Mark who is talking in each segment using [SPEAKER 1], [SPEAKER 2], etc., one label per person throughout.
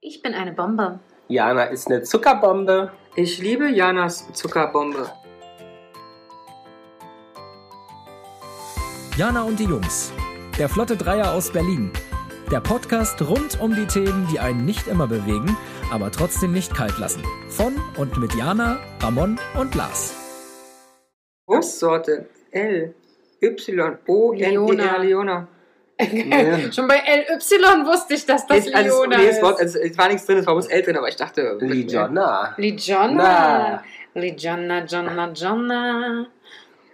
[SPEAKER 1] Ich bin eine Bombe.
[SPEAKER 2] Jana ist eine Zuckerbombe.
[SPEAKER 3] Ich liebe Janas Zuckerbombe.
[SPEAKER 4] Jana und die Jungs. Der Flotte Dreier aus Berlin. Der Podcast rund um die Themen, die einen nicht immer bewegen, aber trotzdem nicht kalt lassen. Von und mit Jana, Ramon und Lars.
[SPEAKER 3] Brustsorte L Y O N E
[SPEAKER 1] Leona.
[SPEAKER 3] R Leona.
[SPEAKER 2] Ja.
[SPEAKER 1] Schon bei LY wusste ich, dass das
[SPEAKER 3] Ist alles-
[SPEAKER 1] Leona
[SPEAKER 3] nee,
[SPEAKER 1] ist.
[SPEAKER 3] es war- also, es war nichts drin, es war bloß L drin, aber ich dachte.
[SPEAKER 2] Legionna.
[SPEAKER 1] Ligionna. Ligionna, Jonna, Jonna.
[SPEAKER 2] Aber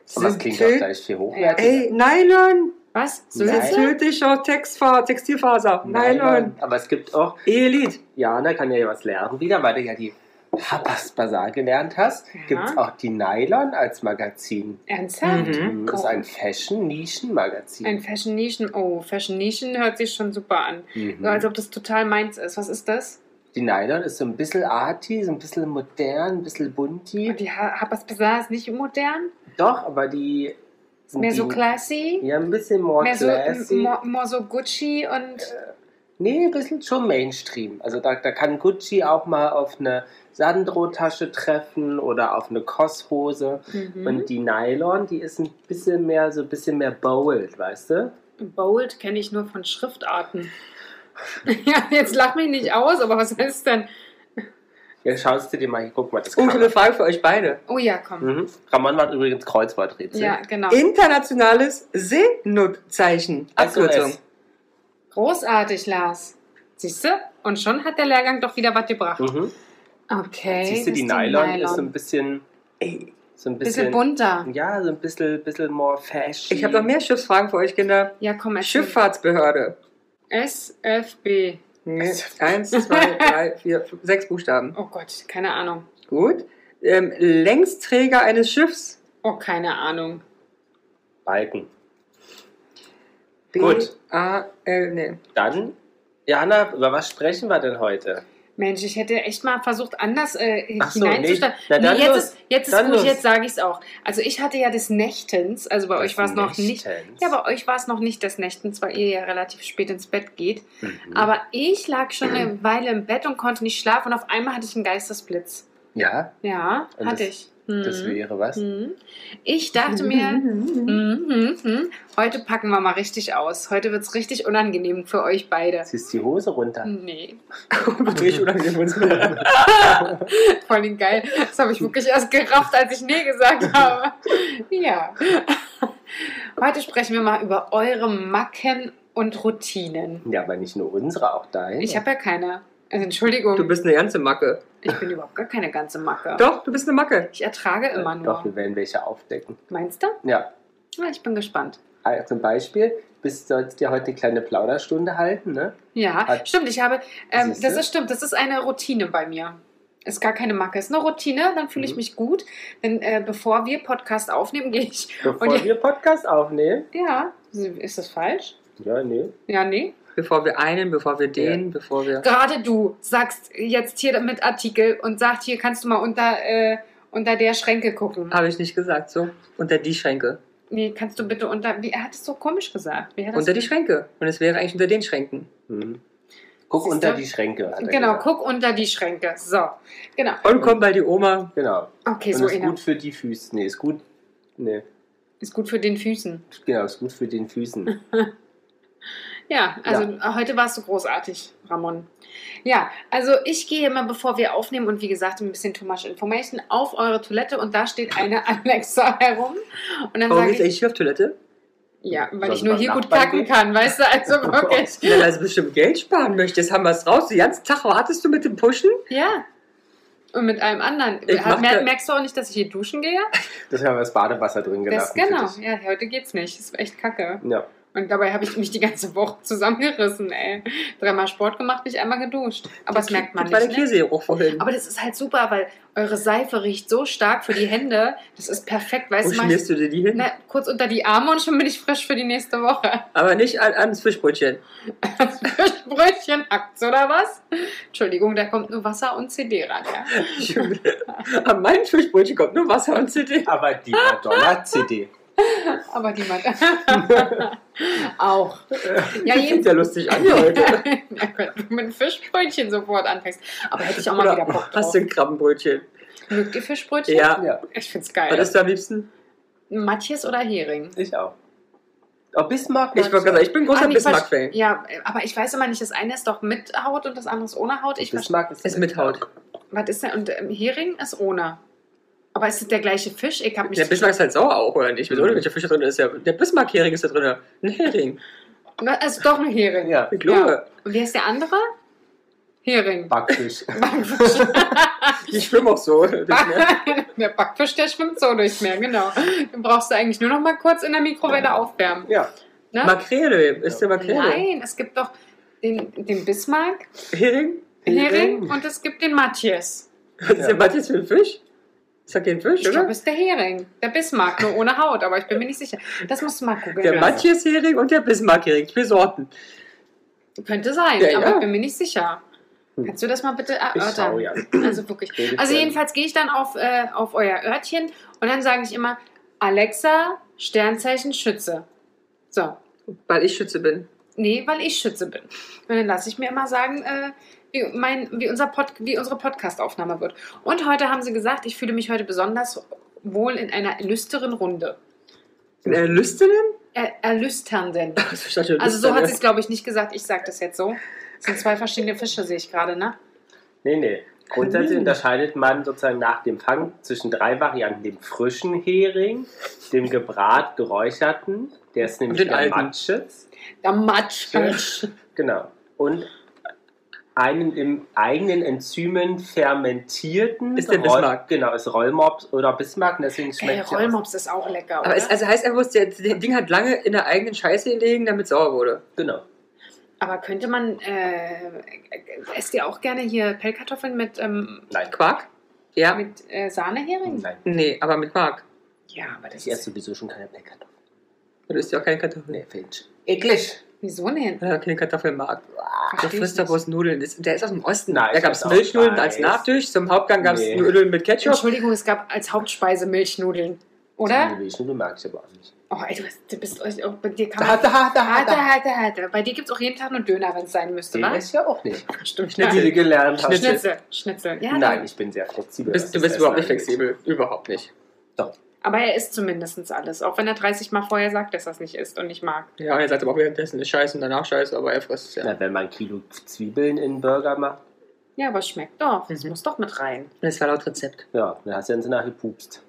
[SPEAKER 2] das
[SPEAKER 3] Sind
[SPEAKER 2] klingt
[SPEAKER 3] Till-
[SPEAKER 2] doch gleich viel hochwertiger.
[SPEAKER 3] Ey, Nylon!
[SPEAKER 1] Was? So
[SPEAKER 2] Nein.
[SPEAKER 1] sitzt du?
[SPEAKER 3] Synthetischer Textfa Textilfaser. Nylon.
[SPEAKER 2] Aber es gibt auch,
[SPEAKER 3] Elit.
[SPEAKER 2] Jana kann ja was lernen wieder, weil du ja die Papas Bazaar gelernt hast.
[SPEAKER 1] Ja.
[SPEAKER 2] Gibt es auch die Nylon als Magazin.
[SPEAKER 1] Ernsthaft?
[SPEAKER 3] Mhm.
[SPEAKER 2] Das ist
[SPEAKER 1] Oh.
[SPEAKER 2] ein Fashion-Nischen-Magazin.
[SPEAKER 1] Ein Fashion Nischen. Oh, Fashion Nischen hört sich schon super an.
[SPEAKER 2] mhm.
[SPEAKER 1] So, als ob das total meins ist. Was ist das?
[SPEAKER 2] Die Nylon ist so ein bisschen arty, so ein bisschen modern, ein bisschen bunti.
[SPEAKER 1] Und die Ha- Harper's Bazaar ist nicht modern?
[SPEAKER 2] Doch, aber die sind
[SPEAKER 1] Mehr
[SPEAKER 2] Oh, die,
[SPEAKER 1] so classy?
[SPEAKER 2] Ja, ein bisschen more
[SPEAKER 1] Mehr so,
[SPEAKER 2] classy.
[SPEAKER 1] more, more so Gucci und.
[SPEAKER 2] nee, ein bisschen schon Mainstream. Also da, da kann Gucci auch mal auf eine Sandro-Tasche treffen oder auf eine Kosshose.
[SPEAKER 1] Mhm.
[SPEAKER 2] Und die Nylon, die ist ein bisschen mehr, so ein bisschen mehr bold, weißt du?
[SPEAKER 1] Bold kenne ich nur von Schriftarten. ja, jetzt lach mich nicht aus, aber was heißt denn?
[SPEAKER 2] Ja, schaust du dir mal, hier, guck mal, das
[SPEAKER 3] Oh,
[SPEAKER 2] kann
[SPEAKER 3] ich habe eine Frage für euch beide.
[SPEAKER 1] Oh ja, komm.
[SPEAKER 2] mhm. Ramon macht übrigens Kreuzworträtsel.
[SPEAKER 1] Ja, genau.
[SPEAKER 3] Internationales Seenutzeichen. Abkürzung.
[SPEAKER 2] SOS.
[SPEAKER 1] Großartig, Lars. Siehst du? Und schon hat der Lehrgang doch wieder was gebracht.
[SPEAKER 2] Mhm.
[SPEAKER 1] Okay.
[SPEAKER 2] Siehst du,
[SPEAKER 1] das
[SPEAKER 2] die
[SPEAKER 1] ist
[SPEAKER 2] Nylon, ist so ein bisschen,
[SPEAKER 3] Ey,
[SPEAKER 2] so ein bisschen,
[SPEAKER 1] bisschen bunter.
[SPEAKER 2] ja, so ein bisschen, bisschen more fashion.
[SPEAKER 3] ich habe noch mehr Schiffsfragen für euch, Kinder.
[SPEAKER 1] Ja, komm, erzähl.
[SPEAKER 3] Schifffahrtsbehörde.
[SPEAKER 1] SFB.
[SPEAKER 3] Nee. Eins, zwei, drei, vier, fünf, sechs Buchstaben.
[SPEAKER 1] Oh Gott, keine Ahnung.
[SPEAKER 3] Gut. Ähm, Längsträger eines Schiffs.
[SPEAKER 1] Oh, keine Ahnung.
[SPEAKER 2] Balken.
[SPEAKER 3] B
[SPEAKER 2] Gut.
[SPEAKER 3] A L nee.
[SPEAKER 2] Dann, Jana, über was sprechen wir denn heute?
[SPEAKER 1] Mensch, ich hätte echt mal versucht, anders äh,
[SPEAKER 2] Ach so,
[SPEAKER 1] hineinzustellen.
[SPEAKER 2] nee. Na, dann
[SPEAKER 1] jetzt
[SPEAKER 2] los.
[SPEAKER 1] ist, jetzt ist
[SPEAKER 2] Dann
[SPEAKER 1] gut,
[SPEAKER 2] los.
[SPEAKER 1] jetzt sage ich es auch. Also ich hatte ja des Nächtens, also bei euch war es noch nicht. Ja,
[SPEAKER 2] aber
[SPEAKER 1] bei euch war es noch nicht des Nächtens, weil ihr ja relativ spät ins Bett geht.
[SPEAKER 2] Mhm.
[SPEAKER 1] Aber ich lag schon eine Weile im Bett und konnte nicht schlafen und auf einmal hatte ich einen Geistesblitz.
[SPEAKER 2] Ja,
[SPEAKER 1] Ja,
[SPEAKER 2] Und
[SPEAKER 1] hatte
[SPEAKER 2] das-
[SPEAKER 1] ich. Hm.
[SPEAKER 2] das wäre was.
[SPEAKER 1] Hm. Ich dachte mir, hm, hm, hm, heute packen wir mal richtig aus. Heute wird es richtig unangenehm für euch beide.
[SPEAKER 2] Ziehst die Hose runter.
[SPEAKER 1] Nee,
[SPEAKER 3] Natürlich unangenehm.
[SPEAKER 1] voll den geil. Das habe ich wirklich erst gerafft, als ich nee gesagt habe. Ja. Heute sprechen wir mal über eure Macken und Routinen.
[SPEAKER 2] Ja, aber nicht nur unsere, auch deine.
[SPEAKER 1] Ich habe ja keine. Also Entschuldigung,
[SPEAKER 3] Du bist eine ganze Macke.
[SPEAKER 1] ich bin überhaupt gar keine ganze Macke.
[SPEAKER 3] Doch, du bist eine Macke.
[SPEAKER 1] Ich ertrage immer nur.
[SPEAKER 2] Doch, wir werden welche aufdecken.
[SPEAKER 1] Meinst du?
[SPEAKER 2] Ja,
[SPEAKER 1] Ja, ich bin gespannt.
[SPEAKER 2] also zum Beispiel, bist, sollst dir heute eine kleine Plauderstunde halten, ne?
[SPEAKER 1] Ja,
[SPEAKER 2] Hat-
[SPEAKER 1] stimmt, ich habe, ähm,
[SPEAKER 2] Siehste?
[SPEAKER 1] das ist stimmt, das ist eine Routine bei mir. Ist gar keine Macke, ist eine Routine, dann fühle ich
[SPEAKER 2] Mhm.
[SPEAKER 1] mich gut. Denn äh, bevor wir Podcast aufnehmen, gehe ich.
[SPEAKER 2] Bevor
[SPEAKER 1] Und-
[SPEAKER 2] wir Podcast aufnehmen.
[SPEAKER 1] Ja, ist das falsch?
[SPEAKER 2] Ja, nee.
[SPEAKER 1] Ja, nee.
[SPEAKER 3] Bevor wir einen, bevor wir den, bevor wir.
[SPEAKER 1] Gerade du sagst jetzt hier mit Artikel und sagt, hier kannst du mal unter, äh, unter der Schränke gucken.
[SPEAKER 2] Ah.
[SPEAKER 3] Habe ich nicht gesagt, so. Unter die Schränke.
[SPEAKER 1] Nee, kannst du bitte unter. Wie, er hat es so komisch gesagt. Wie hat das-
[SPEAKER 3] Unter die Schränke. Und es wäre eigentlich unter den Schränken.
[SPEAKER 2] Mhm. Guck
[SPEAKER 1] Siehst
[SPEAKER 2] unter
[SPEAKER 1] du?
[SPEAKER 2] die Schränke. hat er
[SPEAKER 1] Genau,
[SPEAKER 2] gesagt.
[SPEAKER 1] guck unter die Schränke. So. Genau.
[SPEAKER 3] Und komm bei die Oma.
[SPEAKER 2] Genau.
[SPEAKER 1] Okay,
[SPEAKER 2] Und
[SPEAKER 1] so
[SPEAKER 2] ist
[SPEAKER 1] Ina.
[SPEAKER 2] gut für die Füße. Nee, ist gut. Nee,
[SPEAKER 1] Ist gut für den Füßen.
[SPEAKER 2] genau, ist gut für den Füßen.
[SPEAKER 1] Ja, also heute warst du großartig, Ramon. Ja, also ich gehe immer, bevor wir aufnehmen und wie gesagt, ein bisschen too much information, auf eure Toilette und da steht eine Alexa herum. Und dann
[SPEAKER 3] Warum
[SPEAKER 1] sage
[SPEAKER 3] geht's
[SPEAKER 1] ich,
[SPEAKER 3] eigentlich hier auf Toilette?
[SPEAKER 1] ja, weil
[SPEAKER 2] Soll
[SPEAKER 1] ich nur
[SPEAKER 2] man
[SPEAKER 1] hier gut
[SPEAKER 2] Nachbarn
[SPEAKER 1] kacken
[SPEAKER 2] gehen?
[SPEAKER 1] kann, weißt du, also wirklich.
[SPEAKER 3] Ja, Oh, weil sie bestimmt Geld sparen möchtest. Haben wir es raus? Den ganzen Tag wartest du mit dem Pushen?
[SPEAKER 1] Ja. Und mit allem anderen.
[SPEAKER 3] Ich mach
[SPEAKER 1] Mer
[SPEAKER 3] da-
[SPEAKER 1] merkst du auch nicht, dass ich hier duschen gehe?
[SPEAKER 2] Das haben wir das Badewasser drin
[SPEAKER 1] Das,
[SPEAKER 2] gelassen.
[SPEAKER 1] genau.
[SPEAKER 2] für dich.
[SPEAKER 1] Ja, heute geht's nicht. Ist echt kacke.
[SPEAKER 2] Ja.
[SPEAKER 1] Und dabei habe ich mich die ganze Woche zusammengerissen, ey. Dreimal Sport gemacht, nicht einmal geduscht. Aber das merkt man
[SPEAKER 3] Das war
[SPEAKER 1] nicht.
[SPEAKER 3] der
[SPEAKER 1] ne?
[SPEAKER 3] Käsegeruch vorhin.
[SPEAKER 1] Aber das ist halt super, weil eure Seife riecht so stark für die Hände. Das ist Ne. perfekt,
[SPEAKER 3] Wo
[SPEAKER 1] weißt du, mach ich
[SPEAKER 3] schmierst du dir die hin?
[SPEAKER 1] na, kurz unter die Arme und schon bin ich frisch für die nächste Woche.
[SPEAKER 3] Aber nicht an, ans Fischbrötchen.
[SPEAKER 1] Frisch Brötchen hackt's, oder was? Entschuldigung, da kommt nur Wasser und CD ran, ja.
[SPEAKER 3] an meinem Fischbrötchen kommt nur Wasser und CD.
[SPEAKER 2] Aber die Madonna-CD.
[SPEAKER 1] Aber niemand. Auch. Ja,
[SPEAKER 3] das sieht
[SPEAKER 1] jeden
[SPEAKER 3] ja lustig an hier heute.
[SPEAKER 1] ja, Gott, wenn du mit Fischbrötchen sofort anfängst. Aber hätte ich auch mal
[SPEAKER 3] Oder
[SPEAKER 1] wieder Bock drauf.
[SPEAKER 3] hast du ein Krabbenbrötchen?
[SPEAKER 1] Mögt ihr Fischbrötchen?
[SPEAKER 3] Ja.
[SPEAKER 2] Ja,
[SPEAKER 1] Ich find's
[SPEAKER 3] Was
[SPEAKER 1] geil.
[SPEAKER 3] ist da am liebsten?
[SPEAKER 1] Matthias oder Hering?
[SPEAKER 2] ich auch. Oh, Bismarck
[SPEAKER 3] Ich, wollte gerade sagen, ich bin großer
[SPEAKER 1] Ah, nee, ich verste-
[SPEAKER 3] Bismarck-Fan.
[SPEAKER 1] Ja, aber ich weiß immer nicht, das eine ist doch mit Haut und das andere ist ohne Haut. Ich
[SPEAKER 2] ich
[SPEAKER 1] verstehe.
[SPEAKER 2] Bismarck ist,
[SPEAKER 3] Ist mit Haut.
[SPEAKER 1] Was ist denn? Und ähm, Hering ist ohne. Aber ist es der gleiche Fisch? Ich habe mich.
[SPEAKER 3] Der Bismarck ist halt sauer auch, oder nicht?
[SPEAKER 1] Mhm.
[SPEAKER 3] Wieso? Welcher Fisch da drin ist? Ja, der Bismarck-Hering ist da drin. Ein Hering.
[SPEAKER 1] Na, Es ist doch ein Hering.
[SPEAKER 2] Ja,
[SPEAKER 3] Ich glaube,
[SPEAKER 1] Und wer ist der andere? Hering.
[SPEAKER 2] Backfisch.
[SPEAKER 1] Backfisch.
[SPEAKER 3] die schwimmen auch so. durch Meer.
[SPEAKER 1] der Backfisch, der schwimmt so durchs Meer, genau. Den brauchst du eigentlich nur noch mal kurz in der Mikrowelle aufwärmen.
[SPEAKER 2] Ja,
[SPEAKER 1] Ne?
[SPEAKER 3] Makrele, ist der Makrele?
[SPEAKER 1] Nein, es gibt doch den, den Bismarck,
[SPEAKER 3] Hering?
[SPEAKER 1] Hering und es gibt den Matthias.
[SPEAKER 3] Was ist
[SPEAKER 2] Ja.
[SPEAKER 3] denn was jetzt für ein Fisch? Ist das kein Fisch,
[SPEAKER 1] Ich glaube,
[SPEAKER 3] oder?
[SPEAKER 1] es ist der Hering. Der Bismarck, nur ohne Haut, aber ich bin mir nicht sicher. Das musst du mal googeln.
[SPEAKER 3] Der
[SPEAKER 1] lassen.
[SPEAKER 3] Matthias-Hering und der Bismarck-Hering. Zwei Sorten.
[SPEAKER 1] Könnte sein,
[SPEAKER 3] Ja,
[SPEAKER 1] aber
[SPEAKER 3] ja.
[SPEAKER 1] ich bin mir nicht sicher.
[SPEAKER 2] Hm.
[SPEAKER 1] Kannst du das mal bitte
[SPEAKER 2] ich
[SPEAKER 3] Ah,
[SPEAKER 2] schau
[SPEAKER 1] erörtern?
[SPEAKER 2] ja.
[SPEAKER 1] Also wirklich. Also jedenfalls gehe ich dann auf, äh, auf euer Örtchen und dann sage ich immer, Alexa, Sternzeichen Schütze. So.
[SPEAKER 3] Weil ich Schütze bin.
[SPEAKER 1] Nee, weil ich Schütze bin. Und dann lasse ich mir immer sagen, äh, wie, mein, wie, unser Pod, wie unsere Podcast-Aufnahme wird. Und heute haben sie gesagt, ich fühle mich heute besonders wohl in einer lüsteren Runde.
[SPEAKER 3] Ein Erlüsternen?
[SPEAKER 1] Er, erlüsternden.
[SPEAKER 3] Also, ich dachte,
[SPEAKER 1] Also so hat sie
[SPEAKER 3] Erlüsternen.
[SPEAKER 1] es, glaube ich, nicht gesagt. Ich sage das jetzt so. Das sind zwei verschiedene Fische, sehe ich gerade, ne?
[SPEAKER 2] Nee, nee. Grundsätzlich
[SPEAKER 3] Hm.
[SPEAKER 2] unterscheidet man sozusagen nach dem Fang zwischen drei Varianten. Dem frischen Hering, dem gebrat geräucherten, der ist nämlich
[SPEAKER 3] den
[SPEAKER 2] der
[SPEAKER 3] alten.
[SPEAKER 2] Matschitz.
[SPEAKER 1] Der Matsch.
[SPEAKER 2] Genau. Und einen im eigenen Enzymen fermentierten.
[SPEAKER 3] Ist der
[SPEAKER 2] Roll-
[SPEAKER 3] Bismarck.
[SPEAKER 2] Genau, ist Rollmops oder Bismarck, und deswegen
[SPEAKER 1] Ey,
[SPEAKER 2] schmeckt sie auch-
[SPEAKER 1] Rollmops ist auch lecker,
[SPEAKER 3] Aber
[SPEAKER 1] oder?
[SPEAKER 3] es also heißt einfach, der, der Ding hat lange in der eigenen Scheiße gelegen, damit sauer wurde.
[SPEAKER 2] Genau.
[SPEAKER 1] Aber könnte man, äh, esst ihr auch gerne hier Pellkartoffeln mit, ähm,
[SPEAKER 2] Nein.
[SPEAKER 3] Quark? Ja.
[SPEAKER 1] mit äh, Sahnehering?
[SPEAKER 2] Nein.
[SPEAKER 3] nee, aber mit Quark.
[SPEAKER 1] Ja, aber das
[SPEAKER 2] Ich esse
[SPEAKER 1] ist,
[SPEAKER 2] sowieso schon keine Pellkartoffeln.
[SPEAKER 3] Du isst ja auch keine Kartoffeln.
[SPEAKER 2] Nee, Finch. Eklig.
[SPEAKER 1] wieso denn?
[SPEAKER 3] Weil er keine Kartoffeln mag. Der
[SPEAKER 1] Versteh ich
[SPEAKER 3] frisst doch
[SPEAKER 1] nicht.
[SPEAKER 3] bloß Nudeln. Ist- Der ist aus dem Osten.
[SPEAKER 2] Nein,
[SPEAKER 3] da
[SPEAKER 2] ich
[SPEAKER 3] gab es
[SPEAKER 2] weiß auch,
[SPEAKER 3] Milchnudeln
[SPEAKER 2] weiß.
[SPEAKER 3] als Nachtisch, zum Hauptgang gab es
[SPEAKER 2] Nee.
[SPEAKER 3] Nudeln mit Ketchup.
[SPEAKER 1] Entschuldigung, es gab als Hauptspeise Milchnudeln, oder?
[SPEAKER 2] Die Milchnudeln mag ich aber auch nicht.
[SPEAKER 1] Oh, ey, du, bist- du bist euch, oh, bei dir kann
[SPEAKER 2] Da,
[SPEAKER 1] man...
[SPEAKER 2] da, da,
[SPEAKER 1] Halte,
[SPEAKER 2] da.
[SPEAKER 1] halte, halte. Bei dir gibt es auch jeden Tag nur Döner, wenn es sein müsste,
[SPEAKER 2] Den
[SPEAKER 1] wa?
[SPEAKER 2] esse ich ja auch nicht.
[SPEAKER 1] Stimmt.
[SPEAKER 2] Wie du gelernt hast.
[SPEAKER 3] Schnitzel.
[SPEAKER 1] Schnitzel. Schnitzel. Ja,
[SPEAKER 2] Nein,
[SPEAKER 1] Nein.
[SPEAKER 2] ich bin sehr flexibel.
[SPEAKER 3] Du
[SPEAKER 2] was
[SPEAKER 3] bist, du
[SPEAKER 2] das
[SPEAKER 3] bist überhaupt nicht
[SPEAKER 2] Essen angeht.
[SPEAKER 3] flexibel. Überhaupt nicht.
[SPEAKER 1] Aber er isst zumindest alles. Auch wenn er 30 Mal vorher sagt, dass er es nicht isst und nicht mag.
[SPEAKER 3] Ja, er sagt aber auch währenddessen ist scheiße und danach scheiße, aber er frisst es ja.
[SPEAKER 2] Na, wenn man ein Kilo Zwiebeln in einen Burger macht,
[SPEAKER 1] Ja, aber es schmeckt doch. Es
[SPEAKER 3] Mhm.
[SPEAKER 1] muss doch mit rein.
[SPEAKER 3] Das war laut Rezept.
[SPEAKER 2] ja, dann hast du dann so nachgepupst.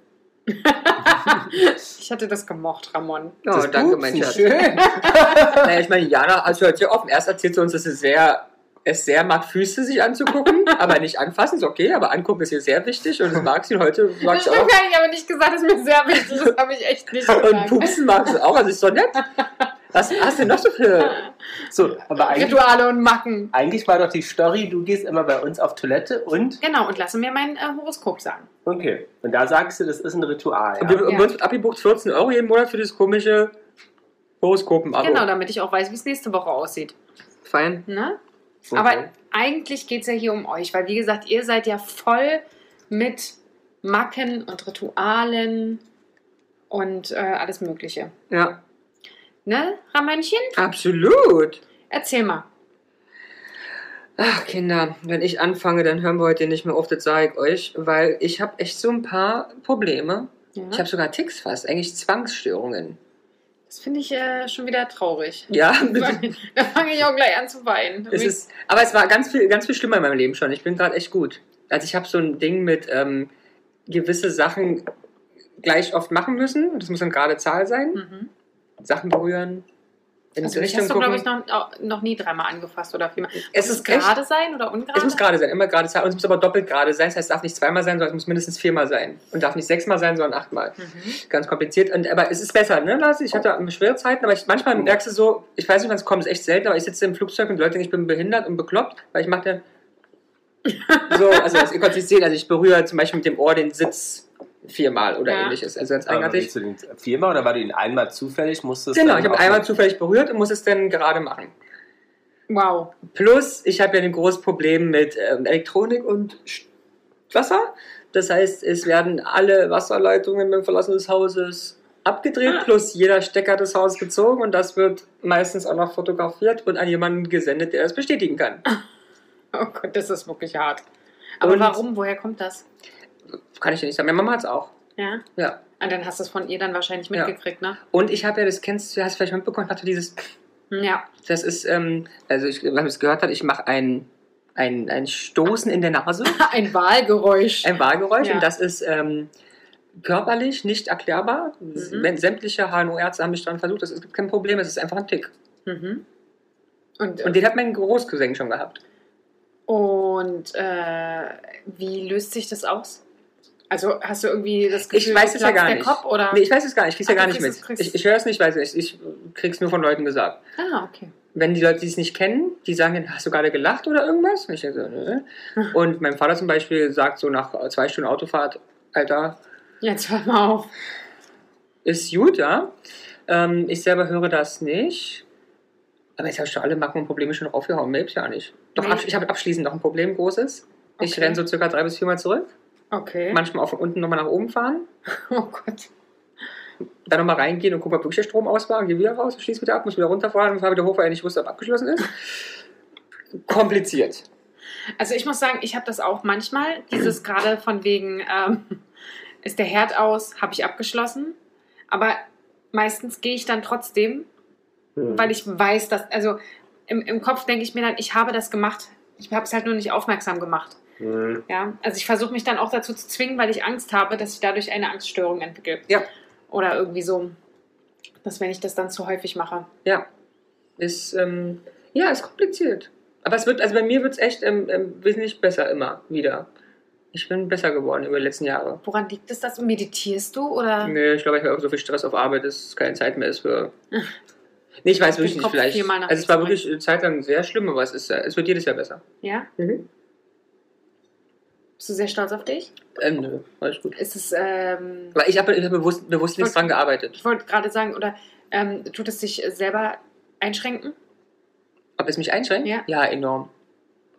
[SPEAKER 1] Ich hatte das gemocht, Ramon.
[SPEAKER 3] Oh,
[SPEAKER 2] Das
[SPEAKER 3] danke,
[SPEAKER 2] Pupsen,
[SPEAKER 3] mein Schatz.
[SPEAKER 2] Schön.
[SPEAKER 3] Naja, ich meine, Jana, also hört hier offen. Erst erzählt sie uns, dass sie sehr, es sehr mag, Füße sich anzugucken, aber nicht anfassen, ist okay, aber angucken ist ihr sehr wichtig und das mag sie und heute mag
[SPEAKER 1] Das
[SPEAKER 3] sie auch.
[SPEAKER 1] stimmt gar nicht, aber nicht gesagt, das ist mir sehr wichtig. Das habe ich echt nicht
[SPEAKER 3] Und
[SPEAKER 1] gesagt.
[SPEAKER 3] Pupsen mag sie auch, also ist doch nett. Was hast du denn noch so für.
[SPEAKER 2] So, aber eigentlich,
[SPEAKER 1] Rituale und Macken.
[SPEAKER 2] eigentlich war doch die Story, du gehst immer bei uns auf Toilette und.
[SPEAKER 1] Genau, und lasse mir mein äh, Horoskop sagen.
[SPEAKER 2] Okay. Und da sagst du, das ist ein Ritual.
[SPEAKER 3] Und wir
[SPEAKER 2] Ja?
[SPEAKER 3] wir uns wird abgebucht 14 Euro jeden Monat für dieses komische Horoskopen-Abo.
[SPEAKER 1] Genau, damit ich auch weiß, wie es nächste Woche aussieht.
[SPEAKER 3] Fein.
[SPEAKER 1] Ne?
[SPEAKER 2] Okay.
[SPEAKER 1] Aber eigentlich geht es ja hier um euch, weil wie gesagt, ihr seid ja voll mit Macken und Ritualen und äh, alles Mögliche.
[SPEAKER 3] Ja,
[SPEAKER 1] Ne, Ramönchen?
[SPEAKER 3] absolut.
[SPEAKER 1] Erzähl mal.
[SPEAKER 3] Ach, Kinder, wenn ich anfange, dann hören wir heute nicht mehr auf, das sage ich euch, weil ich habe echt so ein paar Probleme.
[SPEAKER 1] Ja.
[SPEAKER 3] Ich habe sogar Ticks fast, eigentlich Zwangsstörungen.
[SPEAKER 1] Das finde ich äh, schon wieder traurig.
[SPEAKER 3] Ja,
[SPEAKER 1] da fange ich auch gleich an zu weinen.
[SPEAKER 3] es ist, aber es war ganz viel, ganz viel schlimmer in meinem Leben schon. Ich bin gerade echt gut. Also ich habe so ein Ding mit ähm, gewisse Sachen gleich oft machen müssen. Das muss eine gerade Zahl sein.
[SPEAKER 1] mhm.
[SPEAKER 3] Sachen berühren. In
[SPEAKER 1] also
[SPEAKER 3] die
[SPEAKER 1] mich
[SPEAKER 3] Richtung
[SPEAKER 1] hast du, glaube
[SPEAKER 3] gucken.
[SPEAKER 1] ich, noch, noch nie dreimal angefasst oder viermal.
[SPEAKER 3] es
[SPEAKER 1] muss
[SPEAKER 3] ist
[SPEAKER 1] es
[SPEAKER 3] gerade.
[SPEAKER 1] gerade sein oder ungerade?
[SPEAKER 3] Es muss gerade sein, immer gerade sein. Und es muss aber doppelt gerade sein. Das heißt, es darf nicht zweimal sein, sondern es muss mindestens viermal sein. Und darf nicht sechsmal sein, sondern achtmal.
[SPEAKER 1] Mhm.
[SPEAKER 3] Ganz kompliziert. Und, aber es ist besser, ne, Lars? Ich hatte
[SPEAKER 2] Oh.
[SPEAKER 3] schwere Zeiten, aber ich, manchmal merkst du so, ich weiß nicht, wann es kommt, ist echt selten, aber ich sitze im Flugzeug und Leute denken, ich bin behindert und bekloppt, weil ich mache dann. so, also das, ihr könnt es nicht sehen. Also ich berühre zum Beispiel mit dem Ohr den Sitz viermal oder
[SPEAKER 1] Ja.
[SPEAKER 3] ähnliches. Also ganz
[SPEAKER 2] Aber willst
[SPEAKER 3] eigenartig.
[SPEAKER 2] du den viermal oder war du ihn einmal zufällig? Musstest
[SPEAKER 3] Genau,
[SPEAKER 2] dann
[SPEAKER 3] ich habe
[SPEAKER 2] auch-
[SPEAKER 3] einmal zufällig berührt und muss es dann gerade machen.
[SPEAKER 1] Wow.
[SPEAKER 3] Plus, ich habe ja ein großes Problem mit ähm, Elektronik und St- Wasser. Das heißt, es werden alle Wasserleitungen beim Verlassen des Hauses abgedreht, plus jeder Stecker des Hauses gezogen und das wird meistens auch noch fotografiert und an jemanden gesendet, der das bestätigen kann.
[SPEAKER 1] Oh Gott, das ist wirklich hart. Aber
[SPEAKER 3] Und-
[SPEAKER 1] warum? Woher kommt das?
[SPEAKER 3] Kann ich dir nicht sagen. Meine Mama hat's auch.
[SPEAKER 1] Ja.
[SPEAKER 3] Ja.
[SPEAKER 1] Und dann hast du es von ihr dann wahrscheinlich
[SPEAKER 3] Ja.
[SPEAKER 1] mitgekriegt, ne?
[SPEAKER 3] Und ich habe ja, das kennst du, hast du vielleicht mitbekommen, ich hatte dieses, Mhm.
[SPEAKER 1] Ja.
[SPEAKER 3] das ist, ähm, also ich, wenn man es gehört hat, ich mache ein, ein, ein Stoßen in der Nase,
[SPEAKER 1] Ein Wahlgeräusch.
[SPEAKER 3] ein Wahlgeräusch
[SPEAKER 1] Ja.
[SPEAKER 3] und das ist ähm, körperlich nicht erklärbar.
[SPEAKER 1] Mhm.
[SPEAKER 3] Wenn- Sämtliche HNO-Ärzte haben mich daran versucht, das ist kein Problem, es ist einfach ein Tick.
[SPEAKER 1] Mhm. Und,
[SPEAKER 3] Und
[SPEAKER 1] und,
[SPEAKER 3] den hat mein Großcousin schon gehabt.
[SPEAKER 1] äh, wie löst sich das aus? Also hast du irgendwie das
[SPEAKER 3] Ich
[SPEAKER 1] Gefühl,
[SPEAKER 3] weiß es ja
[SPEAKER 1] platzt
[SPEAKER 3] gar
[SPEAKER 1] der
[SPEAKER 3] nicht.
[SPEAKER 1] Kopf oder?
[SPEAKER 3] Nee, ich weiß es gar nicht, ich krieg's ja
[SPEAKER 1] Ach,
[SPEAKER 3] gar
[SPEAKER 1] Ah. du
[SPEAKER 3] nicht
[SPEAKER 1] kriegst
[SPEAKER 3] mit.
[SPEAKER 1] es, kriegst
[SPEAKER 3] Ich, ich höre es nicht, weil ich, ich krieg's nur von Leuten gesagt.
[SPEAKER 1] Ah, okay.
[SPEAKER 3] wenn die Leute, die es nicht kennen, die sagen, dann, hast du gerade gelacht oder irgendwas? Und ich denke so, nö. Und mein Vater zum Beispiel sagt so nach äh, zwei Stunden Autofahrt, Alter,
[SPEAKER 1] Jetzt hör mal auf.
[SPEAKER 3] ist gut, ja. Ähm, ich selber höre das nicht. Aber jetzt habe ich schon alle Macken und Probleme schon raufgehauen. Mir hilft's ja nicht. Doch,
[SPEAKER 1] Nee.
[SPEAKER 3] absch- ich habe abschließend noch ein Problem, großes. Ich
[SPEAKER 1] Okay.
[SPEAKER 3] renne so circa drei bis viermal zurück.
[SPEAKER 1] Okay.
[SPEAKER 3] Manchmal auch von unten nochmal nach oben fahren.
[SPEAKER 1] Oh Gott.
[SPEAKER 3] Dann nochmal reingehen und gucken, ob wirklich der Strom aus war. Und gehe wieder raus, schließe wieder ab, muss wieder runterfahren und fahre wieder hoch, weil ich nicht wusste, ob abgeschlossen ist. Kompliziert.
[SPEAKER 1] Also ich muss sagen, ich habe das auch manchmal. Dieses gerade von wegen, ähm, ist der Herd aus, habe ich abgeschlossen. Aber meistens gehe ich dann trotzdem,
[SPEAKER 2] Hm.
[SPEAKER 1] weil ich weiß, dass, also im, im Kopf denke ich mir dann, ich habe das gemacht. Ich habe es halt nur nicht aufmerksam gemacht.
[SPEAKER 2] Hm.
[SPEAKER 1] Ja, also ich versuche mich dann auch dazu zu zwingen, weil ich Angst habe, dass ich dadurch eine Angststörung entwickle.
[SPEAKER 3] Ja.
[SPEAKER 1] Oder irgendwie so, dass wenn ich das dann zu häufig mache.
[SPEAKER 3] Ja. Ist, ähm, ja, ist kompliziert. Aber es wird, also bei mir wird es echt ähm, ähm, wesentlich besser immer wieder. Ich bin besser geworden über die letzten Jahre.
[SPEAKER 1] Woran liegt es das? Meditierst du oder?
[SPEAKER 3] Nee, ich glaube, ich habe auch so viel Stress auf Arbeit, dass es keine Zeit mehr ist für. Nee, ich weiß
[SPEAKER 1] Den
[SPEAKER 3] wirklich nicht,
[SPEAKER 1] Kopf
[SPEAKER 3] vielleicht.
[SPEAKER 1] viermal nach
[SPEAKER 3] Also es war
[SPEAKER 1] links
[SPEAKER 3] wirklich eine Zeit lang sehr schlimm, aber es, ist, äh, es wird jedes Jahr besser.
[SPEAKER 1] Ja?
[SPEAKER 3] Mhm.
[SPEAKER 1] Bist du sehr stolz auf dich?
[SPEAKER 3] Ähm, nö, alles gut.
[SPEAKER 1] Ist es, ähm,
[SPEAKER 3] Aber ich habe ich hab bewusst, bewusst nichts
[SPEAKER 1] Okay.
[SPEAKER 3] dran gearbeitet.
[SPEAKER 1] ich wollte gerade sagen, oder ähm, tut es dich selber einschränken?
[SPEAKER 3] Ob es mich einschränkt?
[SPEAKER 1] Ja.
[SPEAKER 3] enorm.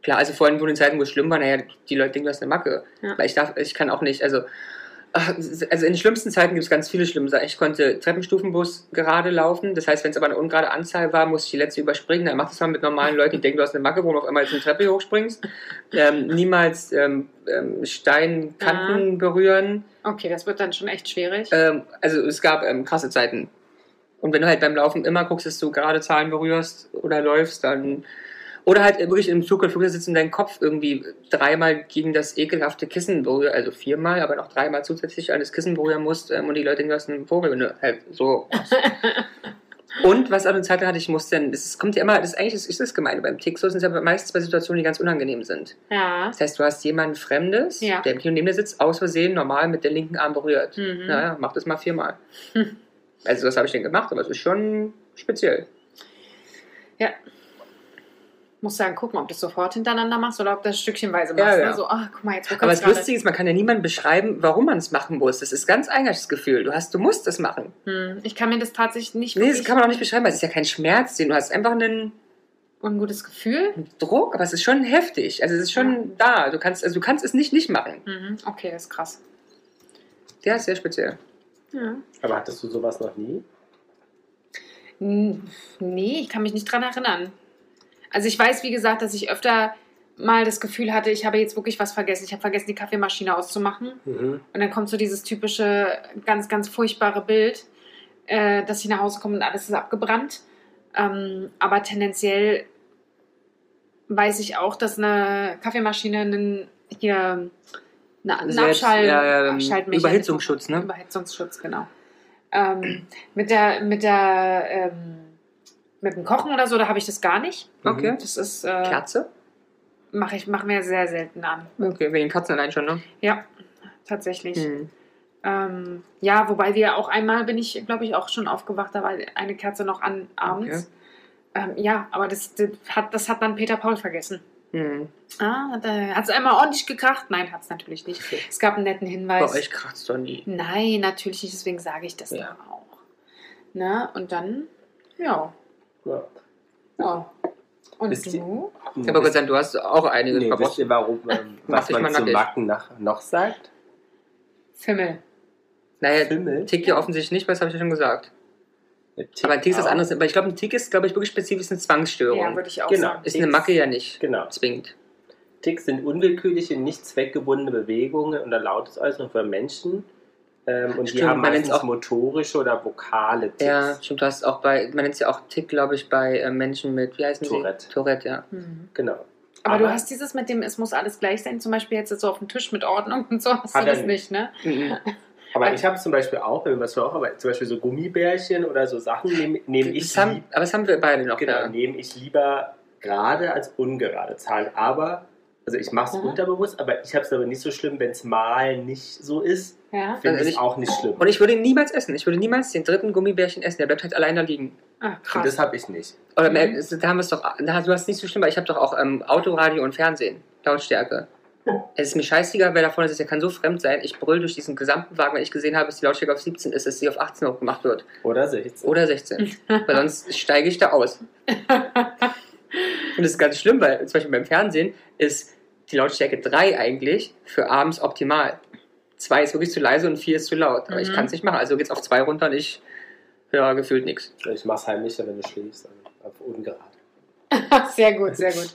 [SPEAKER 3] Klar, also vorhin, wo in den Zeiten, wo es schlimm war, naja, die Leute denken, du hast eine Macke.
[SPEAKER 1] Ja.
[SPEAKER 3] Weil ich darf, ich kann auch nicht, also, ach, also in den schlimmsten Zeiten gibt es ganz viele schlimme Sachen. Ich konnte Treppenstufenbus gerade laufen, das heißt, wenn es aber eine ungerade Anzahl war, musste ich die letzte überspringen. Dann mach das mal mit normalen Leuten, die denken, du hast eine Macke, wo du auf einmal jetzt eine Treppe hochspringst. Ähm, niemals ähm, ähm, Steinkanten berühren.
[SPEAKER 1] Okay, das wird dann schon echt schwierig.
[SPEAKER 3] Ähm, also es gab ähm, krasse Zeiten. Und wenn du halt beim Laufen immer guckst, dass du gerade Zahlen berührst oder läufst, dann. Oder halt wirklich im Zug und Flug sitzt und dein Kopf irgendwie dreimal gegen das ekelhafte Kissen berührt, also viermal, aber noch dreimal zusätzlich an das Kissen berühren musst ähm, und die Leute denken, du hast einen Vogel, wenn du halt so. und was an der Zeit hatte, ich musste, dann- es kommt ja immer, das ist eigentlich das ist das Gemeine beim Tick, so sind es ja meistens bei Situationen, die ganz unangenehm sind.
[SPEAKER 1] ja.
[SPEAKER 3] Das heißt, du hast jemanden Fremdes,
[SPEAKER 1] Ja.
[SPEAKER 3] der im Kino neben dir sitzt, aus Versehen normal mit der linken Arm berührt.
[SPEAKER 1] Mhm.
[SPEAKER 3] Naja, mach das mal viermal.
[SPEAKER 1] Hm.
[SPEAKER 3] Also das habe ich denn gemacht, aber es ist schon speziell.
[SPEAKER 1] Muss dann gucken, ob du es sofort hintereinander machst oder ob du das stückchenweise machst.
[SPEAKER 3] Ja, ja.
[SPEAKER 1] Ne? So, ach, guck mal, jetzt
[SPEAKER 3] aber
[SPEAKER 1] bekommst
[SPEAKER 3] das
[SPEAKER 1] du
[SPEAKER 3] Lustige ist, man kann ja niemandem beschreiben, warum man es machen muss. Das ist ganz eigenes Gefühl. Du hast, du musst es machen.
[SPEAKER 1] hm, Ich kann mir das tatsächlich nicht
[SPEAKER 3] Nee, das
[SPEAKER 1] wirklich-
[SPEAKER 3] kann man auch nicht beschreiben, weil es ist ja kein Schmerz, den du hast einfach einen
[SPEAKER 1] Ungutes Gefühl.
[SPEAKER 3] Druck, aber es ist schon heftig. Also es ist schon da. Du kannst, also du kannst es nicht nicht machen.
[SPEAKER 1] Mhm. Okay, das ist krass.
[SPEAKER 3] Der ist sehr speziell.
[SPEAKER 1] Ja.
[SPEAKER 2] Aber hattest du sowas noch nie?
[SPEAKER 1] N- Nee, ich kann mich nicht dran erinnern. Also ich weiß, wie gesagt, dass ich öfter mal das Gefühl hatte, ich habe jetzt wirklich was vergessen. Ich habe vergessen, die Kaffeemaschine auszumachen.
[SPEAKER 2] Mhm.
[SPEAKER 1] Und dann kommt so dieses typische, ganz, ganz furchtbare Bild, äh, dass ich nach Hause komme und alles ist abgebrannt. Ähm, aber tendenziell weiß ich auch, dass eine Kaffeemaschine einen, hier, eine, einen
[SPEAKER 3] Selbst-
[SPEAKER 1] Abschall,
[SPEAKER 3] ja, ja,
[SPEAKER 1] Abschaltmechanismus-
[SPEAKER 3] Überhitzungsschutz, ne?
[SPEAKER 1] Überhitzungsschutz, genau. Ähm, mit der, mit der, ähm, mit dem Kochen oder so, da habe ich das gar nicht.
[SPEAKER 3] Okay.
[SPEAKER 1] Das ist, äh,
[SPEAKER 3] Kerze?
[SPEAKER 1] mache ich, machen wir sehr selten an.
[SPEAKER 3] Okay, wegen Katzen allein schon, ne?
[SPEAKER 1] Ja, tatsächlich.
[SPEAKER 3] Hm.
[SPEAKER 1] Ähm, ja, wobei wir auch einmal bin ich, glaube ich, auch schon aufgewacht, da war eine Kerze noch an abends. Ähm, ja, aber das, das, hat, das hat dann Peter Paul vergessen.
[SPEAKER 3] Hm.
[SPEAKER 1] Ah, hat es einmal ordentlich gekracht? Nein, hat es natürlich nicht. Es gab einen netten
[SPEAKER 3] Bei
[SPEAKER 1] Hinweis.
[SPEAKER 3] euch kratzt doch nie.
[SPEAKER 1] Nein, natürlich nicht, deswegen sage ich das
[SPEAKER 3] Ja.
[SPEAKER 1] dann auch. Na, und dann, ja.
[SPEAKER 2] Ja.
[SPEAKER 1] ja. Und
[SPEAKER 2] Wisst ihr-
[SPEAKER 1] du?
[SPEAKER 3] Ich habe aber gesagt, du hast auch einige
[SPEAKER 2] nee, wisst ihr, warum, ähm, was
[SPEAKER 3] ich mal
[SPEAKER 2] man zu
[SPEAKER 3] nackig.
[SPEAKER 2] Macken nach, noch sagt?
[SPEAKER 1] Fimmel.
[SPEAKER 3] Naja,
[SPEAKER 2] Pimmel?
[SPEAKER 3] Äh, Tick ja offensichtlich nicht, weil das habe ich ja schon gesagt. Aber ein Tick ist was
[SPEAKER 2] auch.
[SPEAKER 3] anderes. Aber ich glaube, ein Tick ist, glaube ich, wirklich spezifisch eine Zwangsstörung.
[SPEAKER 1] Ja, würde ich auch
[SPEAKER 2] Genau.
[SPEAKER 1] sagen.
[SPEAKER 3] ist eine Macke ja nicht.
[SPEAKER 2] Genau.
[SPEAKER 3] Zwingend.
[SPEAKER 2] Ticks sind unwillkürliche, nicht zweckgebundene Bewegungen oder Lautesäußerungen von Menschen. Ähm, und die
[SPEAKER 3] Stimmt,
[SPEAKER 2] haben
[SPEAKER 3] man nennt's
[SPEAKER 2] meistens
[SPEAKER 3] auch-
[SPEAKER 2] motorische oder vokale Ticks.
[SPEAKER 3] Ja, stimmt. Du hast auch bei, man nennt es ja auch Tick, glaube ich, bei äh, Menschen mit, wie heißen
[SPEAKER 2] Tourette.
[SPEAKER 3] sie? Tourette, ja.
[SPEAKER 1] Mhm.
[SPEAKER 2] Genau.
[SPEAKER 1] Aber, du
[SPEAKER 2] Aber-
[SPEAKER 1] hast dieses mit dem, es muss alles gleich sein, zum Beispiel jetzt so auf dem Tisch mit Ordnung und so, hast
[SPEAKER 2] Hat
[SPEAKER 1] du
[SPEAKER 2] er
[SPEAKER 1] das nicht,
[SPEAKER 2] nicht.
[SPEAKER 1] ne?
[SPEAKER 3] Mhm.
[SPEAKER 2] Aber ich habe zum Beispiel auch, wenn wir was auch, aber zum Beispiel so Gummibärchen oder so Sachen nehme nehm ich,
[SPEAKER 3] Das haben,
[SPEAKER 2] lieb-
[SPEAKER 3] aber das haben wir beide noch.
[SPEAKER 2] genau,
[SPEAKER 3] ja.
[SPEAKER 2] nehm ich lieber gerade als ungerade Zahlen. Aber, also ich mache es
[SPEAKER 1] Mhm.
[SPEAKER 2] unterbewusst, aber ich habe es aber nicht so schlimm, wenn es mal nicht so ist,
[SPEAKER 1] Ja.
[SPEAKER 2] finde
[SPEAKER 3] Also
[SPEAKER 2] ich
[SPEAKER 3] ich-
[SPEAKER 2] es auch nicht schlimm.
[SPEAKER 3] Und ich würde ihn niemals essen. Ich würde niemals den dritten Gummibärchen essen. Der bleibt halt alleine liegen.
[SPEAKER 1] Ach,
[SPEAKER 2] Und das
[SPEAKER 1] Ah, krass.
[SPEAKER 2] habe ich nicht.
[SPEAKER 3] Oder
[SPEAKER 1] Mhm.
[SPEAKER 3] äh, da haben wir es doch. Da, du hast nicht so schlimm, weil ich habe doch auch ähm, Autoradio und Fernsehen. Lautstärke. Es ist mir scheißegal, wer da vorne sitzt. Der kann so fremd sein. Ich brüll durch diesen gesamten Wagen, weil ich gesehen habe, dass die Lautstärke auf 17 ist, dass sie auf 18 hochgemacht wird.
[SPEAKER 2] Oder 16.
[SPEAKER 3] Oder 16. weil sonst steige ich da aus. Und das ist ganz schlimm, weil zum Beispiel beim Fernsehen ist die Lautstärke 3 eigentlich für abends optimal. 2 ist wirklich zu leise und 4 ist zu laut. Aber ich
[SPEAKER 1] Mhm.
[SPEAKER 3] kann es nicht machen. Also geht's auf 2 runter und ich höre gefühlt nichts.
[SPEAKER 2] Ich mache es heimlicher, wenn du schläfst, aber auf ungerade.
[SPEAKER 1] sehr gut, sehr gut.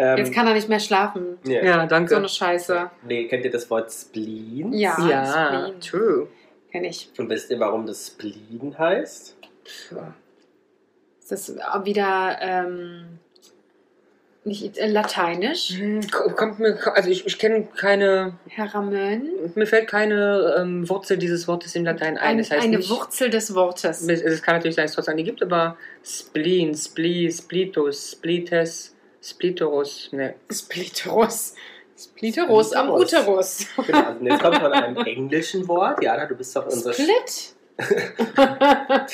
[SPEAKER 2] Ähm,
[SPEAKER 1] Jetzt kann er nicht mehr schlafen.
[SPEAKER 2] ja.
[SPEAKER 3] Ja, danke.
[SPEAKER 1] So eine Scheiße.
[SPEAKER 2] Nee, kennt ihr das Wort Spleen?
[SPEAKER 1] Ja.
[SPEAKER 3] ja,
[SPEAKER 1] Spleen.
[SPEAKER 3] true.
[SPEAKER 1] Kenn ich.
[SPEAKER 2] Und wisst ihr, warum das Spleen heißt?
[SPEAKER 1] Ist das wieder ähm, nicht äh, lateinisch?
[SPEAKER 3] Hm, Kommt mir, also ich, ich kenne keine,
[SPEAKER 1] Herr Ramön?
[SPEAKER 3] mir fällt keine ähm, Wurzel dieses Wortes in Latein ein.
[SPEAKER 1] Ein,
[SPEAKER 3] Das heißt
[SPEAKER 1] eine
[SPEAKER 3] nicht,
[SPEAKER 1] Wurzel des Wortes.
[SPEAKER 3] Es- Es kann natürlich sein, dass es trotzdem eine gibt, aber Spleen, Splee, Splitus, Splites, Spliterus, ne.
[SPEAKER 1] Spliterus. Spliterus am Uterus.
[SPEAKER 2] Genau, also jetzt kommt von einem englischen Wort. Jana, du bist doch unsere
[SPEAKER 1] Split?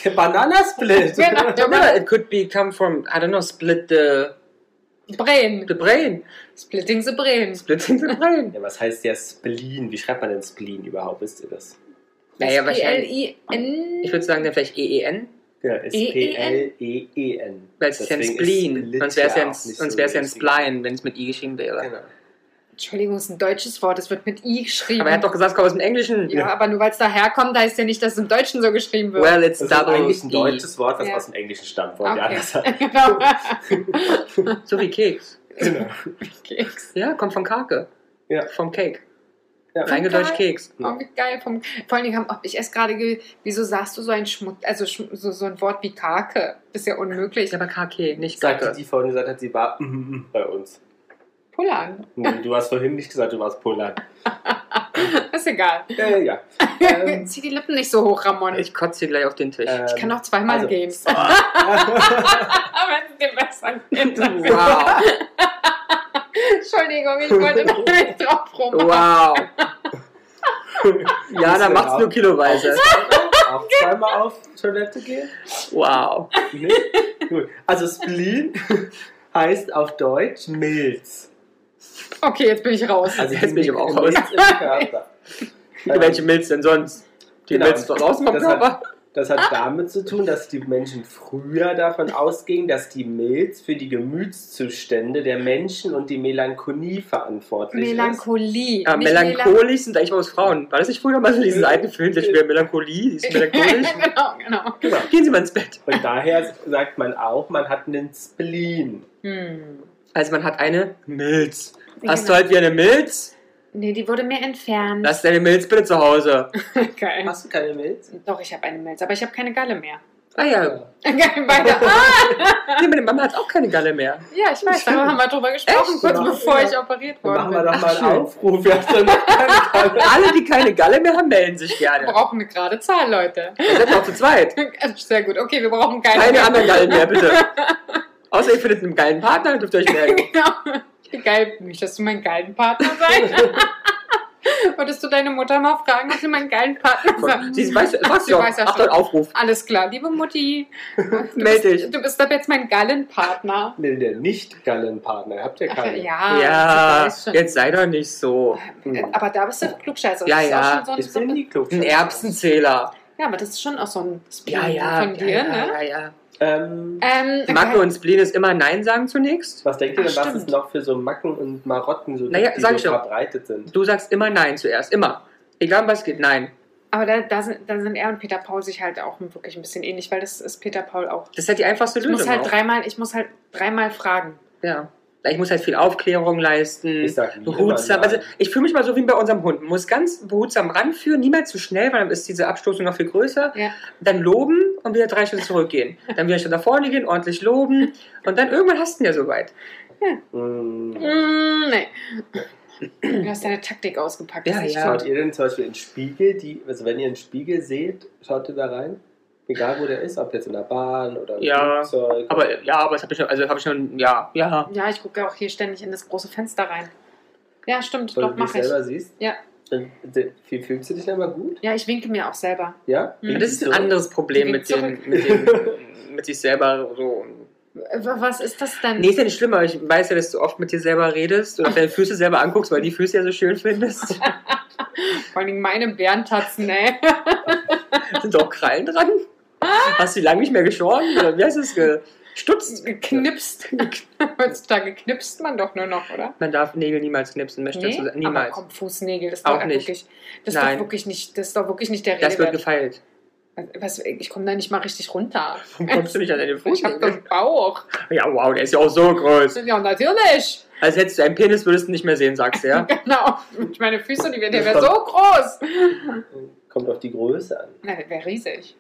[SPEAKER 2] Der Bananasplit.
[SPEAKER 1] Genau.
[SPEAKER 3] I don't know, it could be come from, I don't know, split the,
[SPEAKER 1] Brain.
[SPEAKER 3] the brain.
[SPEAKER 1] Splitting the brain.
[SPEAKER 3] Splitting the brain.
[SPEAKER 2] Ja, was heißt der Spleen? Wie schreibt man denn Spleen überhaupt? Wisst ihr das?
[SPEAKER 3] Naja, wahrscheinlich.
[SPEAKER 1] E. S-P-L-I-N.
[SPEAKER 3] Ich würde sagen, dann vielleicht EEN,
[SPEAKER 2] Ja, S-P-L-E-E-N.
[SPEAKER 3] E weil es ist ja ein
[SPEAKER 2] E Deswegen
[SPEAKER 3] Spleen.
[SPEAKER 2] Split
[SPEAKER 3] sonst wäre es ja,
[SPEAKER 2] auch
[SPEAKER 3] ein-
[SPEAKER 2] nicht
[SPEAKER 3] sonst
[SPEAKER 2] so
[SPEAKER 3] wär's ja ein
[SPEAKER 2] richtig.
[SPEAKER 3] Spline, wenn es mit I geschrieben wäre.
[SPEAKER 2] Genau.
[SPEAKER 1] Entschuldigung, es ist ein deutsches Wort, es wird mit I geschrieben.
[SPEAKER 3] Aber er hat doch gesagt, es kommt aus dem Englischen.
[SPEAKER 1] ja, aber nur weil es daherkommt, heißt ja nicht, dass es im Deutschen so geschrieben wird.
[SPEAKER 3] Well, it's
[SPEAKER 2] Genau. Das ist
[SPEAKER 3] double
[SPEAKER 2] Also eigentlich ein
[SPEAKER 3] E.
[SPEAKER 2] deutsches Wort, was
[SPEAKER 1] Ja.
[SPEAKER 2] aus dem Englischen stammt. Okay.
[SPEAKER 1] Okay.
[SPEAKER 2] Jana sagt.
[SPEAKER 1] genau.
[SPEAKER 3] So wie Keks.
[SPEAKER 2] Genau.
[SPEAKER 1] Keks.
[SPEAKER 3] Ja, kommt von Kake.
[SPEAKER 2] Ja.
[SPEAKER 3] Vom Cake.
[SPEAKER 2] Ja.
[SPEAKER 3] Eingedeutscht
[SPEAKER 1] Kake.
[SPEAKER 3] Keks.
[SPEAKER 1] Oh, wie geil. Vom, vor allen Dingen, haben, ich esse gerade, ge- wieso sagst du so ein Schmutz, also schm- so, so ein Wort wie Kake? Ist ja unmöglich.
[SPEAKER 3] Ja, aber Kake, nicht
[SPEAKER 2] Sagte
[SPEAKER 3] Kake.
[SPEAKER 2] die vorhin gesagt hat, sie war mhm, mhm bei uns.
[SPEAKER 1] Pullan.
[SPEAKER 2] Nee, du hast vorhin nicht gesagt, du warst Polan.
[SPEAKER 1] Ist egal.
[SPEAKER 2] Ja, ja, ja. Ähm,
[SPEAKER 1] Zieh die Lippen nicht so hoch, Ramon. Ich,
[SPEAKER 3] Ich kotze hier gleich auf den Tisch.
[SPEAKER 2] ähm,
[SPEAKER 1] kann auch zweimal
[SPEAKER 2] also-
[SPEAKER 1] gehen. Aber es ist dir besser geht.
[SPEAKER 3] Wow.
[SPEAKER 1] Entschuldigung, ich wollte da nicht drauf rum.
[SPEAKER 3] Wow. Ja, da
[SPEAKER 2] Müssen wir
[SPEAKER 3] macht's
[SPEAKER 2] auch-
[SPEAKER 3] nur kiloweise.
[SPEAKER 2] Auch zweimal auf Toilette gehen?
[SPEAKER 3] Wow.
[SPEAKER 2] Nee? Gut. Also Spleen heißt auf Deutsch Milz.
[SPEAKER 1] Okay, jetzt bin ich raus.
[SPEAKER 2] Also
[SPEAKER 3] Jetzt bin ich aber auch
[SPEAKER 2] Milz
[SPEAKER 3] raus.
[SPEAKER 2] im Körper. Ähm,
[SPEAKER 3] Welche Milz denn sonst? Die
[SPEAKER 2] Genau.
[SPEAKER 3] Milz von außen vom
[SPEAKER 2] Das hat-
[SPEAKER 3] Körper?
[SPEAKER 2] Das hat damit zu tun, dass die Menschen früher davon ausgingen, dass die Milz für die Gemütszustände der Menschen und die Melancholie verantwortlich
[SPEAKER 1] Melancholie.
[SPEAKER 3] Ja,
[SPEAKER 1] nicht
[SPEAKER 3] melancholisch sind eigentlich bloß Frauen. War das nicht früher mal so diesen alten Film, der spielt Melancholie, die ist
[SPEAKER 1] Melan-
[SPEAKER 3] melancholisch?
[SPEAKER 1] genau, genau.
[SPEAKER 2] ist. Genau.
[SPEAKER 3] Gehen Sie mal ins Bett.
[SPEAKER 2] Und daher sagt man auch, man hat einen Spleen.
[SPEAKER 1] Hm.
[SPEAKER 3] Also man hat eine Milz. Hast
[SPEAKER 1] Genau.
[SPEAKER 3] du halt wie eine Milz?
[SPEAKER 1] Nee, die wurde mir entfernt.
[SPEAKER 3] Lass deine Milz bitte zu Hause.
[SPEAKER 1] Geil.
[SPEAKER 2] Hast du keine Milz?
[SPEAKER 1] Doch, ich habe eine Milz, aber ich habe keine Galle mehr.
[SPEAKER 3] Ah ja,
[SPEAKER 1] Geil, Beide. Ah,
[SPEAKER 3] nee, meine Mama hat auch keine Galle mehr.
[SPEAKER 1] ja, ich weiß, darüber haben wir drüber gesprochen,
[SPEAKER 2] Echt?
[SPEAKER 1] kurz
[SPEAKER 2] Ja.
[SPEAKER 1] bevor
[SPEAKER 2] Ja.
[SPEAKER 1] ich operiert
[SPEAKER 2] Dann
[SPEAKER 1] worden
[SPEAKER 2] machen wir
[SPEAKER 1] bin.
[SPEAKER 2] doch mal
[SPEAKER 3] schön.
[SPEAKER 2] einen Aufruf. Wir haben noch keine Galle.
[SPEAKER 3] Alle, die keine Galle mehr haben, melden sich
[SPEAKER 1] Wir
[SPEAKER 3] gerne.
[SPEAKER 1] brauchen eine gerade Zahl, Leute. Also,
[SPEAKER 3] Ihr seid auch zu zweit.
[SPEAKER 1] Sehr gut. Okay, wir brauchen keine.
[SPEAKER 3] Keine
[SPEAKER 1] mehr.
[SPEAKER 3] anderen Gallen mehr, bitte. Außer ihr findet einen geilen Partner, dann dürft ihr euch melden.
[SPEAKER 1] Genau. Geil. Möchtest du mein Gallenpartner sein? Wolltest du deine Mutter mal fragen, ob sie mein Gallenpartner sein
[SPEAKER 3] Sie weiß,
[SPEAKER 1] Genau.
[SPEAKER 3] sagst
[SPEAKER 1] Sie
[SPEAKER 3] du auch,
[SPEAKER 1] weiß ja
[SPEAKER 3] Achtung,
[SPEAKER 1] schon.
[SPEAKER 3] Aufruf.
[SPEAKER 1] Alles klar, liebe Mutti,
[SPEAKER 3] Meld dich.
[SPEAKER 1] du bist ab jetzt mein Gallenpartner.
[SPEAKER 2] Nee, der Nicht-Gallenpartner. Habt ihr
[SPEAKER 1] Ach,
[SPEAKER 2] keine?
[SPEAKER 1] ja,
[SPEAKER 3] Ja,
[SPEAKER 1] ich Ah, weiß schon. Äh,
[SPEAKER 3] jetzt sei doch nicht so.
[SPEAKER 1] Aber da bist du Klugscheißer.
[SPEAKER 3] Ja,
[SPEAKER 1] das ist
[SPEAKER 3] ja.
[SPEAKER 1] Auch schon
[SPEAKER 2] Ich
[SPEAKER 1] so
[SPEAKER 2] bin
[SPEAKER 1] ein,
[SPEAKER 2] Hm. die Klugscheiße.
[SPEAKER 3] Ein Erbsenzähler.
[SPEAKER 1] ja, aber das ist schon auch so ein Spleen
[SPEAKER 3] Ja, ja.
[SPEAKER 1] von dir,
[SPEAKER 3] ja,
[SPEAKER 1] ne?
[SPEAKER 3] ja, ja.
[SPEAKER 2] Ähm,
[SPEAKER 1] Ähm,
[SPEAKER 3] Macke und Spleen ist immer Nein sagen zunächst.
[SPEAKER 2] was denkt ihr
[SPEAKER 1] Ach,
[SPEAKER 2] denn, was
[SPEAKER 1] stimmt.
[SPEAKER 2] es noch für so Macken und Marotten so
[SPEAKER 3] Naja,
[SPEAKER 2] gibt, die
[SPEAKER 3] sag Hm. ich
[SPEAKER 2] so
[SPEAKER 3] doch.
[SPEAKER 2] verbreitet sind?
[SPEAKER 3] Du sagst immer Nein zuerst. Immer. Egal um was geht, nein.
[SPEAKER 1] Aber da, da, sind, da sind er und Peter Paul sich halt auch wirklich ein bisschen ähnlich, weil das ist Peter Paul auch.
[SPEAKER 3] Das ist halt die einfachste
[SPEAKER 1] Ich
[SPEAKER 3] Lösung.
[SPEAKER 1] muss halt
[SPEAKER 3] auch.
[SPEAKER 1] dreimal, ich muss halt dreimal fragen.
[SPEAKER 3] Ja. Ich muss halt viel Aufklärung leisten.
[SPEAKER 2] Ich sag nie
[SPEAKER 3] behutsam.
[SPEAKER 2] immer nein.
[SPEAKER 3] Also ich fühle mich mal so wie bei unserem Hund. Man muss ganz behutsam ranführen, niemals zu schnell, weil dann ist diese Abstoßung noch viel größer.
[SPEAKER 1] Ja.
[SPEAKER 3] Dann loben und wieder drei Schritte zurückgehen. Dann wieder schon nach vorne gehen, ordentlich loben. Und dann irgendwann hast du ihn ja soweit.
[SPEAKER 2] Mm.
[SPEAKER 1] Mm, nee. Du hast deine Taktik ausgepackt.
[SPEAKER 3] Ja,
[SPEAKER 1] das ist
[SPEAKER 3] ja.
[SPEAKER 1] schon-
[SPEAKER 2] Schaut ihr denn zum Beispiel in den Spiegel, die, also wenn ihr einen Spiegel seht, schaut ihr da rein? Egal wo der ist, ob jetzt in der Bahn oder im
[SPEAKER 3] Ja,
[SPEAKER 2] Flugzeug.
[SPEAKER 3] Aber ja, aber das habe ich schon, also habe ich schon, ja, ja.
[SPEAKER 1] Ja, ich gucke auch hier ständig in das große Fenster rein. Ja, stimmt,
[SPEAKER 2] Weil
[SPEAKER 1] doch,
[SPEAKER 2] du dich
[SPEAKER 1] mache ich.
[SPEAKER 2] selber siehst.
[SPEAKER 1] Ja.
[SPEAKER 2] Dann, dann, wie fühlst du dich dann mal gut?
[SPEAKER 1] Ja, ich winke mir auch selber.
[SPEAKER 2] Ja?
[SPEAKER 1] Mhm.
[SPEAKER 3] Das ist ein anderes Problem mit,
[SPEAKER 1] Zurück.
[SPEAKER 3] den, mit, den, mit sich selber so.
[SPEAKER 1] W- Was ist das denn?
[SPEAKER 3] Nee, ist ja nicht schlimm, aber ich weiß ja, dass du oft mit dir selber redest oder deine Füße selber anguckst, weil die Füße ja so schön findest.
[SPEAKER 1] Vor allem meine Bärentatzen, ey.
[SPEAKER 3] Sind doch Krallen dran? Hast du die lange nicht mehr geschoren? Oder wie heißt es? Gestutzt?
[SPEAKER 1] Geknipst. Heutzutage knipst man doch nur noch, oder?
[SPEAKER 3] Man darf Nägel niemals knipsen, möchte ich dazu sagen.
[SPEAKER 1] aber
[SPEAKER 3] Niemals.
[SPEAKER 1] komm, Fußnägel, das ist
[SPEAKER 3] Auch
[SPEAKER 1] doch
[SPEAKER 3] nicht.
[SPEAKER 1] wirklich, das ist
[SPEAKER 3] Nein.
[SPEAKER 1] doch wirklich nicht, das ist doch wirklich nicht der
[SPEAKER 3] Das
[SPEAKER 1] Rede
[SPEAKER 3] wird
[SPEAKER 1] wert.
[SPEAKER 3] gefeilt.
[SPEAKER 1] Was, ich komme da nicht mal richtig runter.
[SPEAKER 3] Warum kommst du nicht an deine
[SPEAKER 1] Ich habe
[SPEAKER 3] Fußnägel?
[SPEAKER 1] den Bauch. Also,
[SPEAKER 3] Ja, wow, der ist ja auch so groß.
[SPEAKER 1] Ja, natürlich.
[SPEAKER 3] Als hättest du einen Penis, würdest du ihn nicht mehr sehen, sagst du, ja?
[SPEAKER 1] Genau. Ich meine Füße, die wär- der wäre so groß.
[SPEAKER 2] Kommt auf die Größe an.
[SPEAKER 1] Na, der wäre riesig.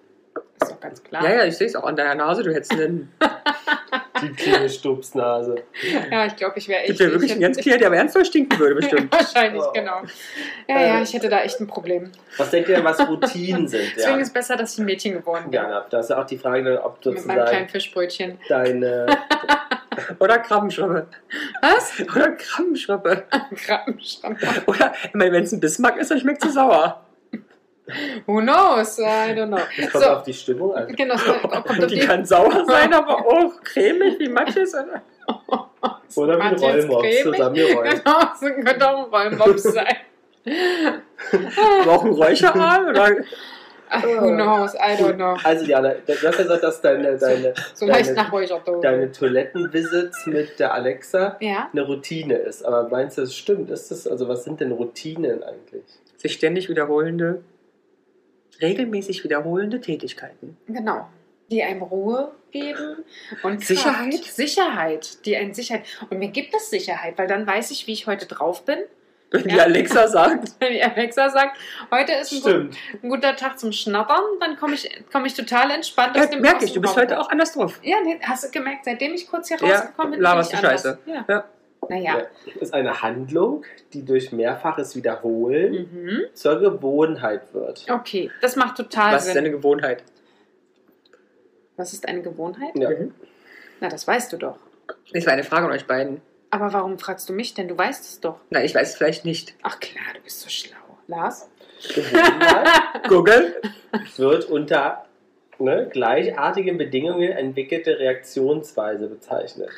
[SPEAKER 1] Ist doch ganz klar.
[SPEAKER 3] Ja, ja, ich sehe es auch an deiner Nase, du hättest einen.
[SPEAKER 2] Die kleine Stupsnase.
[SPEAKER 1] Ja, ich glaube, ich wäre echt.
[SPEAKER 3] Gibt ja wirklich
[SPEAKER 1] ich
[SPEAKER 3] einen ganz kleinen, der aber ernsthaft stinken würde, bestimmt.
[SPEAKER 1] Wahrscheinlich,
[SPEAKER 2] Oh.
[SPEAKER 1] genau. Ja, ja,
[SPEAKER 2] Äh,
[SPEAKER 1] ich hätte da echt ein Problem.
[SPEAKER 2] Was denkt ihr denn, was Routinen sind?
[SPEAKER 1] Deswegen
[SPEAKER 2] Ja.
[SPEAKER 1] ist es besser, dass ich ein Mädchen geworden bin.
[SPEAKER 2] Jana, da ist ja auch die Frage, dann,
[SPEAKER 1] mit
[SPEAKER 2] ob
[SPEAKER 1] meinem kleinen
[SPEAKER 2] sozusagen
[SPEAKER 1] Fischbrötchen.
[SPEAKER 2] deine.
[SPEAKER 3] Oder Krabbenschrappe.
[SPEAKER 1] Was?
[SPEAKER 3] Oder Krabbenschrappe.
[SPEAKER 1] Krabbenstampfer.
[SPEAKER 3] Oder, ich meine, wenn es ein Bismarck ist, dann schmeckt es sauer.
[SPEAKER 1] Who knows? I don't know.
[SPEAKER 2] Es kommt
[SPEAKER 1] So,
[SPEAKER 2] auf die Stimmung an.
[SPEAKER 1] genau. so, Kommt auf
[SPEAKER 3] Die
[SPEAKER 1] die
[SPEAKER 3] kann sauer sein, aber auch cremig wie manches. Oder?
[SPEAKER 2] Oder wie ein
[SPEAKER 1] Martins
[SPEAKER 2] Rollmops
[SPEAKER 1] cremig.
[SPEAKER 2] zusammengerollt.
[SPEAKER 1] Genau, so ein Kartoffelrollmops sein.
[SPEAKER 3] Aber auch ein Räucherhahn? Oder?
[SPEAKER 1] Who knows? I don't know.
[SPEAKER 2] Also Jana, du hast ja gesagt, dass deine, deine,
[SPEAKER 1] So leicht
[SPEAKER 2] Deine-
[SPEAKER 1] nach euch auch
[SPEAKER 2] deine Toilettenvisits mit der Alexa
[SPEAKER 1] Ja?
[SPEAKER 2] eine Routine ist. Aber meinst du, das stimmt? Ist das, also was sind denn Routinen eigentlich?
[SPEAKER 3] Sich ständig wiederholende, regelmäßig wiederholende Tätigkeiten.
[SPEAKER 1] Genau. Die einem Ruhe geben und Kraft.
[SPEAKER 3] Sicherheit?
[SPEAKER 1] Sicherheit. Die einen Sicherheit. Und mir gibt es Sicherheit, weil dann weiß ich, wie ich heute drauf bin.
[SPEAKER 3] Wenn die
[SPEAKER 1] Ja.
[SPEAKER 3] Alexa sagt,
[SPEAKER 1] Wenn die Alexa sagt, heute ist ein, gut,
[SPEAKER 2] Stimmt.
[SPEAKER 1] ein guter Tag zum Schnappern, dann komme ich, komm ich total entspannt aus
[SPEAKER 3] das
[SPEAKER 1] dem
[SPEAKER 3] merke
[SPEAKER 1] aus
[SPEAKER 3] ich, du
[SPEAKER 1] dem
[SPEAKER 3] bist
[SPEAKER 1] Raum.
[SPEAKER 3] heute auch anders drauf.
[SPEAKER 1] Ja, nee, hast du gemerkt, seitdem ich kurz hier
[SPEAKER 3] Ja,
[SPEAKER 1] rausgekommen bin,
[SPEAKER 3] laberst
[SPEAKER 1] bin ich
[SPEAKER 3] du
[SPEAKER 1] anders.
[SPEAKER 3] Scheiße.
[SPEAKER 1] Ja.
[SPEAKER 3] Ja.
[SPEAKER 1] Naja.
[SPEAKER 2] Das ist eine Handlung, die durch mehrfaches Wiederholen
[SPEAKER 1] Mhm.
[SPEAKER 2] zur Gewohnheit wird.
[SPEAKER 1] Okay, das macht total
[SPEAKER 3] Was ist
[SPEAKER 1] Sinn.
[SPEAKER 3] deine Gewohnheit?
[SPEAKER 1] Was ist eine Gewohnheit?
[SPEAKER 2] Ja.
[SPEAKER 3] Mhm.
[SPEAKER 1] Na, das weißt du doch.
[SPEAKER 3] Das war eine Frage an euch beiden.
[SPEAKER 1] Aber warum fragst du mich denn? Du weißt es doch.
[SPEAKER 3] Nein, ich weiß es vielleicht nicht.
[SPEAKER 1] Ach klar, du bist so schlau. Lars?
[SPEAKER 2] Gewohnheit
[SPEAKER 3] Google?
[SPEAKER 2] wird unter ne, gleichartigen Bedingungen entwickelte Reaktionsweise bezeichnet,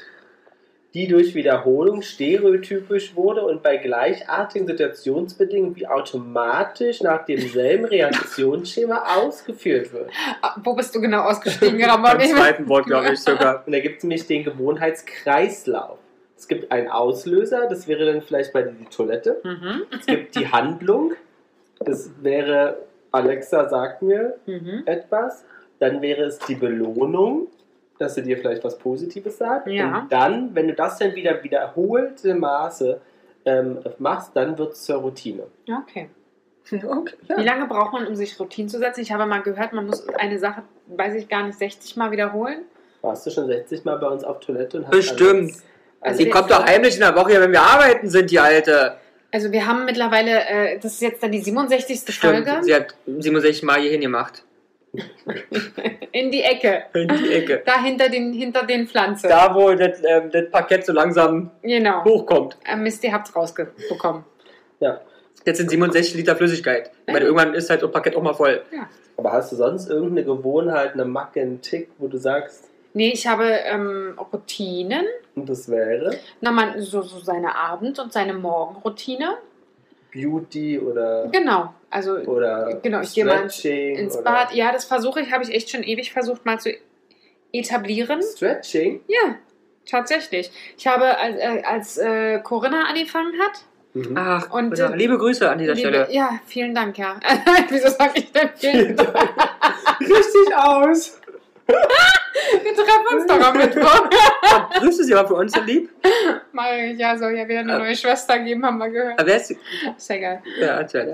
[SPEAKER 2] die durch Wiederholung stereotypisch wurde und bei gleichartigen Situationsbedingungen wie automatisch nach demselben Reaktionsschema ausgeführt wird.
[SPEAKER 1] Ah, wo bist du genau ausgestiegen, Ramon?
[SPEAKER 3] Beim
[SPEAKER 1] Ich mein-
[SPEAKER 3] zweiten Wort, glaube ich, sogar.
[SPEAKER 2] Und da gibt es nämlich den Gewohnheitskreislauf. Es gibt einen Auslöser, das wäre dann vielleicht bei die Toilette.
[SPEAKER 1] Mhm.
[SPEAKER 2] Es gibt die Handlung, das wäre Alexa sagt mir,
[SPEAKER 1] Mhm.
[SPEAKER 2] etwas, dann wäre es die Belohnung, dass sie dir vielleicht was Positives sagt.
[SPEAKER 1] Ja.
[SPEAKER 2] Und dann, wenn du das dann wieder wiederholte Maße ähm, machst, dann wird es zur Routine.
[SPEAKER 1] Ja, Okay.
[SPEAKER 3] Okay,
[SPEAKER 1] Wie
[SPEAKER 3] ja.
[SPEAKER 1] lange braucht man, um sich Routinen zu setzen? Ich habe mal gehört, man muss eine Sache, weiß ich gar nicht, 60 Mal wiederholen.
[SPEAKER 2] Warst du schon 60 Mal bei uns auf Toilette und hast
[SPEAKER 3] Bestimmt.
[SPEAKER 2] Also,
[SPEAKER 3] Die kommt doch heimlich in der Woche, wenn wir arbeiten sind, die Alte.
[SPEAKER 1] Also wir haben mittlerweile, äh, das ist jetzt dann die 67. Folge,
[SPEAKER 3] Sie hat 67 Mal hierhin gemacht.
[SPEAKER 1] in die Ecke.
[SPEAKER 3] In die Ecke.
[SPEAKER 1] Da hinter den, hinter den Pflanzen.
[SPEAKER 3] Da, wo das, ähm, das Parkett so langsam
[SPEAKER 1] Genau.
[SPEAKER 3] hochkommt.
[SPEAKER 1] Äh, Mist, ihr habt's rausbekommen.
[SPEAKER 2] ja.
[SPEAKER 3] Jetzt sind 67 Liter Flüssigkeit. Ich meine, irgendwann ist halt das Parkett auch mal voll.
[SPEAKER 2] Aber hast du sonst irgendeine Gewohnheit, eine Macke, einen Tick, wo du sagst,
[SPEAKER 1] Nee, ich habe ähm, Routinen.
[SPEAKER 2] und das wäre
[SPEAKER 1] Na, man, so, so seine Abend- und seine Morgenroutine.
[SPEAKER 2] Beauty oder,
[SPEAKER 1] Genau. Also
[SPEAKER 2] oder
[SPEAKER 1] Genau, ich gehe mal ins-
[SPEAKER 2] Stretching?
[SPEAKER 1] ins
[SPEAKER 2] oder
[SPEAKER 1] Bad. Ja, das versuche ich, habe ich echt schon ewig versucht, mal zu etablieren.
[SPEAKER 2] Stretching?
[SPEAKER 1] Ja, tatsächlich. Ich habe, als, äh, als äh, Corinna angefangen hat,
[SPEAKER 2] Mhm.
[SPEAKER 3] Ach,
[SPEAKER 1] Und,
[SPEAKER 3] Britta,
[SPEAKER 1] äh,
[SPEAKER 3] liebe Grüße an dieser Stelle.
[SPEAKER 1] Ja, vielen Dank, ja. Wieso sage ich denn vielen Dank?
[SPEAKER 2] Richtig aus!
[SPEAKER 1] Wir treffen uns doch am Mittwoch.
[SPEAKER 3] Komm, grüße sie mal für uns, so lieb.
[SPEAKER 1] Maria ja, soll ja wieder eine
[SPEAKER 3] Äh.
[SPEAKER 1] neue Schwester geben, haben wir gehört.
[SPEAKER 3] Aber wer ist die?
[SPEAKER 1] Ist ja egal.
[SPEAKER 3] Ja, erzähl,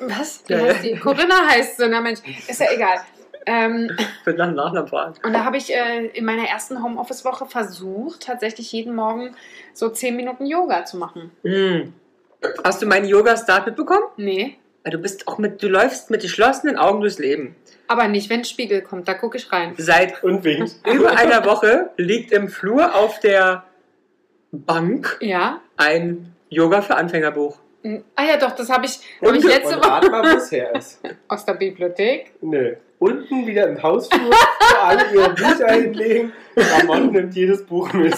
[SPEAKER 3] ja.
[SPEAKER 1] Was? Wie
[SPEAKER 3] Ja,
[SPEAKER 1] heißt die? Corinna heißt sie, na Mensch. Ist ja egal. Ähm,
[SPEAKER 3] Wird nach dem Nachnamen fragen.
[SPEAKER 1] Und da habe ich äh, in meiner ersten Homeoffice-Woche versucht, tatsächlich jeden Morgen so 10 Minuten Yoga zu machen.
[SPEAKER 3] Hm. Hast du meinen Yoga-Start mitbekommen?
[SPEAKER 1] Nee,
[SPEAKER 3] Ja, Du bist auch mit, du läufst mit geschlossenen Augen durchs Leben.
[SPEAKER 1] aber nicht, wenn ein Spiegel kommt, da gucke ich rein.
[SPEAKER 3] Seit
[SPEAKER 2] Und winkt.
[SPEAKER 3] über einer Woche liegt im Flur auf der Bank
[SPEAKER 1] Ja?
[SPEAKER 3] ein Yoga für Anfängerbuch.
[SPEAKER 1] Hm. Ah ja, doch, das habe ich, hab
[SPEAKER 2] Und,
[SPEAKER 1] ich letzte
[SPEAKER 2] und
[SPEAKER 1] Woche
[SPEAKER 2] rat mal, wo es her ist.
[SPEAKER 1] aus der Bibliothek.
[SPEAKER 2] Nö. Unten wieder im Hausflur, wo alle ihre Bücher hinlegen. Ramon nimmt jedes Buch mit.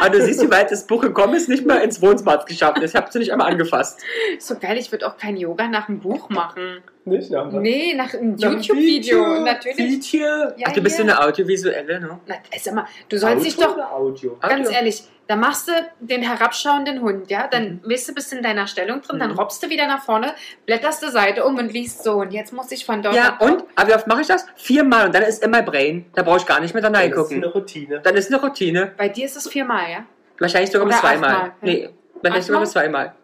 [SPEAKER 3] Aber du siehst, wie weit das Buch gekommen ist, nicht mal ins Wohnzimmer hat's geschafft. Das habt ihr nicht einmal angefasst.
[SPEAKER 1] So geil, ich würde auch kein Yoga nach einem Buch machen.
[SPEAKER 2] Nicht nochmal.
[SPEAKER 1] Nee, nach einem YouTube-Video, natürlich.
[SPEAKER 2] Video.
[SPEAKER 1] Ja,
[SPEAKER 3] Ach, du bist so
[SPEAKER 1] ja.
[SPEAKER 3] eine Audiovisuelle, ne?
[SPEAKER 1] Na, sag mal, du sollst dich
[SPEAKER 2] Auto
[SPEAKER 1] doch,
[SPEAKER 2] oder Audio.
[SPEAKER 3] Audio.
[SPEAKER 1] Ganz ehrlich, da machst du den herabschauenden Hund, ja? Dann bist du bis in deiner Stellung drin, dann
[SPEAKER 3] Mhm.
[SPEAKER 1] robbst du wieder nach vorne, blätterst die Seite um und liest so. Und jetzt muss ich von dort.
[SPEAKER 3] Ja, und? Aber wie oft mache ich das? Viermal und dann ist immer Brain. Da brauche ich gar nicht mehr da
[SPEAKER 2] Das ist
[SPEAKER 3] reingucken.
[SPEAKER 2] eine Routine.
[SPEAKER 3] Dann ist eine Routine.
[SPEAKER 1] Bei dir ist es viermal, ja?
[SPEAKER 3] Wahrscheinlich sogar bis
[SPEAKER 1] Oder
[SPEAKER 3] zweimal.
[SPEAKER 1] achtmal, ja.
[SPEAKER 3] Nee, wahrscheinlich sogar bis zweimal.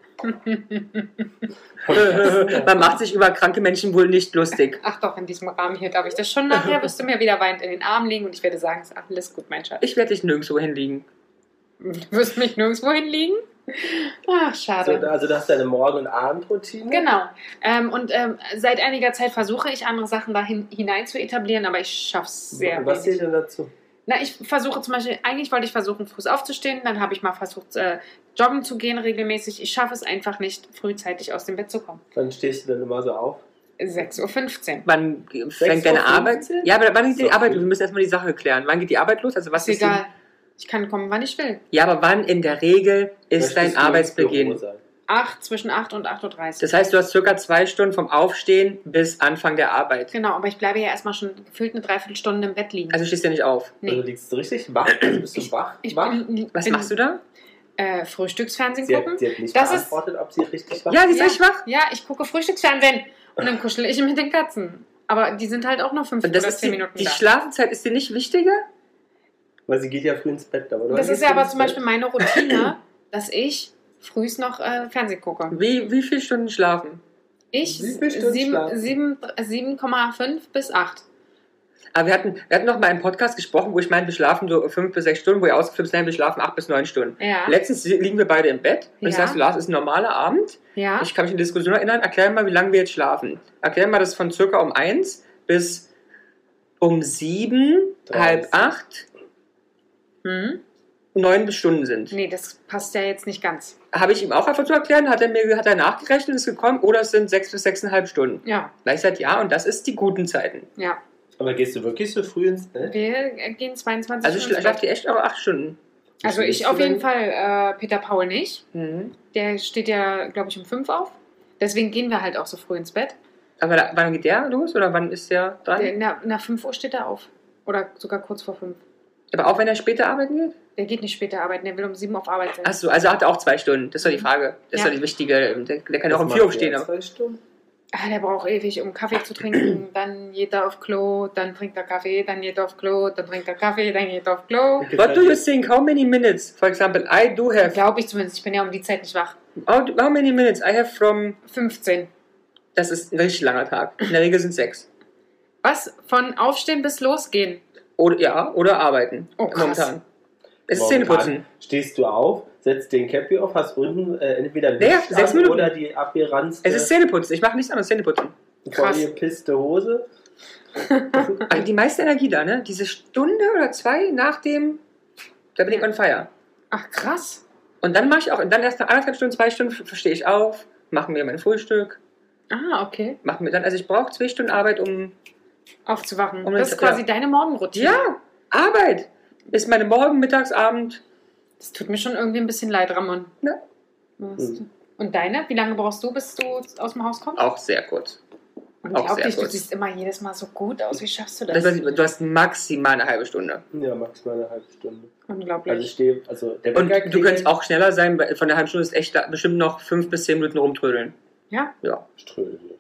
[SPEAKER 2] Podcast.
[SPEAKER 3] Man macht sich über kranke Menschen wohl nicht lustig.
[SPEAKER 1] Ach doch, in diesem Rahmen hier darf ich das schon. Nachher wirst du mir wieder weinend in den Arm liegen und ich werde sagen, es ist alles gut, mein Schatz.
[SPEAKER 3] Ich werde dich nirgendwo hinlegen.
[SPEAKER 1] Du wirst mich nirgendwo hinlegen. Ach,
[SPEAKER 2] Also,
[SPEAKER 1] schade.
[SPEAKER 2] also das ist deine Morgen- und Abendroutine.
[SPEAKER 1] Genau. Ähm, und ähm, seit einiger Zeit versuche ich, andere Sachen da hin, hinein zu etablieren, aber ich schaff's sehr
[SPEAKER 2] Und was
[SPEAKER 1] wenig.
[SPEAKER 2] zählt denn dazu?
[SPEAKER 1] Na, ich versuche zum Beispiel, eigentlich wollte ich versuchen, früh aufzustehen, dann habe ich mal versucht, äh, joggen zu gehen regelmäßig. Ich schaffe es einfach nicht, frühzeitig aus dem Bett zu kommen.
[SPEAKER 2] Wann stehst du denn immer so auf?
[SPEAKER 1] 6.15 Uhr.
[SPEAKER 3] Wann fängt deine
[SPEAKER 2] 6.15?
[SPEAKER 3] Arbeit? Ja, aber wann geht die
[SPEAKER 2] So
[SPEAKER 3] Arbeit?
[SPEAKER 2] früh.
[SPEAKER 3] Wir müssen erstmal die Sache klären. Wann geht die Arbeit los? Also was
[SPEAKER 1] Ist
[SPEAKER 3] ist
[SPEAKER 1] egal. Ich kann kommen, wann ich will.
[SPEAKER 3] Die, ja, aber wann in der Regel ist
[SPEAKER 2] Möchtest du
[SPEAKER 3] dein
[SPEAKER 2] ins Büro
[SPEAKER 3] Arbeitsbeginn?
[SPEAKER 2] sein?
[SPEAKER 1] Acht zwischen 8 und 8.30 Uhr.
[SPEAKER 3] Das heißt, du hast circa zwei Stunden vom Aufstehen bis Anfang der Arbeit.
[SPEAKER 1] Genau, aber ich bleibe ja erstmal schon gefühlt eine Dreiviertelstunde im Bett liegen.
[SPEAKER 3] Also stehst du ja nicht auf.
[SPEAKER 1] nee.
[SPEAKER 2] Also liegst du richtig wach? Also bist du wach?
[SPEAKER 1] ich
[SPEAKER 2] wach?
[SPEAKER 1] bin,
[SPEAKER 3] Was
[SPEAKER 1] bin,
[SPEAKER 3] machst du da?
[SPEAKER 1] Äh, Frühstücksfernsehen
[SPEAKER 2] Sie
[SPEAKER 1] gucken.
[SPEAKER 2] hat, sie hat nicht
[SPEAKER 1] Das ist-
[SPEAKER 2] beantwortet, ob sie richtig wach
[SPEAKER 3] Ja, die ist
[SPEAKER 1] Ja.
[SPEAKER 3] richtig wach.
[SPEAKER 1] Ja, ich gucke Frühstücksfernsehen und dann kuschel ich mit den Katzen. Aber die sind halt auch nur fünf
[SPEAKER 3] Und das
[SPEAKER 1] oder
[SPEAKER 3] ist
[SPEAKER 1] zehn
[SPEAKER 3] die,
[SPEAKER 1] Minuten
[SPEAKER 3] die
[SPEAKER 1] da.
[SPEAKER 3] Schlafenzeit ist dir nicht wichtiger?
[SPEAKER 2] Weil sie geht ja früh ins Bett. Aber
[SPEAKER 1] Das ist ja aber zum Beispiel meine Routine, dass ich frühs noch äh, Fernsehen gucke.
[SPEAKER 3] Wie, wie viele Stunden schlafen?
[SPEAKER 1] Ich
[SPEAKER 2] Wie viel Stunden
[SPEAKER 1] sieben-
[SPEAKER 2] schlafen?
[SPEAKER 1] sieben- 7,5 bis 8.
[SPEAKER 3] Aber wir hatten, wir hatten noch mal im Podcast gesprochen, wo ich meinte, wir schlafen so fünf bis sechs Stunden, wo ihr ausgeflippt seid, wir schlafen acht bis neun Stunden.
[SPEAKER 1] Ja.
[SPEAKER 3] Letztens liegen wir beide im Bett und ich
[SPEAKER 1] Ja.
[SPEAKER 3] sag so, Lars, ist ein normaler Abend.
[SPEAKER 1] ja.
[SPEAKER 3] Ich kann mich in Diskussion erinnern. Erklär mal, wie lange wir jetzt schlafen. Erklär mal, dass von circa um 1 bis um 7,
[SPEAKER 2] Dreißig.
[SPEAKER 3] halb 8,
[SPEAKER 1] Hm?
[SPEAKER 3] 9 Stunden sind.
[SPEAKER 1] Nee, das passt ja jetzt nicht ganz.
[SPEAKER 3] Habe ich ihm auch einfach zu erklären? Hat er mir hat er nachgerechnet, ist gekommen? Oder es sind 6 bis 6,5 Stunden?
[SPEAKER 1] Ja,
[SPEAKER 3] Gleich seit ja, und das ist die guten Zeiten.
[SPEAKER 1] ja.
[SPEAKER 2] Aber gehst du wirklich so früh ins Bett?
[SPEAKER 1] Wir äh, gehen 22
[SPEAKER 3] Also
[SPEAKER 1] Stunden
[SPEAKER 3] schla-
[SPEAKER 1] ins
[SPEAKER 3] schlaft
[SPEAKER 1] Bett.
[SPEAKER 3] ihr echt eure 8 Stunden.
[SPEAKER 1] Also ich auf jeden Fall, äh, Peter Paul nicht.
[SPEAKER 3] Mhm.
[SPEAKER 1] Der steht ja, glaube ich, um 5 auf. Deswegen gehen wir halt auch so früh ins Bett.
[SPEAKER 3] Aber da, wann geht der los oder wann ist der dran?
[SPEAKER 1] Der, na, nach 5 Uhr steht er auf. Oder sogar kurz vor 5.
[SPEAKER 3] Aber auch wenn er später arbeiten geht?
[SPEAKER 1] Der geht nicht später arbeiten, der will um 7 auf Arbeit sein.
[SPEAKER 3] Achso, also hat er auch zwei Stunden. Das ist doch die Frage. Das ist
[SPEAKER 1] Mhm. Ja.
[SPEAKER 3] doch die wichtige. Der, der kann
[SPEAKER 2] Das
[SPEAKER 3] auch um
[SPEAKER 2] macht
[SPEAKER 3] 4
[SPEAKER 2] ja
[SPEAKER 3] aufstehen. aber-
[SPEAKER 2] Zwei Stunden.
[SPEAKER 1] Ah, der braucht ewig, um Kaffee zu trinken. Dann geht er auf Klo, dann trinkt er Kaffee, dann geht er auf Klo, dann trinkt er Kaffee, dann geht er auf Klo.
[SPEAKER 3] What do you think? How many minutes? For example, I do have.
[SPEAKER 1] Glaube ich zumindest. Ich bin ja um die Zeit nicht wach.
[SPEAKER 3] How, how many minutes? I have from.
[SPEAKER 1] 15.
[SPEAKER 3] Das ist ein richtig langer Tag. In der Regel sind sechs.
[SPEAKER 1] Was? Von Aufstehen bis Losgehen.
[SPEAKER 3] Oder, ja, oder arbeiten.
[SPEAKER 1] Oh, krass.
[SPEAKER 3] Momentan. Es ist
[SPEAKER 2] Morgen
[SPEAKER 3] Zähneputzen.
[SPEAKER 2] an, Stehst du auf, setzt den Cappy auf, hast unten äh, entweder
[SPEAKER 3] Ja,
[SPEAKER 2] Licht
[SPEAKER 3] sechs
[SPEAKER 2] an
[SPEAKER 3] Minuten.
[SPEAKER 2] oder die abgeranzte,
[SPEAKER 3] Es ist Zähneputzen. Ich mache nichts anderes. Zähneputzen.
[SPEAKER 1] krass.
[SPEAKER 2] vollgepisste Hose.
[SPEAKER 3] Aber die meiste Energie da, ne? Diese Stunde oder zwei nach dem. Da bin ich on fire.
[SPEAKER 1] Ach, krass.
[SPEAKER 3] Und dann mache ich auch. Und dann erst nach anderthalb Stunden, zwei Stunden f- stehe ich auf, mache mir mein Frühstück.
[SPEAKER 1] Ah, okay.
[SPEAKER 3] Mach mir dann, also ich brauche zwei Stunden Arbeit, um.
[SPEAKER 1] Aufzuwachen.
[SPEAKER 3] Um
[SPEAKER 1] das
[SPEAKER 3] den-
[SPEAKER 1] ist quasi
[SPEAKER 3] ja.
[SPEAKER 1] deine Morgenroutine.
[SPEAKER 3] Ja, Arbeit! Ist meine Morgen, Mittags, Abend.
[SPEAKER 1] Das tut mir schon irgendwie ein bisschen leid, Ramon.
[SPEAKER 3] Ne?
[SPEAKER 1] Was? Und deine? Wie lange brauchst du, bis du aus dem Haus kommst?
[SPEAKER 3] Auch sehr kurz.
[SPEAKER 1] Und
[SPEAKER 3] Auch
[SPEAKER 1] glaub
[SPEAKER 3] sehr
[SPEAKER 1] dich, du
[SPEAKER 3] kurz.
[SPEAKER 1] siehst immer jedes Mal so gut aus. Wie schaffst du das?
[SPEAKER 3] Das heißt, du hast maximal eine halbe Stunde.
[SPEAKER 2] Ja, maximal eine halbe Stunde. Also ich
[SPEAKER 1] Unglaublich.
[SPEAKER 2] stehe, also der
[SPEAKER 3] Und
[SPEAKER 2] Wecker
[SPEAKER 3] du
[SPEAKER 2] klingelt,
[SPEAKER 3] könntest auch schneller sein, weil von der halben Stunde ist echt da bestimmt noch fünf bis zehn Minuten rumtrödeln.
[SPEAKER 1] Ja.
[SPEAKER 3] Ja.
[SPEAKER 2] Ich trödel nicht.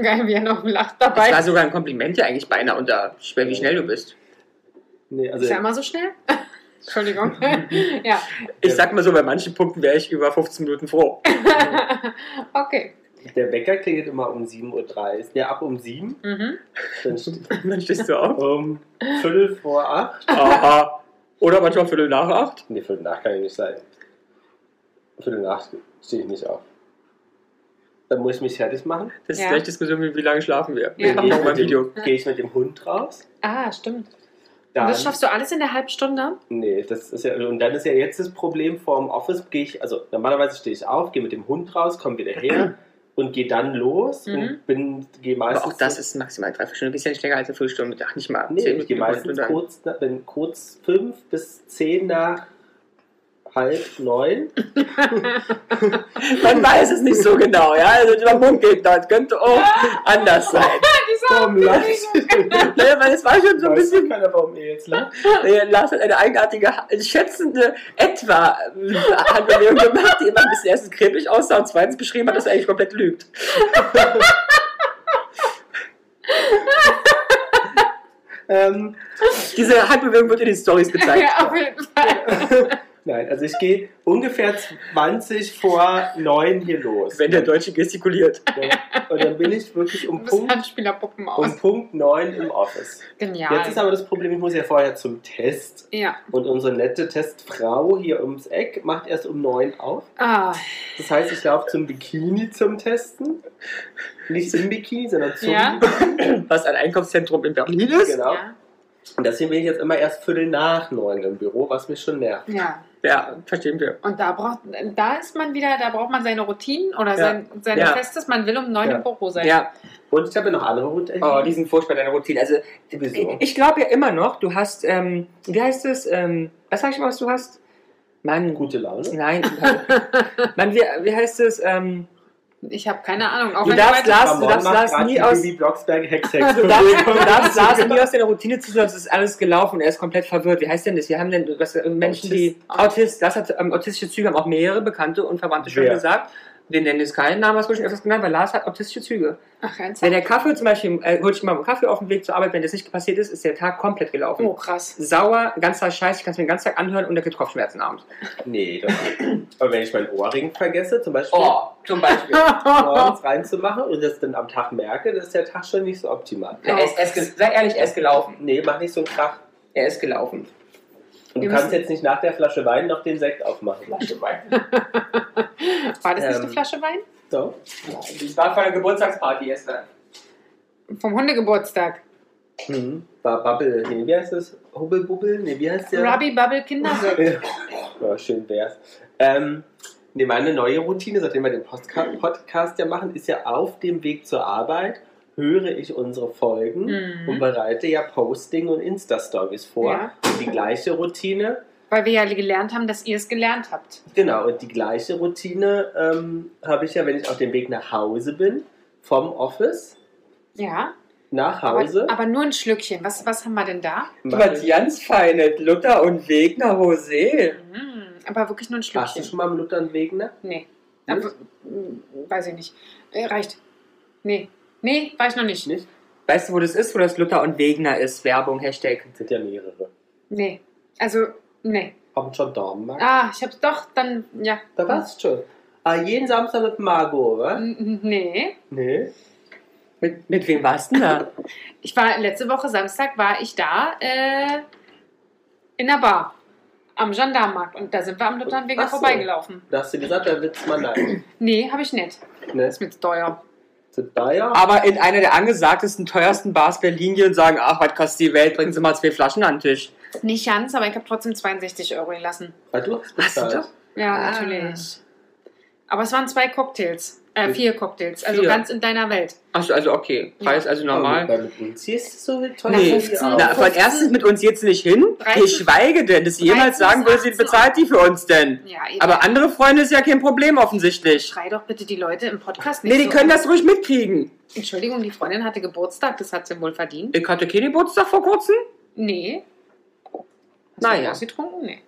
[SPEAKER 1] Geil, wie er noch lacht
[SPEAKER 3] Das
[SPEAKER 1] dabei.
[SPEAKER 3] war sogar ein Kompliment ja eigentlich beinahe unter, wie schnell du bist.
[SPEAKER 2] Nee, also
[SPEAKER 1] ist er immer so schnell? Entschuldigung. ja,
[SPEAKER 3] Ich sag mal so, bei manchen Punkten wäre ich über 15 Minuten froh.
[SPEAKER 1] okay.
[SPEAKER 2] der Wecker klingelt immer um 7.30 Uhr. Ja, ab um 7.
[SPEAKER 1] Mhm.
[SPEAKER 2] Dann steht
[SPEAKER 3] Dann stehst du auf.
[SPEAKER 2] um Viertel vor 8.
[SPEAKER 3] Aha. Oder manchmal um Viertel nach acht.
[SPEAKER 2] Nee, Viertel nach kann ich nicht sein. Viertel nach stehe ich nicht auf. Dann muss ich mich fertig machen.
[SPEAKER 3] Das ist
[SPEAKER 1] Ja.
[SPEAKER 3] gleich Diskussion, wie, wie lange schlafen wir.
[SPEAKER 1] Ja.
[SPEAKER 3] Ich mach
[SPEAKER 2] Dann
[SPEAKER 3] noch mal ein
[SPEAKER 2] gehe ich,
[SPEAKER 3] Video.
[SPEAKER 2] mit dem- gehe ich mit dem Hund raus.
[SPEAKER 1] Ah, stimmt.
[SPEAKER 2] Dann,
[SPEAKER 1] Und das schaffst du alles in der halben Stunde?
[SPEAKER 2] Nee, das ist ja, und dann ist ja jetzt das Problem, vor dem Office gehe ich, also normalerweise stehe ich auf, gehe mit dem Hund raus, komme wieder her und gehe dann los
[SPEAKER 1] Mhm.
[SPEAKER 2] und bin, gehe
[SPEAKER 3] Aber
[SPEAKER 2] meistens.
[SPEAKER 3] auch das ist maximal drei, vier Stunden. Du bist ja nicht länger als eine Viertelstunde. Ach, nicht mal.
[SPEAKER 2] Nee,
[SPEAKER 3] Zehn
[SPEAKER 2] ich gehe
[SPEAKER 3] Minuten
[SPEAKER 2] meistens
[SPEAKER 3] runter.
[SPEAKER 2] kurz, na- wenn kurz fünf bis zehn nach halb neun.
[SPEAKER 3] Man weiß es nicht so genau, ja. Also über den Punkt geht das. Könnte auch anders sein.
[SPEAKER 2] Warum lachst du?
[SPEAKER 3] Naja, weil es war schon so ein
[SPEAKER 2] Weiß
[SPEAKER 3] bisschen.
[SPEAKER 2] keiner, warum ihr jetzt lacht.
[SPEAKER 3] Naja, Lars hat eine eigenartige, ha- schätzende etwa äh, Handbewegung gemacht, die immer ein bisschen erstens kribbelig aussah und zweitens beschrieben hat, dass er eigentlich komplett lügt.
[SPEAKER 2] Ähm,
[SPEAKER 3] Diese Handbewegung wird in den Stories gezeigt.
[SPEAKER 1] Ja, auf jeden Fall.
[SPEAKER 2] nein, also ich gehe ungefähr 20 vor neun hier los.
[SPEAKER 3] Wenn der Deutsche gestikuliert.
[SPEAKER 2] und dann bin ich wirklich
[SPEAKER 1] Du
[SPEAKER 2] um
[SPEAKER 1] bist
[SPEAKER 2] Punkt,
[SPEAKER 1] Handspielerpuppen aus.
[SPEAKER 2] um Punkt neun im Office.
[SPEAKER 1] Genial.
[SPEAKER 2] Jetzt ist aber das Problem, ich muss ja vorher zum Test.
[SPEAKER 1] ja.
[SPEAKER 2] Und unsere nette Testfrau hier ums Eck macht erst um neun auf.
[SPEAKER 1] Ah,
[SPEAKER 2] Das heißt, ich laufe zum Bikini zum Testen. Nicht im Bikini, sondern zum
[SPEAKER 1] Ja.
[SPEAKER 2] Bikini.
[SPEAKER 3] Was ein Einkaufszentrum in Berlin ist.
[SPEAKER 2] Genau.
[SPEAKER 1] ja.
[SPEAKER 2] Und deswegen bin ich jetzt immer erst Viertel nach neun im Büro, was mich schon nervt.
[SPEAKER 1] Ja.
[SPEAKER 3] Ja, verstehen wir.
[SPEAKER 1] Und da braucht, da ist man wieder, da braucht man seine Routinen oder sein, seine
[SPEAKER 3] Ja.
[SPEAKER 1] Festes. Man will um neun
[SPEAKER 2] Ja.
[SPEAKER 1] im Büro sein.
[SPEAKER 3] Ja,
[SPEAKER 2] Und ich habe ja noch andere Unterricht.
[SPEAKER 3] oh, die sind furchtbar, deine Routine. Also,
[SPEAKER 2] Wieso?
[SPEAKER 3] ich glaube ja immer noch, du hast, ähm, wie heißt es, ähm, was sag ich mal, was du hast? Mann,
[SPEAKER 2] Gute Laune.
[SPEAKER 3] Oh. Nein, Mann, wie, wie heißt es, ähm,
[SPEAKER 1] Ich habe keine Ahnung. Auch
[SPEAKER 3] Du
[SPEAKER 1] wenn
[SPEAKER 3] darfst
[SPEAKER 1] weiter-
[SPEAKER 3] Lars- du darfst Lars nie aus-
[SPEAKER 2] Wie Blocksberg Hex Hex.
[SPEAKER 3] Du darfst, du darfst Lars nie aus deiner Routine ziehen, sonst ist alles gelaufen und er ist komplett verwirrt. Wie heißt denn das? Wir haben denn was, äh, Menschen, die Autist, Lars hat ähm, autistische Züge, haben auch mehrere Bekannte und Verwandte schon
[SPEAKER 2] Wer?
[SPEAKER 3] gesagt. Den nennen jetzt keinen Namen, hast du schon öfters genannt, weil Lars hat autistische Züge.
[SPEAKER 1] Ach,
[SPEAKER 3] Wenn
[SPEAKER 1] ernsthaft?
[SPEAKER 3] der Kaffee zum Beispiel, äh, holt sich mal einen Kaffee auf dem Weg zur Arbeit, wenn das nicht passiert ist, ist der Tag komplett gelaufen.
[SPEAKER 1] Oh, krass.
[SPEAKER 3] Sauer, ganzer Scheiß, ich kann es mir den ganzen Tag anhören und er kriegt Kopfschmerzen abends.
[SPEAKER 2] Nee, das nicht. Aber wenn ich meinen Ohrring vergesse, zum Beispiel
[SPEAKER 3] Oh, zum Beispiel.
[SPEAKER 2] morgens reinzumachen und das dann am Tag merke, dann ist der Tag schon nicht so optimal.
[SPEAKER 1] Er ist- er
[SPEAKER 3] sei ehrlich, er ist gelaufen.
[SPEAKER 2] Nee, mach nicht so einen Krach.
[SPEAKER 3] Er ist gelaufen.
[SPEAKER 2] Und
[SPEAKER 1] Wir
[SPEAKER 2] du kannst
[SPEAKER 1] müssen-
[SPEAKER 2] jetzt nicht nach der Flasche Wein noch den Sekt aufmachen.
[SPEAKER 1] War das nicht
[SPEAKER 2] Ähm.
[SPEAKER 1] eine Flasche Wein?
[SPEAKER 2] So.
[SPEAKER 3] Ich war vor einer Geburtstagsparty gestern.
[SPEAKER 1] Vom Hundegeburtstag.
[SPEAKER 2] Mhm. War Bubble. Nee, wie heißt das? Hubbelbubbel? Nee, wie heißt der?
[SPEAKER 1] Rabbi Bubble Kindersuppe.
[SPEAKER 2] Ja, schön wär's. Ähm, nee, meine neue Routine, seitdem wir den Postka- Podcast ja machen, ist ja auf dem Weg zur Arbeit höre ich unsere Folgen
[SPEAKER 1] Mhm.
[SPEAKER 2] und bereite ja Posting und Insta-Stories vor.
[SPEAKER 1] Ja.
[SPEAKER 2] Und die gleiche Routine,
[SPEAKER 1] Weil wir ja gelernt haben, dass ihr es gelernt habt.
[SPEAKER 2] genau, und die gleiche Routine ähm, habe ich ja, wenn ich auf dem Weg nach Hause bin, vom Office
[SPEAKER 1] Ja.
[SPEAKER 2] nach
[SPEAKER 1] Aber,
[SPEAKER 2] Hause.
[SPEAKER 1] aber nur ein Schlückchen. Was, was haben wir denn da?
[SPEAKER 2] mache ich-
[SPEAKER 3] ganz feine Luther und Wegner Rosé.
[SPEAKER 1] Mm, aber wirklich nur ein
[SPEAKER 2] Warst du
[SPEAKER 1] Schlückchen.
[SPEAKER 2] schon mal ne? am Luthern Wegner?
[SPEAKER 1] Nee.
[SPEAKER 3] Hm?
[SPEAKER 2] Nicht?
[SPEAKER 1] Aber, mm, weiß ich nicht. Äh, reicht. Nee. Nee, war ich noch nicht.
[SPEAKER 2] Nicht?
[SPEAKER 3] Weißt du, wo das ist, wo das Luther und Wegner ist? Werbung, Hashtag.
[SPEAKER 2] Sind ja mehrere.
[SPEAKER 1] Nee. Also, nee.
[SPEAKER 2] Haben schon Dornmark.
[SPEAKER 1] Ah, ich hab's doch dann, ja.
[SPEAKER 2] Da warst du schon. Ah, jeden Samstag mit Margot, oder?
[SPEAKER 1] N- Nee.
[SPEAKER 2] Nee.
[SPEAKER 3] Mit, mit wem warst du denn da?
[SPEAKER 1] Ich war letzte Woche Samstag war ich da äh, in der Bar am Gendarmenmarkt und da sind wir am Luthernweg
[SPEAKER 2] Ach so.
[SPEAKER 1] vorbeigelaufen.
[SPEAKER 2] Da hast du gesagt, da willst du mal nein.
[SPEAKER 1] Nee, habe ich nicht.
[SPEAKER 2] ne?
[SPEAKER 1] Das ist mir zu teuer.
[SPEAKER 2] Zu Bayer?
[SPEAKER 3] Aber in einer der angesagtesten, teuersten Bars Berlin gehen und sagen, ach, was kostet die Welt, bringen Sie mal zwei Flaschen an den Tisch.
[SPEAKER 1] Nicht ganz, aber ich habe trotzdem 62 Euro gelassen.
[SPEAKER 2] Ah, du hast
[SPEAKER 3] Hast du
[SPEAKER 2] bezahlt.
[SPEAKER 3] doch?
[SPEAKER 1] Ja,
[SPEAKER 3] Ah.
[SPEAKER 1] natürlich. Aber es waren zwei Cocktails. Äh, vier Cocktails, also
[SPEAKER 3] Vier.
[SPEAKER 1] ganz in deiner Welt.
[SPEAKER 3] Achso, also okay. Preis also normal.
[SPEAKER 2] Aber mit uns hier ist es so teuer.
[SPEAKER 1] Nee.
[SPEAKER 2] wie auch.
[SPEAKER 1] 15.
[SPEAKER 3] Na, von erstens mit uns jetzt nicht hin.
[SPEAKER 1] 13.
[SPEAKER 3] Geschweige denn, dass sie jemals
[SPEAKER 1] 13,
[SPEAKER 3] sagen würde, sie
[SPEAKER 1] 18.
[SPEAKER 3] bezahlt die für uns denn.
[SPEAKER 1] Ja, eben.
[SPEAKER 3] Aber andere Freunde ist ja kein Problem offensichtlich.
[SPEAKER 1] Schrei doch bitte die Leute im Podcast nicht.
[SPEAKER 3] Nee, die
[SPEAKER 1] so um.
[SPEAKER 3] können
[SPEAKER 1] an.
[SPEAKER 3] das ruhig mitkriegen.
[SPEAKER 1] Entschuldigung, die Freundin hatte Geburtstag, das hat sie wohl verdient.
[SPEAKER 3] Ich hatte keinen Geburtstag vor kurzem.
[SPEAKER 1] Nee. Hast
[SPEAKER 3] Naja.
[SPEAKER 1] du ausgetrunken? Nee.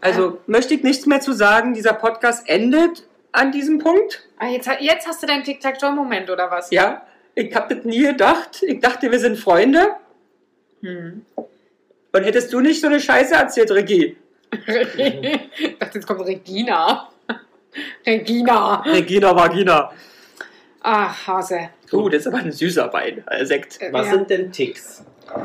[SPEAKER 3] Also möchte ich nichts mehr zu sagen. Dieser Podcast endet an diesem Punkt.
[SPEAKER 1] Ah, jetzt, ha- jetzt hast du deinen Tic-Tac-Toe-Moment, oder was?
[SPEAKER 3] Ja, ich habe das nie gedacht. Ich dachte, wir sind Freunde.
[SPEAKER 1] Hm.
[SPEAKER 3] Und hättest du nicht so eine Scheiße erzählt, Regie?
[SPEAKER 1] ich dachte, jetzt kommt Regina. Regina.
[SPEAKER 2] Hm.
[SPEAKER 3] Regina Vagina.
[SPEAKER 1] Ach, Hase.
[SPEAKER 3] Oh, das ist aber ein süßer Wein, äh, Sekt.
[SPEAKER 1] Äh,
[SPEAKER 2] Was
[SPEAKER 1] ja.
[SPEAKER 2] sind denn Ticks?
[SPEAKER 1] Haben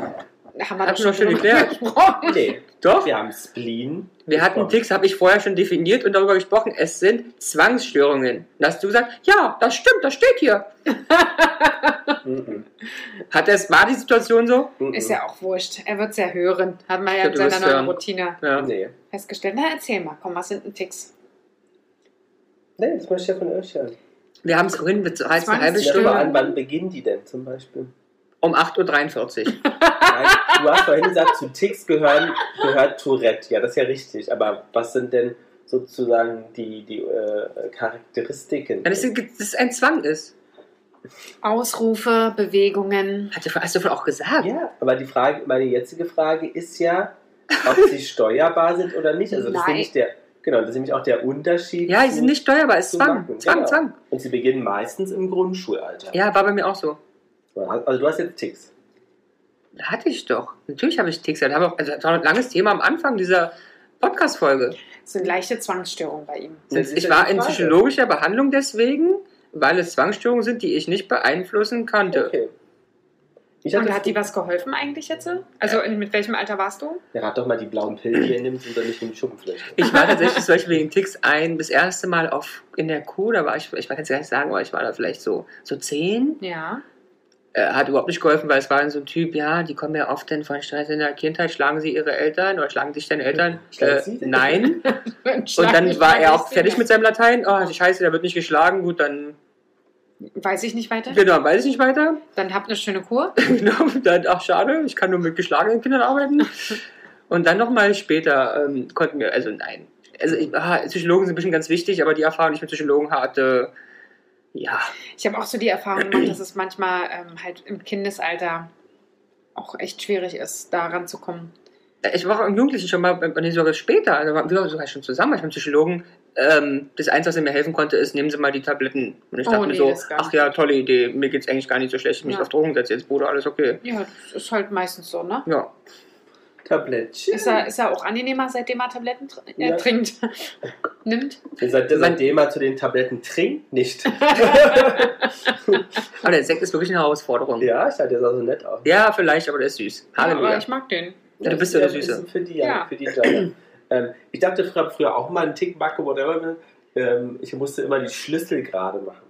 [SPEAKER 1] wir
[SPEAKER 3] Hat
[SPEAKER 1] doch schon,
[SPEAKER 3] schon
[SPEAKER 1] drüber
[SPEAKER 3] geklärt.
[SPEAKER 1] gesprochen.
[SPEAKER 2] Nee,
[SPEAKER 3] Doch,
[SPEAKER 2] wir haben Spleen.
[SPEAKER 3] wir hatten Ticks, habe ich vorher schon definiert und darüber gesprochen. Es sind Zwangsstörungen. Da hast du gesagt, ja, das stimmt, das steht hier.
[SPEAKER 2] Mhm.
[SPEAKER 3] Hat es, war die Situation so?
[SPEAKER 2] Mhm.
[SPEAKER 1] Ist ja auch wurscht. Er wird es ja hören. Haben wir ja
[SPEAKER 3] Ja,
[SPEAKER 1] in
[SPEAKER 3] du
[SPEAKER 1] seiner
[SPEAKER 3] wirst
[SPEAKER 1] neuen
[SPEAKER 3] hören.
[SPEAKER 1] Routine
[SPEAKER 3] Ja.
[SPEAKER 2] Nee.
[SPEAKER 1] festgestellt. Na, erzähl mal. Komm, was sind denn Ticks?
[SPEAKER 2] Nee, das möchte ich ja von euch hören.
[SPEAKER 3] Wir haben es vorhin bezahlt, eine halbe
[SPEAKER 2] Ich
[SPEAKER 1] Stimmt.
[SPEAKER 2] mal
[SPEAKER 3] Stunde
[SPEAKER 2] an, wann beginnen die denn zum Beispiel?
[SPEAKER 3] um 8.43 Uhr.
[SPEAKER 2] Nein, du hast vorhin gesagt, zu Ticks gehören, gehört Tourette. Ja, das ist ja richtig. Aber was sind denn sozusagen die, die äh, Charakteristiken?
[SPEAKER 3] Wenn es das ein Zwang ist.
[SPEAKER 1] Ausrufe, Bewegungen.
[SPEAKER 3] Hat er, hast du vorhin auch gesagt?
[SPEAKER 2] ja, aber die Frage, meine jetzige Frage ist ja, ob sie steuerbar sind oder nicht. Also das ist
[SPEAKER 1] Nein.
[SPEAKER 2] nämlich der, genau, das ist nämlich auch der Unterschied.
[SPEAKER 3] Ja, die sind nicht steuerbar, ist
[SPEAKER 2] zu
[SPEAKER 3] Zwang.
[SPEAKER 2] machen,
[SPEAKER 3] Zwang,
[SPEAKER 2] genau.
[SPEAKER 3] Zwang.
[SPEAKER 2] Und sie beginnen meistens im Grundschulalter.
[SPEAKER 3] Ja, war bei mir auch so.
[SPEAKER 2] Also du hast jetzt Ticks.
[SPEAKER 3] Da hatte ich doch. Natürlich habe ich Ticks. gehabt. Da haben wir auch- Also, das war ein langes Thema am Anfang dieser Podcast-Folge.
[SPEAKER 1] Das sind leichte Zwangsstörungen bei ihm.
[SPEAKER 2] Das ist
[SPEAKER 3] Ich
[SPEAKER 2] ja
[SPEAKER 3] war
[SPEAKER 2] die
[SPEAKER 3] in
[SPEAKER 2] Frage.
[SPEAKER 3] psychologischer Behandlung deswegen, weil es Zwangsstörungen sind, die ich nicht beeinflussen konnte.
[SPEAKER 2] Okay. Ich
[SPEAKER 1] Und
[SPEAKER 2] hatte
[SPEAKER 1] hat die was geholfen eigentlich jetzt? Also in, mit welchem Alter warst du?
[SPEAKER 2] Ja, rat doch mal die blauen Pillen, die ihr nimmt, sind doch nicht im Schuppenfläche.
[SPEAKER 3] Ich war tatsächlich zum Beispiel wegen Ticks ein, das erste Mal auf, in der Kuh, da war ich, ich kann es gar nicht sagen, aber ich war da vielleicht so, so zehn.
[SPEAKER 1] Ja.
[SPEAKER 3] äh, hat überhaupt nicht geholfen, weil es war dann so ein Typ, ja, die kommen ja oft dann von Stress in der Kindheit, schlagen sie ihre Eltern oder schlagen dich deine Eltern?
[SPEAKER 2] Schlagen
[SPEAKER 3] Äh,
[SPEAKER 2] sie dich?
[SPEAKER 3] nein.
[SPEAKER 1] Und
[SPEAKER 3] Und dann war er auch fertig mit seinem Latein. Oh, die scheiße, der wird nicht geschlagen. Gut, dann
[SPEAKER 1] Weiß ich nicht weiter.
[SPEAKER 3] genau, weiß ich nicht weiter.
[SPEAKER 1] Dann habt eine schöne Kur.
[SPEAKER 3] Genau, dann, ach schade, ich kann nur mit geschlagenen Kindern arbeiten. Und dann nochmal später ähm, konnten wir, also nein. Also ich, ah, Psychologen sind bestimmt ganz wichtig, aber die Erfahrung, die ich mit Psychologen hatte, ja,
[SPEAKER 1] Ich habe auch so die Erfahrung gemacht, dass es manchmal ähm, halt im Kindesalter auch echt schwierig ist, daran zu kommen.
[SPEAKER 3] Ich war auch im Jugendlichen schon mal, bei- nee, sogar später, da waren wir sogar schon zusammen, ich war mit Psychologen. Ähm, das Einzige, was mir helfen konnte, ist, nehmen Sie mal die Tabletten. Und ich
[SPEAKER 1] Oh,
[SPEAKER 3] dachte mir
[SPEAKER 1] nee,
[SPEAKER 3] so,
[SPEAKER 1] das ist gar
[SPEAKER 3] ach ja, tolle Idee, mir geht's eigentlich gar nicht so schlecht, ich mich
[SPEAKER 1] Ja.
[SPEAKER 3] auf Drogen setze jetzt, Bruder, alles okay.
[SPEAKER 1] Ja, das ist halt meistens so, ne?
[SPEAKER 3] Ja,
[SPEAKER 2] Tablettchen.
[SPEAKER 1] Ist er, ist er auch angenehmer, seitdem er Tabletten tr äh,
[SPEAKER 2] Ja.
[SPEAKER 1] trinkt? Nimmt?
[SPEAKER 2] Seit, seitdem er zu den Tabletten trinkt, nicht.
[SPEAKER 3] aber der Sekt ist wirklich eine Herausforderung. Ja,
[SPEAKER 2] ja, ich hatte das auch so nett aus.
[SPEAKER 3] vielleicht, aber der ist süß.
[SPEAKER 1] Ja, aber
[SPEAKER 3] Halleluja.
[SPEAKER 1] ich mag den.
[SPEAKER 3] Ja, du bist ja der Süße.
[SPEAKER 2] das ist Für die, ja,
[SPEAKER 1] Ja.
[SPEAKER 2] Für die Kleine. ähm, ich dachte früher, früher auch mal einen Tick, Backe, whatever. Ähm, ich musste immer die Schlüssel gerade machen.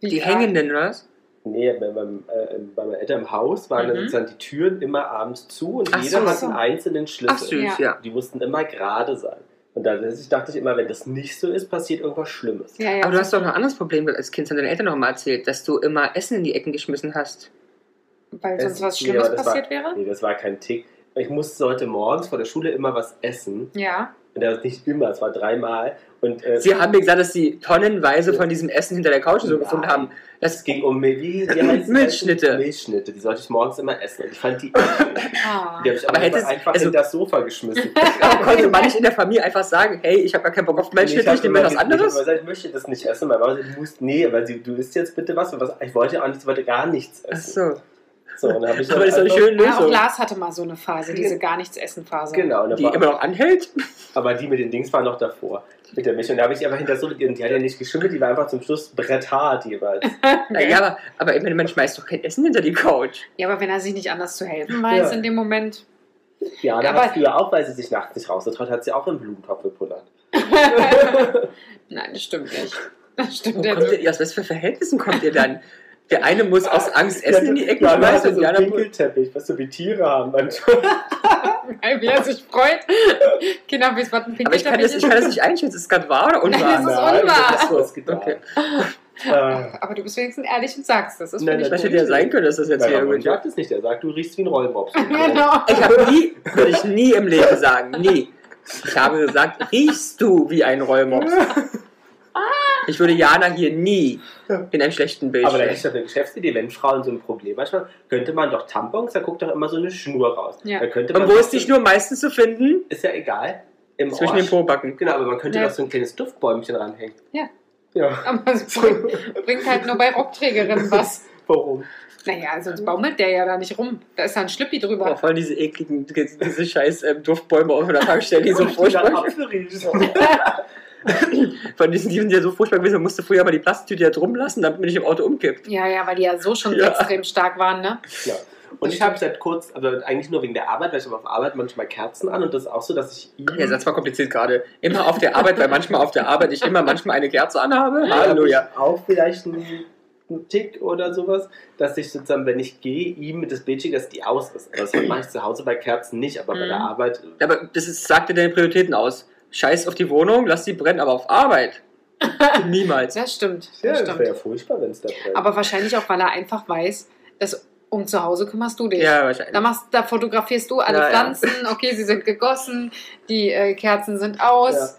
[SPEAKER 1] Wie
[SPEAKER 3] die
[SPEAKER 1] er-
[SPEAKER 3] hängenden, oder was?
[SPEAKER 2] Nee, bei, beim, äh, bei meinen Eltern im Haus waren
[SPEAKER 1] Mhm.
[SPEAKER 2] dann sozusagen die Türen immer abends zu und
[SPEAKER 3] Ach
[SPEAKER 2] jeder
[SPEAKER 3] so.
[SPEAKER 2] hat einen einzelnen Schlüssel.
[SPEAKER 3] Ach süß,
[SPEAKER 1] Ja.
[SPEAKER 3] ja.
[SPEAKER 2] Die mussten immer gerade sein. Und da ich dachte ich immer, wenn das nicht so ist, passiert irgendwas Schlimmes.
[SPEAKER 1] Ja, ja.
[SPEAKER 3] Aber du hast doch noch ein anderes Problem gehabt als Kind, das haben deine Eltern noch mal erzählt, dass du immer Essen in die Ecken geschmissen hast.
[SPEAKER 1] Weil sonst
[SPEAKER 2] Es-
[SPEAKER 1] was
[SPEAKER 2] nee,
[SPEAKER 1] Schlimmes
[SPEAKER 2] aber das war-
[SPEAKER 1] passiert wäre?
[SPEAKER 2] Nee, das war kein Tick. Ich musste heute morgens vor der Schule immer was essen.
[SPEAKER 1] Ja.
[SPEAKER 2] Und das nicht immer, es war dreimal. Und äh,
[SPEAKER 3] Sie haben mir gesagt, dass sie tonnenweise von diesem Essen hinter der Couch so
[SPEAKER 2] Nein.
[SPEAKER 3] gefunden haben.
[SPEAKER 2] es ging um Mil- wie, wie heißt das?
[SPEAKER 3] Milchschnitte.
[SPEAKER 2] Milchschnitte, die sollte ich morgens immer essen. Und ich fand die. eklig.
[SPEAKER 1] Ah.
[SPEAKER 2] Die habe ich aber
[SPEAKER 3] Aber
[SPEAKER 2] einfach,
[SPEAKER 3] hättest-
[SPEAKER 2] einfach
[SPEAKER 3] also-
[SPEAKER 2] in das Sofa geschmissen.
[SPEAKER 3] Aber konnte man nicht in der Familie einfach sagen, hey, ich habe gar keinen Bock auf Menschen,
[SPEAKER 2] ich
[SPEAKER 3] ich nehme mir was
[SPEAKER 2] Ich, hab
[SPEAKER 3] anderes?
[SPEAKER 2] immer gesagt, ich möchte das nicht essen. Meine Mama sagt, du musst, nee, weil sie, du isst jetzt bitte was. Und was ich wollte ja auch nicht, ich wollte gar nichts essen.
[SPEAKER 3] Achso.
[SPEAKER 2] So, und dann hab ich
[SPEAKER 3] Aber
[SPEAKER 2] dann
[SPEAKER 3] das ist doch eine
[SPEAKER 2] einfach-
[SPEAKER 3] schöne
[SPEAKER 1] Ja, auch
[SPEAKER 3] Lösung,
[SPEAKER 1] Lars hatte mal so eine Phase, diese gar nichts essen Phase.
[SPEAKER 2] Genau, und dann
[SPEAKER 3] die
[SPEAKER 2] war-
[SPEAKER 3] immer noch anhält.
[SPEAKER 2] Aber die mit den Dings waren noch davor. Mit der Milch. Und da habe ich einfach hinter so, die hat ja nicht geschimmelt, die war einfach zum Schluss bretthart jeweils.
[SPEAKER 3] Ja, aber, aber ich meine, man schmeißt doch kein Essen hinter die Couch.
[SPEAKER 1] Ja, aber wenn er sich nicht anders zu helfen weiß
[SPEAKER 2] Ja.
[SPEAKER 1] in dem Moment.
[SPEAKER 2] Ja, da
[SPEAKER 1] Aber-
[SPEAKER 2] hat früher auch, weil sie sich nachts nicht rausgetraut hat, sie auch im Blumentopf gepullert.
[SPEAKER 1] Nein, das stimmt nicht. Das
[SPEAKER 3] Wo
[SPEAKER 1] stimmt
[SPEAKER 3] kommt
[SPEAKER 1] nicht.
[SPEAKER 3] ihr, aus was für Verhältnissen kommt ihr dann? Der eine muss aus Angst Essen in die Ecke
[SPEAKER 2] Ja, also da hat
[SPEAKER 3] schmeißen
[SPEAKER 2] sie
[SPEAKER 3] und
[SPEAKER 2] so
[SPEAKER 3] der
[SPEAKER 2] einen
[SPEAKER 3] andere...
[SPEAKER 2] Pinkelteppich, was so wie Tiere haben manchmal.
[SPEAKER 1] Geil, wie er sich freut. Kinder, wie es was ein
[SPEAKER 3] Aber ich kann, das, ich kann das nicht einschätzen, ist es gerade wahr oder
[SPEAKER 1] Nein,
[SPEAKER 3] unwahr?
[SPEAKER 1] das ist
[SPEAKER 2] Nein,
[SPEAKER 1] unwahr.
[SPEAKER 2] das ist ausgedacht.
[SPEAKER 3] Okay.
[SPEAKER 2] Äh,
[SPEAKER 1] Aber du bist wenigstens ehrlich und sagst das. Das
[SPEAKER 2] Nein,
[SPEAKER 1] finde ich
[SPEAKER 3] Das
[SPEAKER 2] natürlich.
[SPEAKER 1] gut.
[SPEAKER 3] hätte ja sein können, dass das jetzt
[SPEAKER 2] Nein,
[SPEAKER 3] hier
[SPEAKER 2] Ramon
[SPEAKER 3] irgendwie.
[SPEAKER 2] sagt es nicht. Er sagt, du riechst wie ein Rollmops.
[SPEAKER 1] Genau.
[SPEAKER 3] Ich habe nie, würde ich nie im Leben sagen, nie. Ich habe gesagt, riechst du wie ein Rollmops? Ich würde Jana hier nie in einem schlechten Bild
[SPEAKER 2] Aber da
[SPEAKER 3] stellen.
[SPEAKER 2] ist doch eine Geschäftsidee, wenn Frauen so ein Problem manchmal könnte man doch Tampons, da guckt doch immer so eine Schnur raus.
[SPEAKER 1] Ja.
[SPEAKER 2] Da könnte man
[SPEAKER 3] Und wo ist die Schnur meistens zu finden?
[SPEAKER 2] Ist ja egal. Im
[SPEAKER 3] Zwischen
[SPEAKER 2] Arsch.
[SPEAKER 3] den Pobacken.
[SPEAKER 2] Genau, aber man könnte
[SPEAKER 1] Ja.
[SPEAKER 2] doch so ein kleines Duftbäumchen ranhängen.
[SPEAKER 1] Ja.
[SPEAKER 2] Ja.
[SPEAKER 1] Aber es bringt, bringt halt nur bei Rockträgerinnen was.
[SPEAKER 2] Warum?
[SPEAKER 1] Naja, sonst baumelt der ja da nicht rum. Da ist ja ein Schlippi
[SPEAKER 3] Oh,
[SPEAKER 1] drüber.
[SPEAKER 3] vor allem diese ekligen, diese scheiß ähm, Duftbäume auf der Tankstelle, die so furchtbar Von diesen, die sind ja so furchtbar gewesen, man musste früher mal die Plastiktüte ja drum lassen, damit man nicht im Auto umkippt.
[SPEAKER 1] Ja, ja, weil die ja so schon
[SPEAKER 3] Ja.
[SPEAKER 1] extrem stark waren, ne?
[SPEAKER 2] Ja. Und ich habe seit kurz, also eigentlich nur wegen der Arbeit, weil ich habe auf Arbeit manchmal Kerzen an und das ist auch so, dass ich ihm.
[SPEAKER 3] Der Satz war kompliziert gerade. Immer auf der Arbeit, weil manchmal auf der Arbeit ich immer manchmal eine Kerze anhabe. Halleluja.
[SPEAKER 2] Hab ich Auch vielleicht einen, einen Tick oder sowas, dass ich sozusagen, wenn ich gehe, ihm mit das Bildschirm, dass die aus ist. Aber Das mache ich zu Hause bei Kerzen nicht, aber bei
[SPEAKER 1] Mhm.
[SPEAKER 2] der Arbeit.
[SPEAKER 3] Aber das ist, sagt dir deine Prioritäten aus. Scheiß auf die Wohnung, lass sie brennen, aber auf Arbeit. Niemals.
[SPEAKER 1] Das stimmt.
[SPEAKER 2] Ja,
[SPEAKER 1] Das
[SPEAKER 2] das wäre ja
[SPEAKER 1] stimmt.
[SPEAKER 2] furchtbar, wenn es da brennt.
[SPEAKER 1] Aber wahrscheinlich auch, weil er einfach weiß, dass um zu Hause kümmerst du dich.
[SPEAKER 3] Ja,
[SPEAKER 1] Da,
[SPEAKER 3] wahrscheinlich.
[SPEAKER 1] machst, da fotografierst du alle
[SPEAKER 3] Ja, ja.
[SPEAKER 1] Pflanzen, okay, sie sind gegossen, die äh, Kerzen sind aus.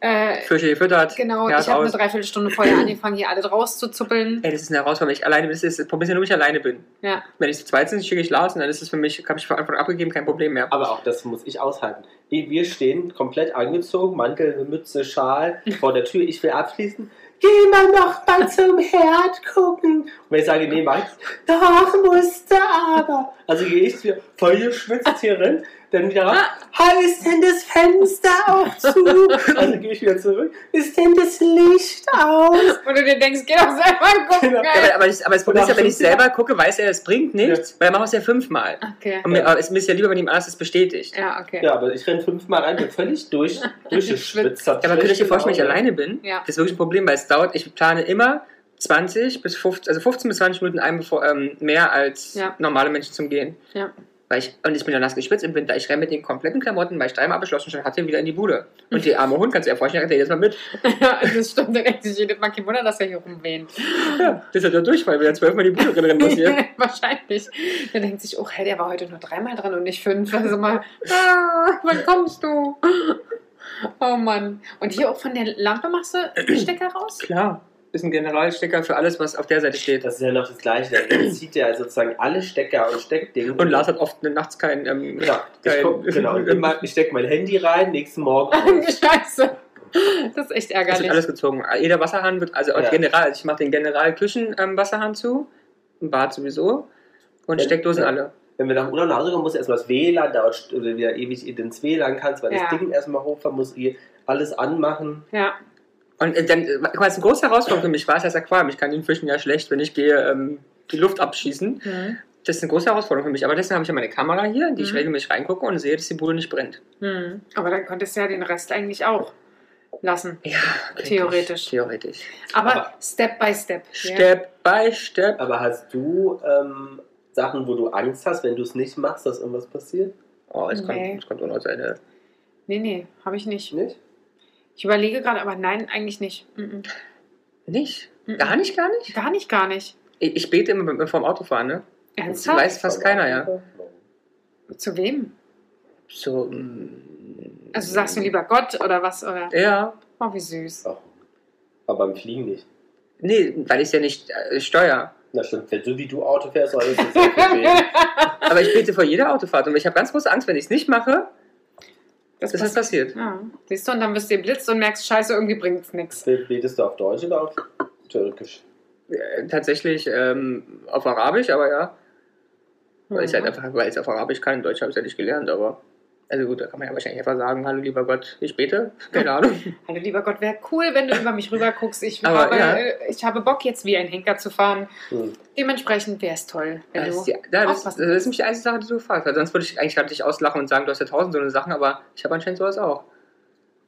[SPEAKER 1] Äh,
[SPEAKER 3] Fürche gefüttert.
[SPEAKER 1] genau,
[SPEAKER 3] Herd
[SPEAKER 1] ich habe eine
[SPEAKER 3] aus.
[SPEAKER 1] Dreiviertelstunde vorher angefangen, hier alle rauszuzuppeln.
[SPEAKER 3] Ey, das ist eine Herausforderung, wenn ich alleine bin. Das ist das Problem, ist ja nur, wenn ich alleine bin.
[SPEAKER 1] Ja.
[SPEAKER 3] Wenn ich zu zweit bin, schicke ich Lars und dann ist es für mich, habe ich Verantwortung abgegeben, kein Problem mehr.
[SPEAKER 2] Aber auch das muss ich aushalten. Wir stehen komplett angezogen, Mantel, Mütze, Schal vor der Tür. Ich will abschließen. Geh mal noch mal zum Herd gucken. Und wenn ich sage, nee, mach ich, doch musste aber. Also gehe ich wieder voll geschwitzt hier rein, dann wieder raus. Hey, ist denn das Fenster auch zu? Also gehe ich wieder zurück. Ist denn das Licht aus?
[SPEAKER 1] Und du dir denkst, geh doch selber gucken.
[SPEAKER 2] Genau.
[SPEAKER 3] Ja,
[SPEAKER 1] Geil.
[SPEAKER 3] aber, aber, das, aber das Problem ist ja, wenn ich selber gucke, weiß er, es bringt nichts, weil er macht es ja fünfmal.
[SPEAKER 1] Okay.
[SPEAKER 3] Und mir, aber es mir ist ja lieber, wenn ihm alles das bestätigt.
[SPEAKER 1] Ah, Ja, okay.
[SPEAKER 2] Ja, aber ich renne fünfmal rein, bin völlig durch, durchgeschwitzt. hab
[SPEAKER 3] Ja, aber
[SPEAKER 2] schlechte
[SPEAKER 3] natürlich, bevor ich mich
[SPEAKER 2] Laune.
[SPEAKER 3] alleine bin,
[SPEAKER 1] genau. Ja.
[SPEAKER 3] das ist wirklich ein Problem, weil es dauert, ich plane immer 20 bis 15, also 15 bis 20 Minuten ein, bevor, ähm, mehr als
[SPEAKER 1] Ja.
[SPEAKER 3] normale Menschen zum Gehen.
[SPEAKER 1] Ja.
[SPEAKER 3] Weil ich, und ich bin ja nass geschwitzt im Winter. Ich renne mit den kompletten Klamotten, weil ich dreimal abgeschlossen schon hatte, wieder in die Bude. Und der arme Hund, kannst du dir ja vorstellen, rennt ja jedes Mal mit.
[SPEAKER 1] das stimmt, dann hätte ich jedes Mal kein Wunder, dass er hier rumwehen.
[SPEAKER 3] Ja, das ist ja Durchfall, wenn er zwölfmal in die Bude rennen muss hier.
[SPEAKER 1] Wahrscheinlich. Der denkt sich, oh, hey, der war heute nur dreimal dran und nicht fünf. Also mal, ah, wann kommst du? Oh Mann. Und hier auch von der Lampe machst du den Stecker raus?
[SPEAKER 3] Klar, ist ein Generalstecker für alles, was auf der Seite steht.
[SPEAKER 2] Das ist ja noch das Gleiche. Da zieht er also sozusagen alle Stecker und Steckdinge.
[SPEAKER 3] Und Lars hat oft nachts keinen. Ähm,
[SPEAKER 2] Genau, ich,
[SPEAKER 3] kein-
[SPEAKER 2] guck, genau. Und immer, ich stecke mein Handy rein, nächsten Morgen. aus.
[SPEAKER 1] Genau. Scheiße. Das ist echt
[SPEAKER 3] Das
[SPEAKER 1] ärgerlich.
[SPEAKER 3] wird alles gezogen. Jeder Wasserhahn wird, also
[SPEAKER 2] Ja.
[SPEAKER 3] general, also ich mache den general Küchen-Wasserhahn zu, ein Bad sowieso und
[SPEAKER 2] Ja,
[SPEAKER 3] Steckdosen
[SPEAKER 2] ja.
[SPEAKER 3] alle.
[SPEAKER 2] Wenn wir nach dem Urlaub nach Hause kommen, muss erstmal das WLAN, dauert st- oder wieder ewig ins WLAN kannst, weil
[SPEAKER 1] Ja.
[SPEAKER 2] das Ding erstmal hochfahren muss, ihr alles anmachen.
[SPEAKER 1] ja.
[SPEAKER 3] Und äh, dann, äh, guck mal, es ist eine große Herausforderung für mich, war es das Aquarium. Ich kann den Fischen ja schlecht, wenn ich gehe, ähm, die Luft abschießen.
[SPEAKER 1] Hm.
[SPEAKER 3] Das ist eine große Herausforderung für mich. Aber deswegen habe ich ja meine Kamera hier, in die ich
[SPEAKER 1] Mhm.
[SPEAKER 3] regelmäßig reingucke und sehe, dass die Bude nicht brennt.
[SPEAKER 1] Hm. Aber dann konntest du ja den Rest eigentlich auch lassen.
[SPEAKER 3] Ja,
[SPEAKER 1] Theoretisch.
[SPEAKER 3] Theoretisch.
[SPEAKER 1] Aber,
[SPEAKER 2] Aber-
[SPEAKER 1] Step by Step. Ja.
[SPEAKER 3] Step by Step.
[SPEAKER 2] Aber hast du ähm, Sachen, wo du Angst hast, wenn du es nicht machst, dass irgendwas passiert?
[SPEAKER 3] Oh, jetzt kommt,
[SPEAKER 1] Nee.
[SPEAKER 3] jetzt kommt auch noch seine.
[SPEAKER 1] Nee, nee, habe ich nicht.
[SPEAKER 2] Nicht?
[SPEAKER 1] Ich überlege gerade, aber nein, eigentlich nicht. Mhm.
[SPEAKER 3] Nicht?
[SPEAKER 1] Mhm.
[SPEAKER 3] Gar nicht, gar nicht?
[SPEAKER 1] Gar nicht, gar nicht.
[SPEAKER 3] Ich, ich bete immer vorm Autofahren, ne? Das
[SPEAKER 1] Ernsthaft?
[SPEAKER 3] weiß fast keiner, ja.
[SPEAKER 1] Zu wem?
[SPEAKER 3] So. mm,
[SPEAKER 1] Also sagst du lieber Gott oder was? Oder?
[SPEAKER 3] Ja.
[SPEAKER 1] Oh, wie süß.
[SPEAKER 2] Ach, aber beim Fliegen nicht.
[SPEAKER 3] Nee, weil ich es ja nicht äh, steuer.
[SPEAKER 2] Na stimmt, wenn so wie du Auto fährst, soll das jetzt nicht gewesen.
[SPEAKER 3] Aber ich bete vor jeder Autofahrt und ich habe ganz große Angst, wenn ich es nicht mache,
[SPEAKER 1] Das
[SPEAKER 3] dass das passiert.
[SPEAKER 1] Ja. Siehst du, und dann wirst du blitzt und merkst, scheiße, irgendwie bringt es nichts.
[SPEAKER 2] Betest du auf Deutsch oder auf Türkisch?
[SPEAKER 3] Äh, tatsächlich ähm, auf Arabisch, aber ja. Weil
[SPEAKER 1] Mhm.
[SPEAKER 3] ich halt
[SPEAKER 1] Hm.
[SPEAKER 3] einfach, weil ich auf Arabisch kann, Deutsch habe ich ja nicht gelernt, aber. Also gut, da kann man ja wahrscheinlich einfach sagen, hallo lieber Gott, ich bete. Keine Ahnung.
[SPEAKER 1] Hallo Also lieber Gott, wäre cool, wenn du über mich rüber guckst. Ich,
[SPEAKER 3] Aber,
[SPEAKER 1] habe,
[SPEAKER 3] ja.
[SPEAKER 1] äh, ich habe Bock, jetzt wie ein Henker zu fahren.
[SPEAKER 2] Hm.
[SPEAKER 1] Dementsprechend wäre es toll, wenn
[SPEAKER 3] Das, ist
[SPEAKER 1] du.
[SPEAKER 3] die- ja, das, das
[SPEAKER 1] Aufpassen.
[SPEAKER 3] ist nämlich die einzige Sache, die du gefragt hast. Sonst würde ich eigentlich gerade dich auslachen und sagen, du hast ja tausend so eine Sachen, aber ich habe anscheinend sowas auch.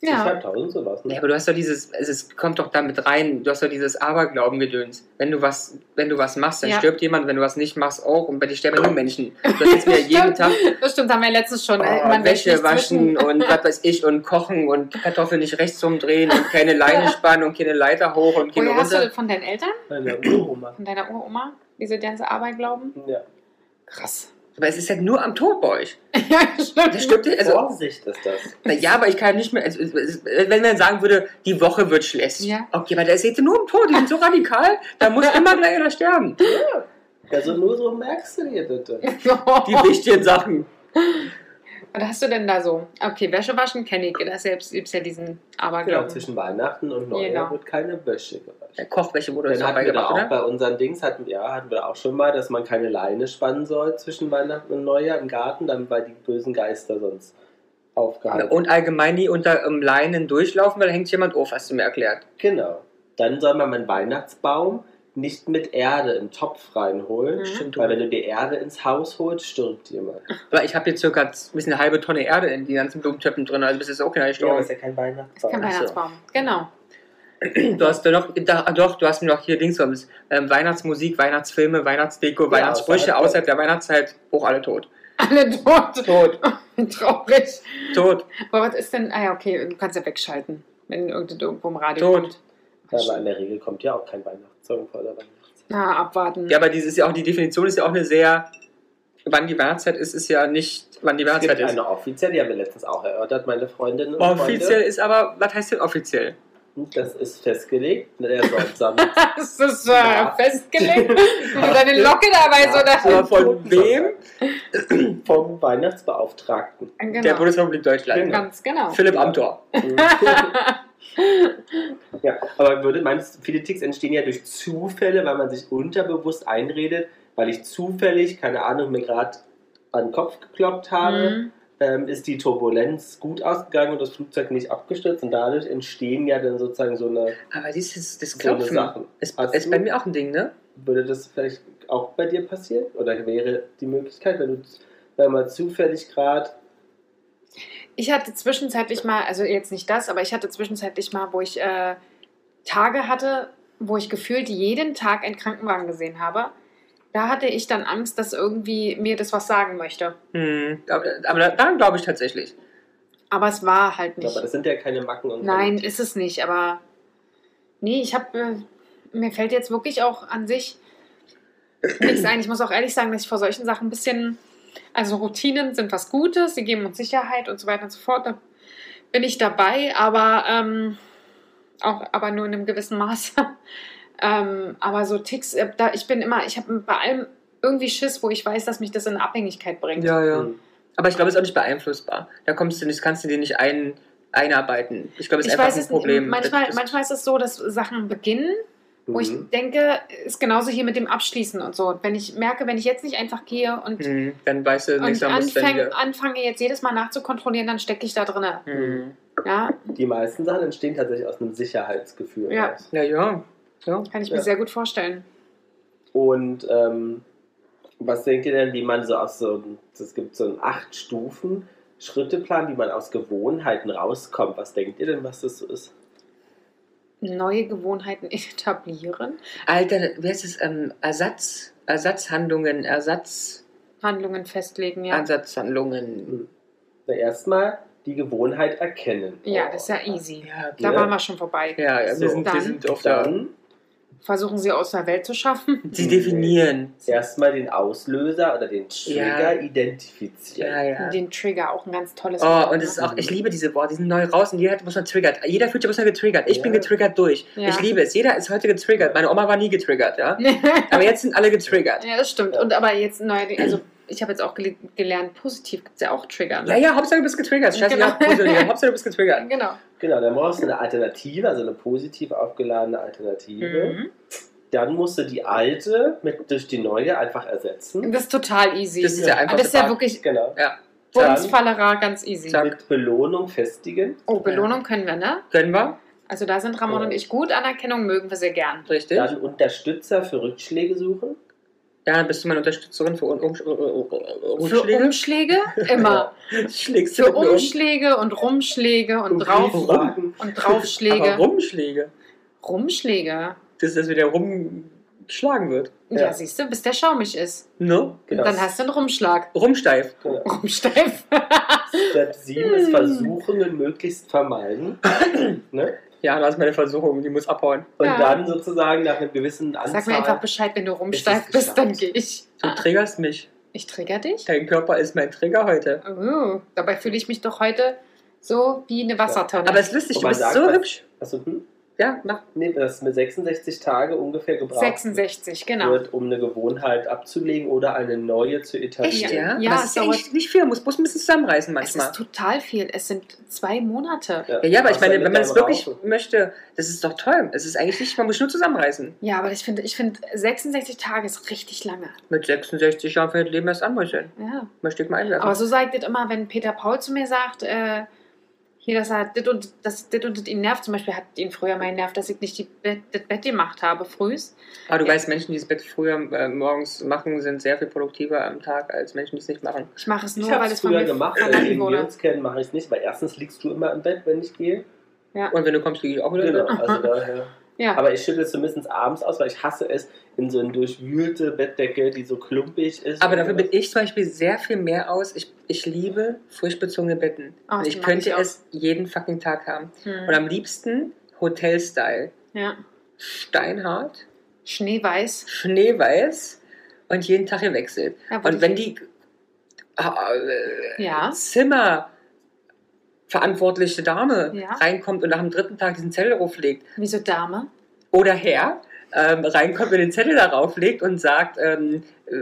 [SPEAKER 1] Ja.
[SPEAKER 2] 6.500 sowas.
[SPEAKER 3] Ja,
[SPEAKER 2] Ne?
[SPEAKER 3] aber du hast doch dieses, es ist, kommt doch damit rein, du hast doch dieses Aberglaubengedöns. Wenn du was, wenn du was machst, dann
[SPEAKER 1] Ja.
[SPEAKER 3] stirbt jemand, wenn du was nicht machst, auch. Und bei dir sterben ja nur Menschen. Das ist mir jeden Tag
[SPEAKER 1] Das stimmt, haben wir letztens schon. äh,
[SPEAKER 3] oh,
[SPEAKER 1] man wäscht
[SPEAKER 3] Wäsche
[SPEAKER 1] nichts
[SPEAKER 3] waschen
[SPEAKER 1] zwischen-
[SPEAKER 3] und was weiß ich und kochen und Kartoffeln nicht rechts rumdrehen und keine Leine spannen und keine Leiter hoch und keine
[SPEAKER 1] Woher hast du
[SPEAKER 3] runter.
[SPEAKER 1] das von deinen Eltern?
[SPEAKER 2] Meine Uroma.
[SPEAKER 1] Von deiner Uroma? Diese ganze Arbeit glauben?
[SPEAKER 2] Ja.
[SPEAKER 1] Krass.
[SPEAKER 3] Aber es ist halt nur am Tod bei euch.
[SPEAKER 1] ja, stimmt.
[SPEAKER 3] Das stimmt nicht. Also,
[SPEAKER 2] Vorsicht ist das.
[SPEAKER 3] na ja, aber ich kann nicht mehr. Also, es- es- wenn man sagen würde, die Woche wird schlecht.
[SPEAKER 1] Ja.
[SPEAKER 3] Okay, aber da ist jetzt nur am Tod. Die sind so radikal, da muss immer gleich einer sterben.
[SPEAKER 2] Also nur so merkst du dir das. dann.
[SPEAKER 3] Die
[SPEAKER 1] Oh.
[SPEAKER 3] wichtigen Sachen.
[SPEAKER 1] Was hast du denn da so? Okay, Wäsche waschen kenne ich. Das selbst gibt ja diesen
[SPEAKER 2] Genau,
[SPEAKER 1] Aberglauben.
[SPEAKER 2] zwischen Weihnachten und Neujahr
[SPEAKER 1] Genau.
[SPEAKER 2] wird keine Wäsche gewaschen.
[SPEAKER 3] Der Kochwäsche wurde uns
[SPEAKER 2] Dann
[SPEAKER 3] auch
[SPEAKER 2] hatten wir da
[SPEAKER 3] beigebracht,
[SPEAKER 2] auch
[SPEAKER 3] oder?
[SPEAKER 2] bei unseren Dings, hatten, ja, hatten wir auch schon mal, dass man keine Leine spannen soll zwischen Weihnachten und Neujahr im Garten, dann weil die bösen Geister sonst aufgehalten
[SPEAKER 3] Und allgemein nie unter ähm, Leinen durchlaufen, weil da hängt jemand auf, hast du mir erklärt.
[SPEAKER 2] Genau. Dann soll man meinen Weihnachtsbaum nicht mit Erde im Topf reinholen,
[SPEAKER 1] Mhm.
[SPEAKER 3] Stimmt,
[SPEAKER 2] weil
[SPEAKER 3] du-
[SPEAKER 2] wenn du die Erde ins Haus holst, stirbt jemand.
[SPEAKER 3] Weil ich habe jetzt circa z- bis eine halbe Tonne Erde in die ganzen Blumentöpfen drin, also bist jetzt auch keiner gestorben.
[SPEAKER 2] ja
[SPEAKER 1] Das
[SPEAKER 2] kein
[SPEAKER 1] ist
[SPEAKER 2] Weihnachtsbaum.
[SPEAKER 1] kein Weihnachtsbaum. Genau.
[SPEAKER 3] du hast doch noch, da, ah, doch, du hast mir noch hier Dings vermisst. Ähm, Weihnachtsmusik, Weihnachtsfilme, Weihnachtsdeko, Weihnachtssprüche,
[SPEAKER 2] außerhalb-
[SPEAKER 3] außerhalb der Weihnachtszeit, auch alle tot.
[SPEAKER 1] Alle tot.
[SPEAKER 3] Tot,
[SPEAKER 1] Traurig.
[SPEAKER 3] tot.
[SPEAKER 1] Aber was ist denn? Ah ja, okay, du kannst ja wegschalten, wenn irgend- irgendwo im Radio
[SPEAKER 3] Tot.
[SPEAKER 1] kommt.
[SPEAKER 2] Ja, aber in der Regel kommt ja auch kein Weihnachtssong vor der Weihnachtszeit.
[SPEAKER 1] Na, abwarten.
[SPEAKER 3] Ja, aber dieses ist ja auch, die Definition ist ja auch eine sehr, wann die Weihnachtszeit ist, ist ja nicht, wann die
[SPEAKER 2] Es gibt
[SPEAKER 3] Weihnachtszeit ist.
[SPEAKER 2] eine offizielle, die haben wir letztens auch erörtert, meine Freundin und
[SPEAKER 3] Offiziell ist aber, was heißt denn offiziell?
[SPEAKER 2] Freunde. Das ist festgelegt. ne, Der soll am Samstag.
[SPEAKER 1] Das ist äh,
[SPEAKER 2] Ja.
[SPEAKER 1] festgelegt. Wie du deine Locke dabei
[SPEAKER 3] Also
[SPEAKER 1] so da.
[SPEAKER 3] Aber von wem?
[SPEAKER 2] Vom Weihnachtsbeauftragten.
[SPEAKER 1] Genau.
[SPEAKER 3] Der Bundesrepublik Deutschland.
[SPEAKER 1] Ganz genau.
[SPEAKER 3] Philipp Amthor.
[SPEAKER 2] ja, aber würde meinst, viele Ticks entstehen ja durch Zufälle, weil man sich unterbewusst einredet, weil ich zufällig, keine Ahnung, mir gerade an den Kopf gekloppt habe,
[SPEAKER 1] Mhm.
[SPEAKER 2] ähm, ist die Turbulenz gut ausgegangen und das Flugzeug nicht abgestürzt und dadurch entstehen ja dann sozusagen so eine
[SPEAKER 3] Aber dieses das
[SPEAKER 2] so eine
[SPEAKER 3] Klopfen
[SPEAKER 2] Sachen.
[SPEAKER 3] ist,
[SPEAKER 2] Hast
[SPEAKER 3] ist
[SPEAKER 2] du-
[SPEAKER 3] bei mir auch ein Ding, ne?
[SPEAKER 2] Würde das vielleicht auch bei dir passieren? Oder wäre die Möglichkeit, wenn du wenn man zufällig gerade
[SPEAKER 1] Ich hatte zwischenzeitlich mal, also jetzt nicht das, aber ich hatte zwischenzeitlich mal, wo ich äh, Tage hatte, wo ich gefühlt jeden Tag einen Krankenwagen gesehen habe. Da hatte ich dann Angst, dass irgendwie mir das was sagen möchte.
[SPEAKER 3] Hm. Aber, aber da- daran glaube ich tatsächlich.
[SPEAKER 1] Aber es war halt nicht.
[SPEAKER 2] aber das sind ja keine Macken und
[SPEAKER 1] Nein, ist es nicht, aber nee, ich habe äh, mir fällt jetzt wirklich auch an sich nichts ein. Ich muss auch ehrlich sagen, dass ich vor solchen Sachen ein bisschen also Routinen sind was Gutes, sie geben uns Sicherheit und so weiter und so fort. Da bin ich dabei, aber ähm, auch aber nur in einem gewissen Maße. ähm, aber so Ticks, äh, da ich bin immer, ich habe bei allem irgendwie Schiss, wo ich weiß, dass mich das in Abhängigkeit bringt.
[SPEAKER 2] Hm.
[SPEAKER 3] Aber ich glaube, es ist auch nicht beeinflussbar. Da kommst du nicht, kannst du den nicht ein, einarbeiten. Ich glaube, es ist
[SPEAKER 1] Ich
[SPEAKER 3] einfach
[SPEAKER 1] weiß
[SPEAKER 3] ein
[SPEAKER 1] es
[SPEAKER 3] Problem.
[SPEAKER 1] nicht. Manchmal,
[SPEAKER 3] Das- das-
[SPEAKER 1] manchmal ist es so, dass Sachen beginnen Wo ich
[SPEAKER 2] Mhm.
[SPEAKER 1] denke, ist genauso hier mit dem Abschließen und so. Wenn ich merke, wenn ich jetzt nicht einfach gehe und,
[SPEAKER 3] Hm, dann weißt du,
[SPEAKER 1] und
[SPEAKER 3] nächstes Mal musst du dann
[SPEAKER 1] anfäng,
[SPEAKER 3] wieder.
[SPEAKER 1] anfange jetzt jedes Mal nachzukontrollieren, dann stecke ich da drinne.
[SPEAKER 3] Hm.
[SPEAKER 1] Ja,
[SPEAKER 2] Die meisten Sachen entstehen tatsächlich aus einem Sicherheitsgefühl.
[SPEAKER 1] Ja.
[SPEAKER 2] raus.
[SPEAKER 3] Ja, ja. ja.
[SPEAKER 1] kann ich
[SPEAKER 2] Ja.
[SPEAKER 1] mir sehr gut vorstellen.
[SPEAKER 2] Und ähm, was denkt ihr denn, wie man so aus so, es gibt so einen acht Stufen Schritteplan, wie man aus Gewohnheiten rauskommt. Was denkt ihr denn, was das so ist?
[SPEAKER 1] Neue Gewohnheiten etablieren,
[SPEAKER 3] Alter, wie heißt es? Ähm, Ersatz, Ersatzhandlungen, Ersatz,
[SPEAKER 1] Handlungen festlegen, ja.
[SPEAKER 3] Ersatzhandlungen.
[SPEAKER 2] Na, erstmal die Gewohnheit erkennen.
[SPEAKER 1] ja, das ist ja easy.
[SPEAKER 3] Ja,
[SPEAKER 1] Da
[SPEAKER 2] Ja.
[SPEAKER 1] waren wir schon vorbei.
[SPEAKER 3] ja, also ja
[SPEAKER 2] So,
[SPEAKER 3] wir, sind, wir
[SPEAKER 1] dann-
[SPEAKER 3] sind auf der.
[SPEAKER 2] Dann
[SPEAKER 1] Versuchen sie aus der Welt zu schaffen.
[SPEAKER 3] Sie definieren.
[SPEAKER 2] erstmal den Auslöser oder den Trigger
[SPEAKER 3] Ja. Ja,
[SPEAKER 2] identifizieren.
[SPEAKER 3] ja.
[SPEAKER 1] Den Trigger, auch ein ganz tolles
[SPEAKER 3] Oh,
[SPEAKER 1] Wort,
[SPEAKER 3] und
[SPEAKER 1] ne?
[SPEAKER 3] es ist auch, ich liebe diese Worte, die sind neu raus und jeder hat- muss man triggert. Jeder fühlt sich muss man getriggert. Ich bin
[SPEAKER 2] Ja.
[SPEAKER 3] getriggert durch.
[SPEAKER 1] Ja.
[SPEAKER 3] Ich liebe es. Jeder ist heute getriggert. Meine Oma war nie getriggert, ja. Aber jetzt sind alle getriggert.
[SPEAKER 1] ja, das stimmt. Und aber jetzt neue, also ich habe jetzt auch gele- gelernt, positiv gibt es ja auch Trigger.
[SPEAKER 3] Ja,
[SPEAKER 1] Ne?
[SPEAKER 3] ja, Hauptsache du bist getriggert. Scheiße,
[SPEAKER 1] Genau.
[SPEAKER 3] ja, positionieren. Hauptsache du bist getriggert.
[SPEAKER 1] Genau.
[SPEAKER 2] Genau, dann brauchst du eine Alternative, also eine positiv aufgeladene Alternative.
[SPEAKER 1] Mhm.
[SPEAKER 2] Dann musst du die alte mit durch die neue einfach ersetzen.
[SPEAKER 1] Das ist total easy.
[SPEAKER 3] Das ist ja
[SPEAKER 1] Aber
[SPEAKER 3] einfach
[SPEAKER 1] das ist ja
[SPEAKER 3] total-
[SPEAKER 1] wirklich
[SPEAKER 2] Genau.
[SPEAKER 1] Bumsfallera ganz easy.
[SPEAKER 3] Zack.
[SPEAKER 2] Mit Belohnung festigen.
[SPEAKER 1] Oh, Belohnung können wir, ne?
[SPEAKER 3] Können wir?
[SPEAKER 1] Also da sind Ramon
[SPEAKER 2] Ja.
[SPEAKER 1] und ich gut. Anerkennung mögen wir sehr gern.
[SPEAKER 3] Richtig.
[SPEAKER 2] Dann Unterstützer für Rückschläge suchen.
[SPEAKER 3] Ja, dann bist du meine Unterstützerin für Un um
[SPEAKER 1] Für
[SPEAKER 3] Umschläge.
[SPEAKER 1] Umschläge? Immer.
[SPEAKER 3] Schlägst
[SPEAKER 1] Für
[SPEAKER 3] mit mir um?
[SPEAKER 1] Umschläge und Rumschläge und drauf
[SPEAKER 2] Briefmarken.
[SPEAKER 1] und
[SPEAKER 3] Aber
[SPEAKER 1] Draufschläge.
[SPEAKER 3] Rumschläge.
[SPEAKER 1] Rumschläge?
[SPEAKER 3] Dass das wieder rumgeschlagen wird.
[SPEAKER 1] Ja,
[SPEAKER 2] Ja.
[SPEAKER 1] siehst du, bis der schaumig ist.
[SPEAKER 3] Ne?
[SPEAKER 2] Genau.
[SPEAKER 1] Dann hast du einen Rumschlag.
[SPEAKER 3] Rumsteif.
[SPEAKER 2] Genau.
[SPEAKER 1] Rumsteif.
[SPEAKER 2] Step 7
[SPEAKER 1] Hm.
[SPEAKER 2] ist versuchen und möglichst vermeiden. ne?
[SPEAKER 3] Ja, da ist meine Versuchung, die muss abhauen.
[SPEAKER 2] Und
[SPEAKER 1] Ja.
[SPEAKER 2] dann sozusagen nach einer gewissen Anzahl.
[SPEAKER 1] Sag mir einfach Bescheid, wenn du rumsteif
[SPEAKER 2] Es ist
[SPEAKER 1] bist, dann gehe
[SPEAKER 2] geschafft.
[SPEAKER 1] ich.
[SPEAKER 3] Du triggerst mich.
[SPEAKER 1] Ich trigger dich?
[SPEAKER 3] Dein Körper ist mein Trigger heute.
[SPEAKER 1] Oh, dabei fühle ich mich doch heute so wie eine Wassertonne.
[SPEAKER 3] Aber es ist lustig, du
[SPEAKER 2] Wobei,
[SPEAKER 3] bist
[SPEAKER 2] sag
[SPEAKER 3] so
[SPEAKER 2] was.
[SPEAKER 3] hübsch.
[SPEAKER 2] Also, hm?
[SPEAKER 3] Ja, mach.
[SPEAKER 2] Nee, das mit 66 Tage ungefähr gebraucht
[SPEAKER 1] 66, genau.
[SPEAKER 2] wird, um eine Gewohnheit abzulegen oder eine neue zu etablieren.
[SPEAKER 1] Echt,
[SPEAKER 3] Ja,
[SPEAKER 1] Ja,
[SPEAKER 3] aber das
[SPEAKER 1] es
[SPEAKER 3] ist ja
[SPEAKER 1] dauert-
[SPEAKER 3] nicht, nicht viel. Muss bloß ein bisschen
[SPEAKER 1] Es
[SPEAKER 3] zusammenreißen manchmal.
[SPEAKER 1] ist total viel. Es sind zwei Monate.
[SPEAKER 3] Ja, ja, aber ich
[SPEAKER 2] Außer
[SPEAKER 3] meine,
[SPEAKER 2] mit
[SPEAKER 3] wenn man es
[SPEAKER 2] deinem
[SPEAKER 3] wirklich
[SPEAKER 2] Rauchen.
[SPEAKER 3] möchte, das ist doch toll. Es ist eigentlich nicht, man muss nur zusammenreißen.
[SPEAKER 1] Ja, aber ich finde, ich finde 66 Tage ist richtig lange.
[SPEAKER 3] Mit 66 Jahren fängt Leben erst an, Mäuschen.
[SPEAKER 1] Ja.
[SPEAKER 3] Möchte ich mal einwerfen.
[SPEAKER 1] Aber so sagt das immer, wenn Peter Paul zu mir sagt, äh, hier, dass er das und das, das und das ihn nervt. Zum Beispiel hat ihn früher mal nervt, dass ich nicht die Bett, das Bett gemacht habe frühs.
[SPEAKER 3] Aber du weißt, Menschen, die das Bett früher äh, morgens machen, sind sehr viel produktiver am Tag als Menschen, die es nicht machen.
[SPEAKER 1] Ich mache es nur,
[SPEAKER 2] Ich
[SPEAKER 1] weil
[SPEAKER 2] habe
[SPEAKER 1] es
[SPEAKER 2] es
[SPEAKER 1] von
[SPEAKER 2] früher
[SPEAKER 1] mir
[SPEAKER 2] gemacht,
[SPEAKER 3] äh,
[SPEAKER 1] verlangt
[SPEAKER 2] seitdem wir
[SPEAKER 1] wurde.
[SPEAKER 2] uns kennen, mache ich es nicht, weil erstens liegst du immer im Bett, wenn ich gehe.
[SPEAKER 3] Und wenn du kommst, liege ich auch wieder
[SPEAKER 2] Genau,
[SPEAKER 3] drin.
[SPEAKER 2] also daher.
[SPEAKER 1] Ja.
[SPEAKER 2] Aber ich schüttle es zumindest abends aus, weil ich hasse es, in so eine durchwühlte Bettdecke, die so klumpig ist.
[SPEAKER 3] Aber dafür bin ich zum Beispiel sehr viel mehr aus. Ich, ich liebe frisch bezogene Betten.
[SPEAKER 1] Ah,
[SPEAKER 3] Und
[SPEAKER 1] das mag
[SPEAKER 3] ich
[SPEAKER 1] ich
[SPEAKER 3] könnte
[SPEAKER 1] auch.
[SPEAKER 3] es jeden fucking Tag haben.
[SPEAKER 1] Hm.
[SPEAKER 3] Und am liebsten Hotel-Style.
[SPEAKER 1] ja.
[SPEAKER 3] Steinhart,
[SPEAKER 1] Schneeweiß.
[SPEAKER 3] schneeweiß und jeden Tag gewechselt.
[SPEAKER 1] Ja, würde
[SPEAKER 3] Und wenn
[SPEAKER 1] ich-
[SPEAKER 3] die äh,
[SPEAKER 1] Ja.
[SPEAKER 3] Zimmerverantwortliche Dame
[SPEAKER 1] Ja.
[SPEAKER 3] reinkommt und nach dem dritten Tag diesen Zettel auflegt
[SPEAKER 1] Wieso Dame?
[SPEAKER 3] oder Herr ähm, reinkommt und den Zettel darauf legt und sagt, ähm, äh,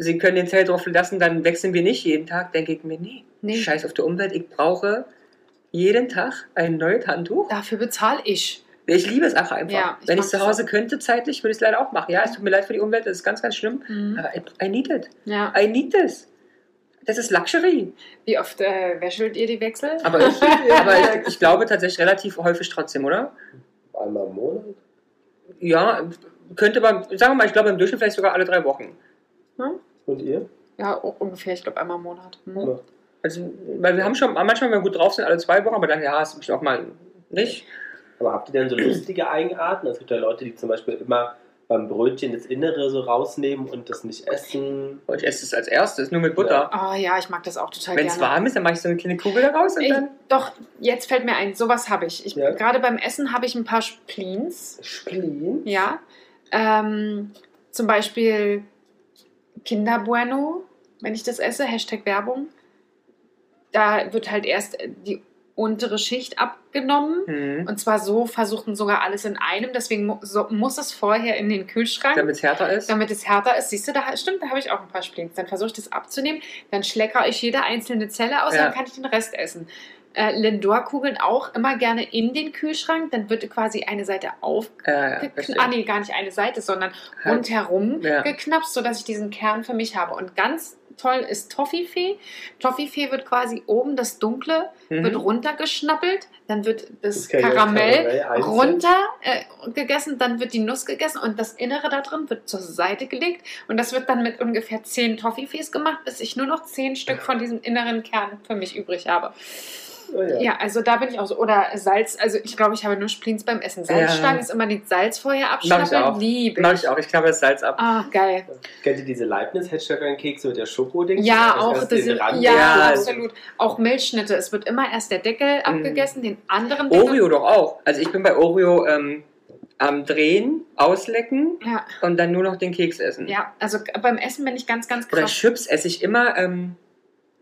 [SPEAKER 3] Sie können den Zettel drauf lassen, dann wechseln wir nicht jeden Tag, denke ich mir, nee,
[SPEAKER 1] Nee.
[SPEAKER 3] scheiß auf die Umwelt, ich brauche jeden Tag ein neues Handtuch.
[SPEAKER 1] Dafür bezahle ich.
[SPEAKER 3] Ich liebe es auch einfach.
[SPEAKER 1] Ja, ich
[SPEAKER 3] Wenn ich
[SPEAKER 1] mag
[SPEAKER 3] zu
[SPEAKER 1] das
[SPEAKER 3] Hause
[SPEAKER 1] auch.
[SPEAKER 3] könnte, zeitlich, würde ich es leider auch machen. Ja, es tut mir leid für die Umwelt, das ist ganz, ganz schlimm.
[SPEAKER 1] Mhm.
[SPEAKER 3] Aber I- I need it.
[SPEAKER 1] Ja.
[SPEAKER 3] I need this. Das ist Luxury.
[SPEAKER 1] Wie oft äh, wäschelt ihr die Wechsel?
[SPEAKER 3] Aber ich, aber ich, ich glaube tatsächlich relativ häufig trotzdem, oder?
[SPEAKER 2] Einmal im Monat?
[SPEAKER 3] Ja, könnte man, sagen wir mal, ich glaube im Durchschnitt vielleicht sogar alle drei Wochen.
[SPEAKER 2] Und ihr?
[SPEAKER 1] Ja, auch ungefähr, ich glaube einmal im Monat. Hm.
[SPEAKER 2] Ja.
[SPEAKER 3] Also, weil wir haben schon, manchmal, wenn wir gut drauf sind, alle zwei Wochen, aber dann, ja, es ist auch mal nicht.
[SPEAKER 2] Aber habt ihr denn so lustige Eigenarten? Es gibt ja Leute, die zum Beispiel immer beim Brötchen das Innere so rausnehmen und das nicht essen.
[SPEAKER 3] Ich esse es als erstes, nur mit Butter.
[SPEAKER 1] Oh ja, ich mag das auch total
[SPEAKER 3] Wenn es
[SPEAKER 1] gerne.
[SPEAKER 3] warm ist, dann mache ich so eine kleine Kugel daraus und
[SPEAKER 1] Ich,
[SPEAKER 3] dann.
[SPEAKER 1] doch, jetzt fällt mir ein, sowas habe ich. ich
[SPEAKER 2] Ja.
[SPEAKER 1] Gerade beim Essen habe ich ein paar Spleens.
[SPEAKER 2] Spleen?
[SPEAKER 1] Ja. Ähm, zum Beispiel Kinder Bueno, wenn ich das esse, Hashtag Werbung. Da wird halt erst die untere Schicht abgenommen.
[SPEAKER 3] Hm,
[SPEAKER 1] Und zwar so versuchen sogar alles in einem. Deswegen mu so, muss es vorher in den Kühlschrank.
[SPEAKER 3] damit es härter ist.
[SPEAKER 1] Damit es härter ist, siehst du, da stimmt, da habe ich auch ein paar Splints. Dann versuche ich das abzunehmen, dann schlecker ich jede einzelne Zelle aus,
[SPEAKER 3] Ja.
[SPEAKER 1] dann kann ich den Rest essen. Äh, Lindor-Kugeln auch immer gerne in den Kühlschrank, dann wird quasi eine Seite aufgeknapst.
[SPEAKER 3] Ja, ja, verstehe.
[SPEAKER 1] Ah, nee, gar nicht eine Seite, sondern
[SPEAKER 3] Halt.
[SPEAKER 1] rundherum
[SPEAKER 3] Ja.
[SPEAKER 1] geknapst, sodass ich diesen Kern für mich habe. Und ganz toll ist Toffifee. Toffifee wird quasi oben das Dunkle, wird
[SPEAKER 3] Mhm.
[SPEAKER 1] runtergeschnappelt, dann wird das
[SPEAKER 2] Das kann ja
[SPEAKER 1] Karamell
[SPEAKER 2] einzeln.
[SPEAKER 1] runter äh, gegessen, dann wird die Nuss gegessen und das Innere da drin wird zur Seite gelegt und das wird dann mit ungefähr zehn Toffifees gemacht, bis ich nur noch zehn Stück von diesem inneren Kern für mich übrig habe.
[SPEAKER 2] Oh
[SPEAKER 1] Ja, also da bin ich auch so. Oder Salz, also ich glaube, ich habe nur Spleens beim Essen. Salzstangen
[SPEAKER 3] Ja.
[SPEAKER 1] ist immer die Salz vorher
[SPEAKER 3] Mach ich auch.
[SPEAKER 1] abschnappeln, liebe
[SPEAKER 3] Mach ich auch, ich knabber das Salz ab.
[SPEAKER 1] Ah, geil.
[SPEAKER 2] Kennt ihr diese Leibniz-Hedgehog-Kekse mit der Schoko-Ding?
[SPEAKER 3] Also
[SPEAKER 1] Ja, auch das
[SPEAKER 2] diese
[SPEAKER 1] ja,
[SPEAKER 2] Rand.
[SPEAKER 3] Ja. also- Mhm.
[SPEAKER 1] absolut. Auch Milchschnitte. Es wird immer erst der Deckel abgegessen, den anderen Deckel.
[SPEAKER 3] Oreo doch auch. Also ich bin bei Oreo ähm, am Drehen, auslecken
[SPEAKER 1] Ja,
[SPEAKER 3] und dann nur noch den Keks essen.
[SPEAKER 1] ja, also beim Essen bin ich ganz, ganz
[SPEAKER 3] Oder
[SPEAKER 1] krass.
[SPEAKER 3] Chips esse ich immer ähm,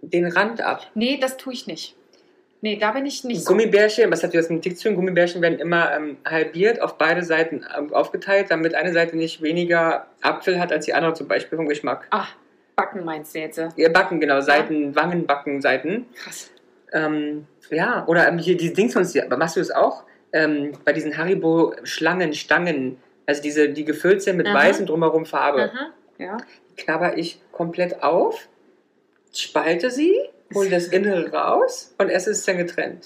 [SPEAKER 3] den Rand ab.
[SPEAKER 1] Nee, das tue ich nicht. Nee, da bin ich nicht so.
[SPEAKER 3] Gummibärchen, was hat das mit Dick zu tun? Gummibärchen werden immer ähm, halbiert, auf beide Seiten ähm, aufgeteilt, damit eine Seite nicht weniger Apfel hat als die andere, zum Beispiel vom Geschmack.
[SPEAKER 1] Ach, Ah, Backen meinst du jetzt?
[SPEAKER 3] Ihr Backen, genau, Seiten, Wangenbacken, Seiten.
[SPEAKER 1] Krass.
[SPEAKER 3] Ähm, ja, oder ähm, hier diese Dings von uns, die- aber machst du das auch? Ähm, bei diesen Haribo-Schlangen, Stangen, also diese, die gefüllt sind mit
[SPEAKER 1] Aha.
[SPEAKER 3] weiß und drumherum Farbe.
[SPEAKER 1] Aha, ja.
[SPEAKER 3] knabber ich komplett auf, spalte sie, hole das Innere raus und esse es dann getrennt.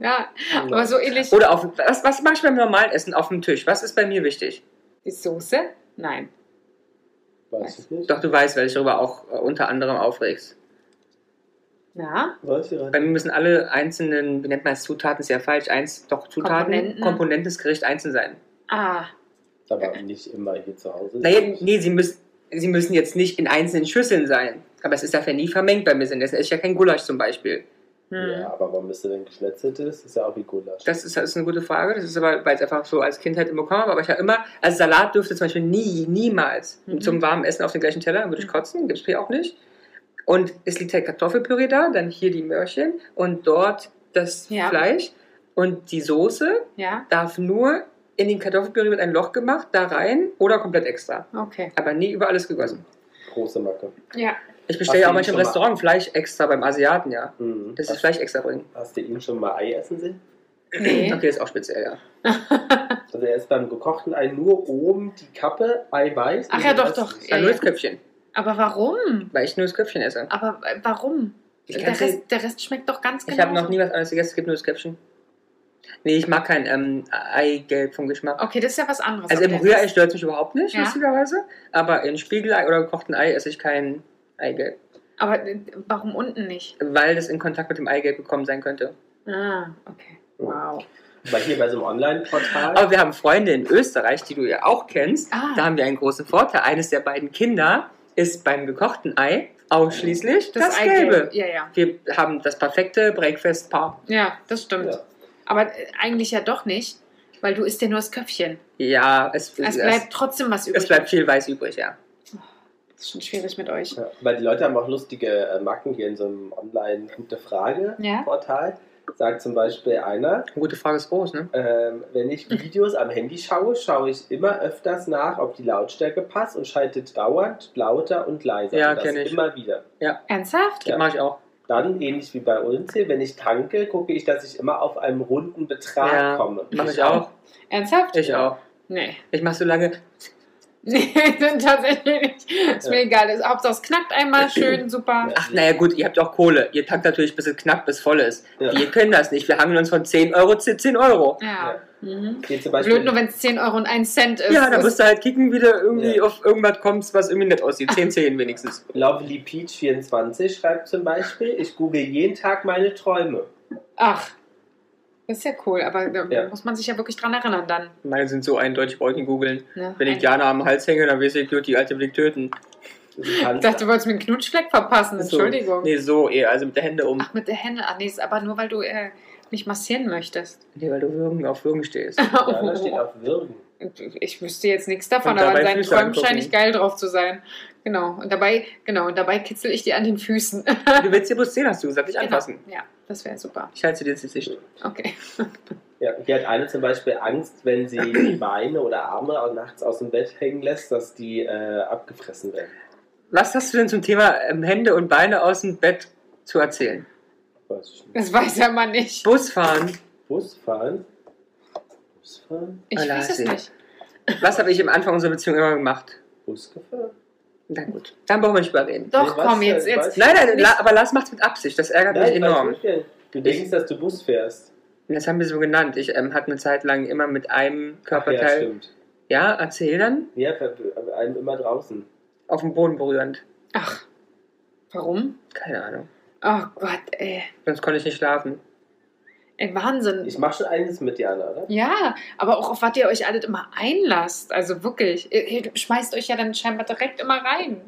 [SPEAKER 1] ja, aber so ähnlich.
[SPEAKER 3] Oder auf, was, was mache ich beim normalen Essen auf dem Tisch? Was ist bei mir wichtig?
[SPEAKER 1] Die Soße? Nein.
[SPEAKER 2] Weiß ich nicht.
[SPEAKER 3] Doch, du weißt, weil ich darüber auch äh, unter anderem aufregst.
[SPEAKER 1] Ja,
[SPEAKER 2] Weiß ich gar
[SPEAKER 3] Bei
[SPEAKER 2] nicht.
[SPEAKER 3] mir müssen alle einzelnen, wie nennt man es, Zutaten, ist ja falsch, eins, doch Zutaten,
[SPEAKER 1] Komponenten.
[SPEAKER 3] Komponenten, des Gerichts einzeln sein.
[SPEAKER 1] ah,
[SPEAKER 2] Aber nicht immer hier zu Hause.
[SPEAKER 3] Naja, nee, sie müssen, sie müssen jetzt nicht in einzelnen Schüsseln sein. Aber es ist dafür nie vermengt bei mir. Denn es ist ja kein Gulasch zum Beispiel.
[SPEAKER 1] hm.
[SPEAKER 2] Ja, aber warum bist du denn geschnetzeltes? Ist ja auch wie Gulasch.
[SPEAKER 3] Das ist, das ist eine gute Frage. Das ist aber, weil es einfach so als Kindheit immer kam. Aber ich habe immer, also Salat dürfte zum Beispiel nie, niemals
[SPEAKER 1] Mhm.
[SPEAKER 3] zum warmen Essen auf den gleichen Teller. Würde ich kotzen, gibt es mir auch nicht. Und es liegt halt Kartoffelpüree da, dann hier die Möhrchen und dort das
[SPEAKER 1] Ja.
[SPEAKER 3] Fleisch. Und die Soße
[SPEAKER 1] ja,
[SPEAKER 3] darf nur in den Kartoffelpüree wird ein Loch gemacht, da rein oder komplett extra.
[SPEAKER 1] okay.
[SPEAKER 3] Aber nie über alles gegossen.
[SPEAKER 2] Große Macke.
[SPEAKER 1] Ja,
[SPEAKER 3] Ich bestelle ja auch
[SPEAKER 2] Hast du
[SPEAKER 3] manchmal im
[SPEAKER 2] ihn schon
[SPEAKER 3] Restaurant Fleisch extra beim Asiaten, ja.
[SPEAKER 2] Mhm.
[SPEAKER 3] Das ist
[SPEAKER 2] Hast,
[SPEAKER 3] Fleisch extra bringen.
[SPEAKER 2] hast du ihn schon mal Ei essen sehen?
[SPEAKER 1] nee.
[SPEAKER 3] Okay, ist auch speziell, ja.
[SPEAKER 2] Also er ist beim gekochten Ei nur oben die Kappe, Ei weiß.
[SPEAKER 1] Ach
[SPEAKER 2] und
[SPEAKER 1] ja,
[SPEAKER 2] der
[SPEAKER 1] doch,
[SPEAKER 2] Rest
[SPEAKER 1] doch.
[SPEAKER 2] ist-
[SPEAKER 1] Ja,
[SPEAKER 3] Dann
[SPEAKER 1] ja.
[SPEAKER 3] nur das Köpfchen.
[SPEAKER 1] Aber warum?
[SPEAKER 3] Weil ich nur das Köpfchen esse.
[SPEAKER 1] Aber äh, warum?
[SPEAKER 3] Ich,
[SPEAKER 1] Der
[SPEAKER 3] kann's dir-
[SPEAKER 1] Rest, der Rest schmeckt doch ganz genau.
[SPEAKER 3] ich habe noch nie was anderes gegessen, es gibt nur das Köpfchen. Nee, ich mag kein ähm, Eigelb vom Geschmack.
[SPEAKER 1] Okay, Oh, das ist ja was anderes.
[SPEAKER 3] also im
[SPEAKER 1] Aber der
[SPEAKER 3] Rührei
[SPEAKER 1] Rest-
[SPEAKER 3] stört es mich überhaupt nicht,
[SPEAKER 1] Ja.
[SPEAKER 3] lustigerweise. Aber in Spiegelei oder gekochten Ei esse ich kein Eigelb.
[SPEAKER 1] Aber äh, warum unten nicht?
[SPEAKER 3] Weil das in Kontakt mit dem Eigelb gekommen sein könnte.
[SPEAKER 1] Ah, okay. Wow.
[SPEAKER 2] Weil hier bei so einem Online-Portal.
[SPEAKER 3] Aber wir haben Freunde in Österreich, die du ja auch kennst.
[SPEAKER 1] Ah,
[SPEAKER 3] Da haben wir einen großen Vorteil. Eines der beiden Kinder ist beim gekochten Ei ausschließlich das, Gelbe.
[SPEAKER 1] Ja, ja.
[SPEAKER 3] Wir haben das perfekte Breakfast-Paar.
[SPEAKER 1] Ja, das stimmt.
[SPEAKER 2] Ja.
[SPEAKER 1] Aber äh, eigentlich ja doch nicht, weil du isst ja nur das Köpfchen.
[SPEAKER 3] Ja, es,
[SPEAKER 1] Es
[SPEAKER 3] es,
[SPEAKER 1] bleibt trotzdem was
[SPEAKER 3] es,
[SPEAKER 1] übrig.
[SPEAKER 3] bleibt viel weiß übrig, ja.
[SPEAKER 1] Das ist schon schwierig mit euch.
[SPEAKER 2] Ja, Weil die Leute haben auch lustige äh, Macken hier in so einem
[SPEAKER 1] Ja.
[SPEAKER 2] Online-Gute-Frage-Portal. Sagt zum Beispiel einer,
[SPEAKER 3] Gute Frage ist groß, ne?
[SPEAKER 2] ähm, wenn ich Videos am Handy schaue, schaue ich immer öfters nach, ob die Lautstärke passt und schalte dauernd lauter und leiser.
[SPEAKER 3] Ja,
[SPEAKER 2] Und das
[SPEAKER 3] kenn ich.
[SPEAKER 2] Immer wieder.
[SPEAKER 1] Ernsthaft?
[SPEAKER 2] Ja.
[SPEAKER 3] Mach ich auch.
[SPEAKER 2] Dann, ähnlich wie bei uns hier, wenn ich tanke, gucke ich, dass ich immer auf einen runden Betrag
[SPEAKER 3] Ja,
[SPEAKER 2] komme.
[SPEAKER 3] Mach ich auch.
[SPEAKER 1] Ernsthaft?
[SPEAKER 3] Ich auch.
[SPEAKER 1] Nee.
[SPEAKER 3] Ich mach so lange.
[SPEAKER 1] Nee, tatsächlich nicht. Ist mir egal. Ist- Hauptsache es knackt einmal schön, super.
[SPEAKER 3] Ach, naja, gut, ihr habt ja auch Kohle. Ihr tankt natürlich, bis es knapp, bis voll ist.
[SPEAKER 2] Ja.
[SPEAKER 3] Wir können das nicht. Wir hangeln uns von 10 Euro zu 10 Euro.
[SPEAKER 1] Ja. Mhm.
[SPEAKER 2] Hier
[SPEAKER 1] Blöd
[SPEAKER 2] zum Beispiel,
[SPEAKER 1] nur, wenn es 10 Euro und 1 Cent ist.
[SPEAKER 3] ja, da
[SPEAKER 1] Ist-
[SPEAKER 3] musst du halt kicken, wie du irgendwie
[SPEAKER 2] Ja.
[SPEAKER 3] auf irgendwas kommst, was irgendwie nett aussieht. 10, 10 wenigstens.
[SPEAKER 2] Lovely Peach 24 schreibt zum Beispiel, ich google jeden Tag meine Träume.
[SPEAKER 1] Ach, das ist ja cool, aber da
[SPEAKER 2] Ja.
[SPEAKER 1] muss man sich ja wirklich dran erinnern dann.
[SPEAKER 3] Meine sind so eindeutig, brauche ich nicht googeln.
[SPEAKER 1] Ne?
[SPEAKER 3] Wenn ich Jana am Hals hänge, dann weiß ich, gut, die alte will ich töten.
[SPEAKER 2] Du
[SPEAKER 1] Ich
[SPEAKER 2] kannst-
[SPEAKER 1] dachte, du wolltest mir einen Knutschfleck verpassen,
[SPEAKER 3] So.
[SPEAKER 1] Entschuldigung.
[SPEAKER 3] Nee, so eher, also mit der Hände um.
[SPEAKER 1] Ach, mit der Hände, ach nee, ist aber nur, weil du äh, mich massieren möchtest.
[SPEAKER 3] Nee, weil du Würgen auf Würgen stehst.
[SPEAKER 2] Ja, da steht auf Würgen.
[SPEAKER 1] Ich wüsste jetzt nichts davon,
[SPEAKER 3] Und
[SPEAKER 1] aber in
[SPEAKER 3] dabei
[SPEAKER 1] seinen
[SPEAKER 3] Füße
[SPEAKER 1] Träumen
[SPEAKER 3] angucken.
[SPEAKER 1] scheine ich geil drauf zu sein. Genau, und dabei, genau, und dabei kitzel ich dir an den Füßen.
[SPEAKER 3] du willst dir bloß sehen, hast du gesagt, nicht anfassen.
[SPEAKER 1] Genau. Ja, das wäre super.
[SPEAKER 3] Ich halte sie dir ins Gesicht.
[SPEAKER 1] Okay.
[SPEAKER 2] Ja, hier hat eine zum Beispiel Angst, wenn sie Beine oder Arme auch nachts aus dem Bett hängen lässt, dass die äh, abgefressen werden.
[SPEAKER 3] Was hast du denn zum Thema ähm, Hände und Beine aus dem Bett zu erzählen?
[SPEAKER 2] Weiß ich nicht.
[SPEAKER 1] Das weiß ja man nicht.
[SPEAKER 3] Busfahren.
[SPEAKER 2] Bus fahren? Bus fahren?
[SPEAKER 1] Ich
[SPEAKER 3] Alla,
[SPEAKER 1] weiß es
[SPEAKER 3] seh.
[SPEAKER 1] nicht.
[SPEAKER 3] Was habe ich am Anfang unserer Beziehung immer gemacht?
[SPEAKER 2] Bus gefahren?
[SPEAKER 3] Na gut, dann brauchen wir nicht überreden.
[SPEAKER 1] Doch,
[SPEAKER 2] Nee, was
[SPEAKER 1] komm
[SPEAKER 2] denn?
[SPEAKER 1] jetzt, jetzt.
[SPEAKER 2] Was?
[SPEAKER 3] Nein, nein, la, aber Lars macht's mit Absicht. Das ärgert mich
[SPEAKER 2] weiß
[SPEAKER 3] enorm.
[SPEAKER 2] ich nicht. Du denkst, dass du Bus fährst.
[SPEAKER 3] Und Das haben wir so genannt. Ich ähm, hatte eine Zeit lang immer mit einem
[SPEAKER 2] ja,
[SPEAKER 3] Körperteil.
[SPEAKER 2] stimmt.
[SPEAKER 3] Ja, erzähl dann.
[SPEAKER 2] Ja, ver- aber einem immer draußen.
[SPEAKER 3] Auf dem Boden berührend.
[SPEAKER 1] Ach, warum?
[SPEAKER 3] Keine Ahnung.
[SPEAKER 1] Oh Gott, ey.
[SPEAKER 3] Sonst konnte ich nicht schlafen.
[SPEAKER 1] ey Wahnsinn.
[SPEAKER 2] Ich mache schon eines mit Jana, oder?
[SPEAKER 1] Ja, aber auch auf was ihr euch alles immer einlasst. Also wirklich, ihr, ihr schmeißt euch ja dann scheinbar direkt immer rein.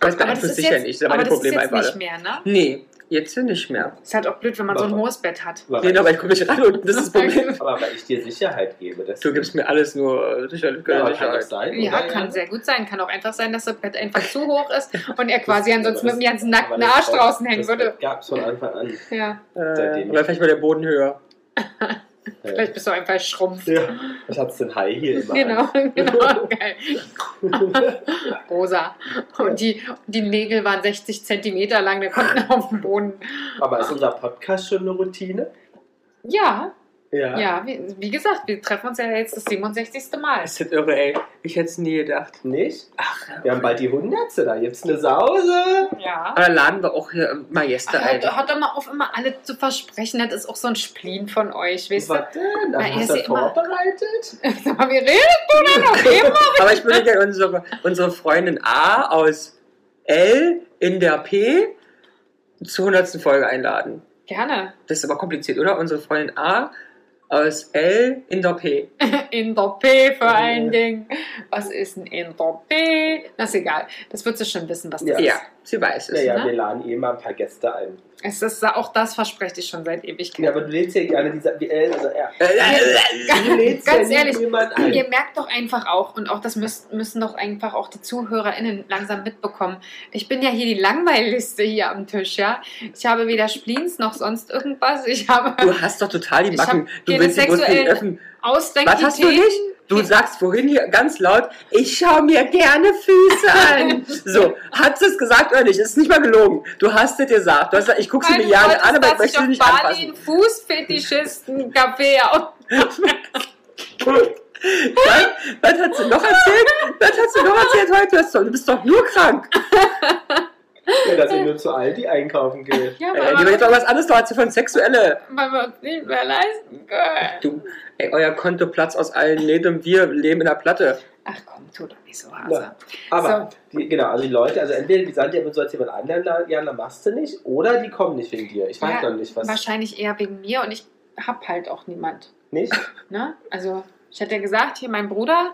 [SPEAKER 3] Aber das
[SPEAKER 1] Aber
[SPEAKER 3] beeinflusst dich ja nicht. Das ist ja mein
[SPEAKER 1] das ist
[SPEAKER 3] Problem
[SPEAKER 1] jetzt
[SPEAKER 3] einfach.
[SPEAKER 1] nicht
[SPEAKER 3] alle.
[SPEAKER 1] mehr, ne?
[SPEAKER 3] Nee, jetzt nicht mehr.
[SPEAKER 1] Ist halt auch blöd, wenn man so ein
[SPEAKER 2] Aber-
[SPEAKER 1] hohes Bett hat.
[SPEAKER 2] Aber,
[SPEAKER 3] Genau, aber ich komme nicht ran und das ist das Problem.
[SPEAKER 2] aber weil ich dir Sicherheit gebe. Dass
[SPEAKER 3] Du gibst mir alles nur äh, Sicherheit.
[SPEAKER 2] ja, aber kann Genau, das
[SPEAKER 3] Sicherheit.
[SPEAKER 2] sein?
[SPEAKER 1] Ja,
[SPEAKER 2] oder,
[SPEAKER 1] kann
[SPEAKER 2] Jana?
[SPEAKER 1] sehr gut sein. Kann auch einfach sein, dass das Bett einfach zu hoch ist und er quasi
[SPEAKER 2] Das-
[SPEAKER 1] ansonsten
[SPEAKER 2] aber
[SPEAKER 1] mit dem
[SPEAKER 2] das-
[SPEAKER 1] ganzen
[SPEAKER 2] aber
[SPEAKER 1] nackten
[SPEAKER 2] das-
[SPEAKER 1] Arsch draußen hängen
[SPEAKER 2] das
[SPEAKER 1] würde.
[SPEAKER 2] Gab es von Anfang an.
[SPEAKER 1] Ja,
[SPEAKER 3] Äh,
[SPEAKER 2] Seitdem.
[SPEAKER 3] oder vielleicht war der Boden höher.
[SPEAKER 2] Ja.
[SPEAKER 1] vielleicht bist du einfach Schrumpf.
[SPEAKER 2] Ja, ich hatte den Hai hier immer.
[SPEAKER 1] Genau,
[SPEAKER 2] an.
[SPEAKER 1] genau, geil. Genau. Rosa. Und die, die Nägel waren 60 Zentimeter lang, der konnten auf dem Boden.
[SPEAKER 2] Aber ist unser Podcast schon eine Routine?
[SPEAKER 1] Ja,
[SPEAKER 2] Ja.
[SPEAKER 1] Ja, wie, wie gesagt, wir treffen uns ja jetzt das 67. Mal.
[SPEAKER 3] Ist das irre, ey. Ich hätte es nie gedacht.
[SPEAKER 2] Nicht? Ach, wir haben bald die Hundertste, da gibt's eine Sause.
[SPEAKER 1] Ja.
[SPEAKER 3] Aber laden wir auch hier Majeste ein.
[SPEAKER 1] Hört, hört doch mal auf, immer alle zu versprechen. Das ist auch so ein Spleen von euch, weißt du?
[SPEAKER 2] Was denn?
[SPEAKER 1] Na,
[SPEAKER 2] Na,
[SPEAKER 1] er
[SPEAKER 2] hast
[SPEAKER 1] ist
[SPEAKER 2] du
[SPEAKER 1] ja
[SPEAKER 2] das
[SPEAKER 1] immer-
[SPEAKER 2] vorbereitet?
[SPEAKER 1] Sag mal, wie redest du denn noch immer?
[SPEAKER 3] Aber ich würde gerne unsere, unsere Freundin A aus L in der P zur 100. Folge einladen.
[SPEAKER 1] Gerne.
[SPEAKER 3] Das ist aber kompliziert, oder? Unsere Freundin A aus L in der P.
[SPEAKER 1] In der P vor
[SPEAKER 2] Ja.
[SPEAKER 1] allen Dingen. Was ist ein In der P? Das ist egal. Das wird sie schon wissen, was das
[SPEAKER 2] Ja.
[SPEAKER 1] ist.
[SPEAKER 3] Ja, sie weiß es.
[SPEAKER 2] Naja,
[SPEAKER 1] ne?
[SPEAKER 2] wir laden eh mal ein paar Gäste ein.
[SPEAKER 1] Es ist auch das verspreche ich schon seit Ewigkeiten.
[SPEAKER 2] Ja, aber du lädst ja gerne dieser. wie- äh, Also, ja. Du lädst
[SPEAKER 1] Ganz
[SPEAKER 2] ja
[SPEAKER 1] ehrlich,
[SPEAKER 2] niemand ein.
[SPEAKER 1] Ihr merkt doch einfach auch, und auch das müssen, müssen doch einfach auch die ZuhörerInnen langsam mitbekommen. Ich bin ja hier die langweiligste hier am Tisch, ja. Ich habe weder Spleens noch sonst irgendwas. Ich habe
[SPEAKER 3] Du hast doch total die
[SPEAKER 1] Ich hab
[SPEAKER 3] Macken. Du
[SPEAKER 1] keine
[SPEAKER 3] willst die Brust nicht
[SPEAKER 1] sexuellen-
[SPEAKER 3] öffnen.
[SPEAKER 1] Ausdenkideen.
[SPEAKER 3] Was hast du nicht? Du sagst vorhin hier ganz laut, ich schaue mir gerne Füße an. So, hat sie es gesagt oder nicht? Es ist nicht mal gelogen. Du hast es gesagt. Du hast gesagt, ich gucke sie
[SPEAKER 1] Mein
[SPEAKER 3] mir gerne
[SPEAKER 1] Gott,
[SPEAKER 3] an,
[SPEAKER 1] ist
[SPEAKER 3] aber ich
[SPEAKER 1] das
[SPEAKER 3] möchte sie
[SPEAKER 1] nicht
[SPEAKER 3] nicht
[SPEAKER 1] auf Bali
[SPEAKER 3] anfassen.
[SPEAKER 1] ein Fußfetischisten-Café. auf-
[SPEAKER 3] Was, was hat sie noch erzählt? Was hat sie noch erzählt heute? Du, hast doch, du bist doch nur krank.
[SPEAKER 2] Ja, dass ihr nur zu Aldi einkaufen geht.
[SPEAKER 1] Ja,
[SPEAKER 3] Äh,
[SPEAKER 1] weil,
[SPEAKER 3] die
[SPEAKER 1] wir,
[SPEAKER 3] überlegt doch was anderes, doch hat sie von Sexuelle.
[SPEAKER 1] weil wir uns nicht mehr leisten können.
[SPEAKER 3] Du, ey, euer Konto platzt aus allen Nähten. Wir leben in der Platte.
[SPEAKER 1] Ach komm, tu doch nicht so,
[SPEAKER 2] Na,
[SPEAKER 1] Hase.
[SPEAKER 2] aber, die, genau, also die Leute, also entweder die sagen dir, du sollst jemand anderen laden, ja, dann machst du nicht, oder die kommen nicht wegen dir. Ich weiß
[SPEAKER 1] Ja,
[SPEAKER 2] noch nicht, was.
[SPEAKER 1] Wahrscheinlich eher wegen mir und ich hab halt auch niemand.
[SPEAKER 2] Nicht?
[SPEAKER 1] Ne? Also, ich hatte ja gesagt, hier mein Bruder,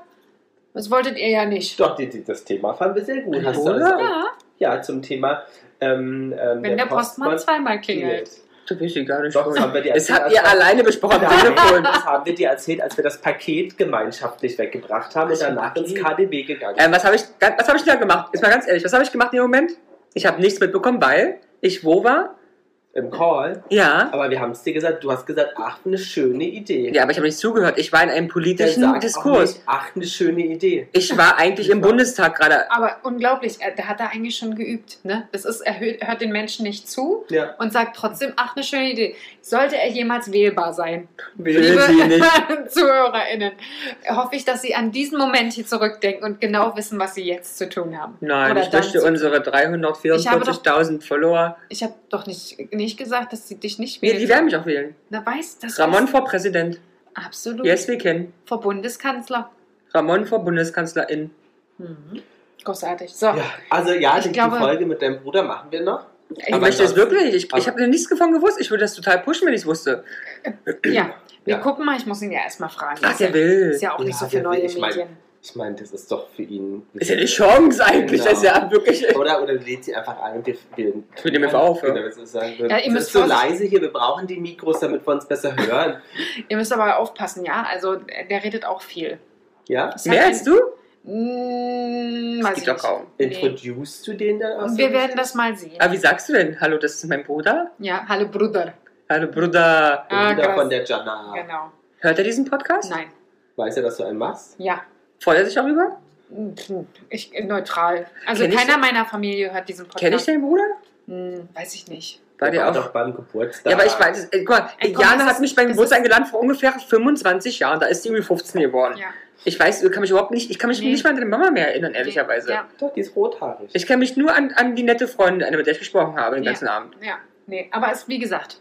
[SPEAKER 1] das wolltet ihr ja nicht.
[SPEAKER 2] Doch, die, die, das Thema fanden wir sehr gut.
[SPEAKER 3] Ein
[SPEAKER 2] Hast du
[SPEAKER 3] Bruder?
[SPEAKER 2] also,
[SPEAKER 1] Ja,
[SPEAKER 2] ja, zum Thema. Ähm, ähm,
[SPEAKER 1] wenn der, Postmann, zweimal klingelt.
[SPEAKER 3] Du bist hier gar nicht
[SPEAKER 2] Doch, das
[SPEAKER 3] schuld.
[SPEAKER 2] haben wir dir
[SPEAKER 3] Das habt
[SPEAKER 2] erzählt,
[SPEAKER 3] ihr
[SPEAKER 2] als wir-
[SPEAKER 3] alleine besprochen am
[SPEAKER 2] Nein,
[SPEAKER 3] Telefon.
[SPEAKER 2] Das haben wir dir erzählt, als wir das Paket gemeinschaftlich weggebracht haben
[SPEAKER 3] Was
[SPEAKER 2] und
[SPEAKER 3] für ein
[SPEAKER 2] danach ins
[SPEAKER 3] Paket?
[SPEAKER 2] KDB gegangen
[SPEAKER 3] Ähm, was habe ich, was hab ich da gemacht? Ist mal ganz ehrlich, was habe ich gemacht im Moment? Ich habe nichts mitbekommen, weil ich wo war?
[SPEAKER 2] Im Call.
[SPEAKER 3] Ja.
[SPEAKER 2] Aber wir haben es dir gesagt, du hast gesagt, ach, eine schöne Idee.
[SPEAKER 3] Ja, aber ich habe nicht zugehört. Ich war in einem
[SPEAKER 2] Dann
[SPEAKER 3] politischen
[SPEAKER 2] sag auch
[SPEAKER 3] Diskurs.
[SPEAKER 2] nicht, ach, eine schöne Idee.
[SPEAKER 3] Ich war eigentlich im Bundestag gerade.
[SPEAKER 1] Aber unglaublich, er- da hat er eigentlich schon geübt. Ne? Das ist, er hört hört den Menschen nicht zu
[SPEAKER 2] Ja.
[SPEAKER 1] und sagt trotzdem, ach, eine schöne Idee. Sollte er jemals wählbar sein?
[SPEAKER 3] Will sie nicht.
[SPEAKER 1] ZuhörerInnen, hoffe ich, dass Sie an diesen Moment hier zurückdenken und genau wissen, was Sie jetzt zu tun haben.
[SPEAKER 3] Nein,
[SPEAKER 1] Oder
[SPEAKER 3] ich möchte
[SPEAKER 1] dann-
[SPEAKER 3] unsere 344.000 Follower.
[SPEAKER 1] Ich habe doch nicht, nicht gesagt, dass Sie dich nicht
[SPEAKER 3] Nee,
[SPEAKER 1] wählen.
[SPEAKER 3] die werden mich auch wählen.
[SPEAKER 1] Na, weiß, das
[SPEAKER 3] Ramon
[SPEAKER 1] weiß-
[SPEAKER 3] vor Präsident.
[SPEAKER 1] Absolut.
[SPEAKER 3] Yes, we can.
[SPEAKER 1] Vor Bundeskanzler.
[SPEAKER 3] Ramon vor Bundeskanzlerin.
[SPEAKER 1] Mhm. Großartig. So,
[SPEAKER 2] ja. Also ja,
[SPEAKER 1] Ich
[SPEAKER 2] die,
[SPEAKER 1] glaube-
[SPEAKER 2] die Folge mit deinem Bruder machen wir noch.
[SPEAKER 3] Ich
[SPEAKER 2] Aber
[SPEAKER 3] möchte es
[SPEAKER 2] ansonsten-
[SPEAKER 3] wirklich. Ich, ich
[SPEAKER 2] aber-
[SPEAKER 3] habe nichts davon gewusst. Ich würde das total pushen, wenn ich es wusste.
[SPEAKER 1] ja, wir
[SPEAKER 2] Ja.
[SPEAKER 1] gucken mal. Ich muss ihn ja erstmal fragen.
[SPEAKER 3] Ach,
[SPEAKER 1] ist ja,
[SPEAKER 3] der will.
[SPEAKER 1] ist ja auch nicht
[SPEAKER 2] Ja,
[SPEAKER 1] so für
[SPEAKER 2] der will.
[SPEAKER 1] neue
[SPEAKER 2] Ich mein-
[SPEAKER 1] Medien.
[SPEAKER 2] Ich meine, das ist doch für ihn.
[SPEAKER 3] Ist ja eine Chance eigentlich,
[SPEAKER 2] Genau.
[SPEAKER 3] dass er wirklich.
[SPEAKER 2] Oder, oder lädt sie einfach ein und wir. wir
[SPEAKER 3] Wir nehmen einfach auf, ja.
[SPEAKER 2] Genau, das ist, sagen wir,
[SPEAKER 1] Ja, ihr
[SPEAKER 2] es
[SPEAKER 1] müsst
[SPEAKER 2] ist so
[SPEAKER 1] vorsichtig-
[SPEAKER 2] leise hier, wir brauchen die Mikros, damit wir uns besser hören.
[SPEAKER 1] Ihr müsst aber aufpassen, ja? Also, der der redet auch viel.
[SPEAKER 2] Ja?
[SPEAKER 1] Das
[SPEAKER 3] Mehr
[SPEAKER 1] hat
[SPEAKER 3] als
[SPEAKER 1] ein-
[SPEAKER 3] du?
[SPEAKER 1] Mm,
[SPEAKER 3] Das
[SPEAKER 1] weiß
[SPEAKER 3] geht
[SPEAKER 1] ich
[SPEAKER 3] doch
[SPEAKER 1] nicht.
[SPEAKER 3] kaum.
[SPEAKER 1] Nee.
[SPEAKER 2] Introduced du den dann aus?
[SPEAKER 1] Und wir werden das mal sehen.
[SPEAKER 3] Aber wie sagst du denn? Hallo, das ist mein Bruder.
[SPEAKER 1] Ja, hallo Bruder.
[SPEAKER 3] Hallo, Bruder.
[SPEAKER 1] Ah,
[SPEAKER 2] Bruder
[SPEAKER 1] krass.
[SPEAKER 2] von der Jana.
[SPEAKER 1] Genau.
[SPEAKER 3] Hört er diesen Podcast?
[SPEAKER 1] Nein.
[SPEAKER 2] Weiß er, dass du einen machst?
[SPEAKER 1] Ja.
[SPEAKER 3] Freut er sich darüber?
[SPEAKER 1] Ich, neutral. Also
[SPEAKER 3] Kenn ich-
[SPEAKER 1] keiner meiner Familie hört diesen Podcast.
[SPEAKER 3] Kenne ich deinen Bruder?
[SPEAKER 1] Hm, weiß ich nicht.
[SPEAKER 3] War der
[SPEAKER 2] doch
[SPEAKER 3] auch.
[SPEAKER 2] beim Geburtstag.
[SPEAKER 3] Ja, aber ich weiß, äh, guck mal,
[SPEAKER 1] Ey, komm,
[SPEAKER 3] Jana
[SPEAKER 1] das
[SPEAKER 3] hat
[SPEAKER 1] ist-
[SPEAKER 3] mich beim
[SPEAKER 1] das
[SPEAKER 3] Geburtstag
[SPEAKER 1] ist-
[SPEAKER 3] eingeladen vor ungefähr 25 Jahren. Da ist die irgendwie 15 geworden.
[SPEAKER 1] Ja.
[SPEAKER 3] Ich weiß, kann mich überhaupt nicht, ich kann mich
[SPEAKER 1] Nee.
[SPEAKER 3] nicht mal an deine Mama mehr erinnern, ehrlicherweise.
[SPEAKER 1] Ja,
[SPEAKER 2] Doch, die ist rothaarig.
[SPEAKER 3] Ich kann mich nur an, an die nette Freundin erinnern, mit der ich gesprochen habe den
[SPEAKER 1] Ja.
[SPEAKER 3] ganzen Abend.
[SPEAKER 1] ja. Nee, aber es, wie gesagt,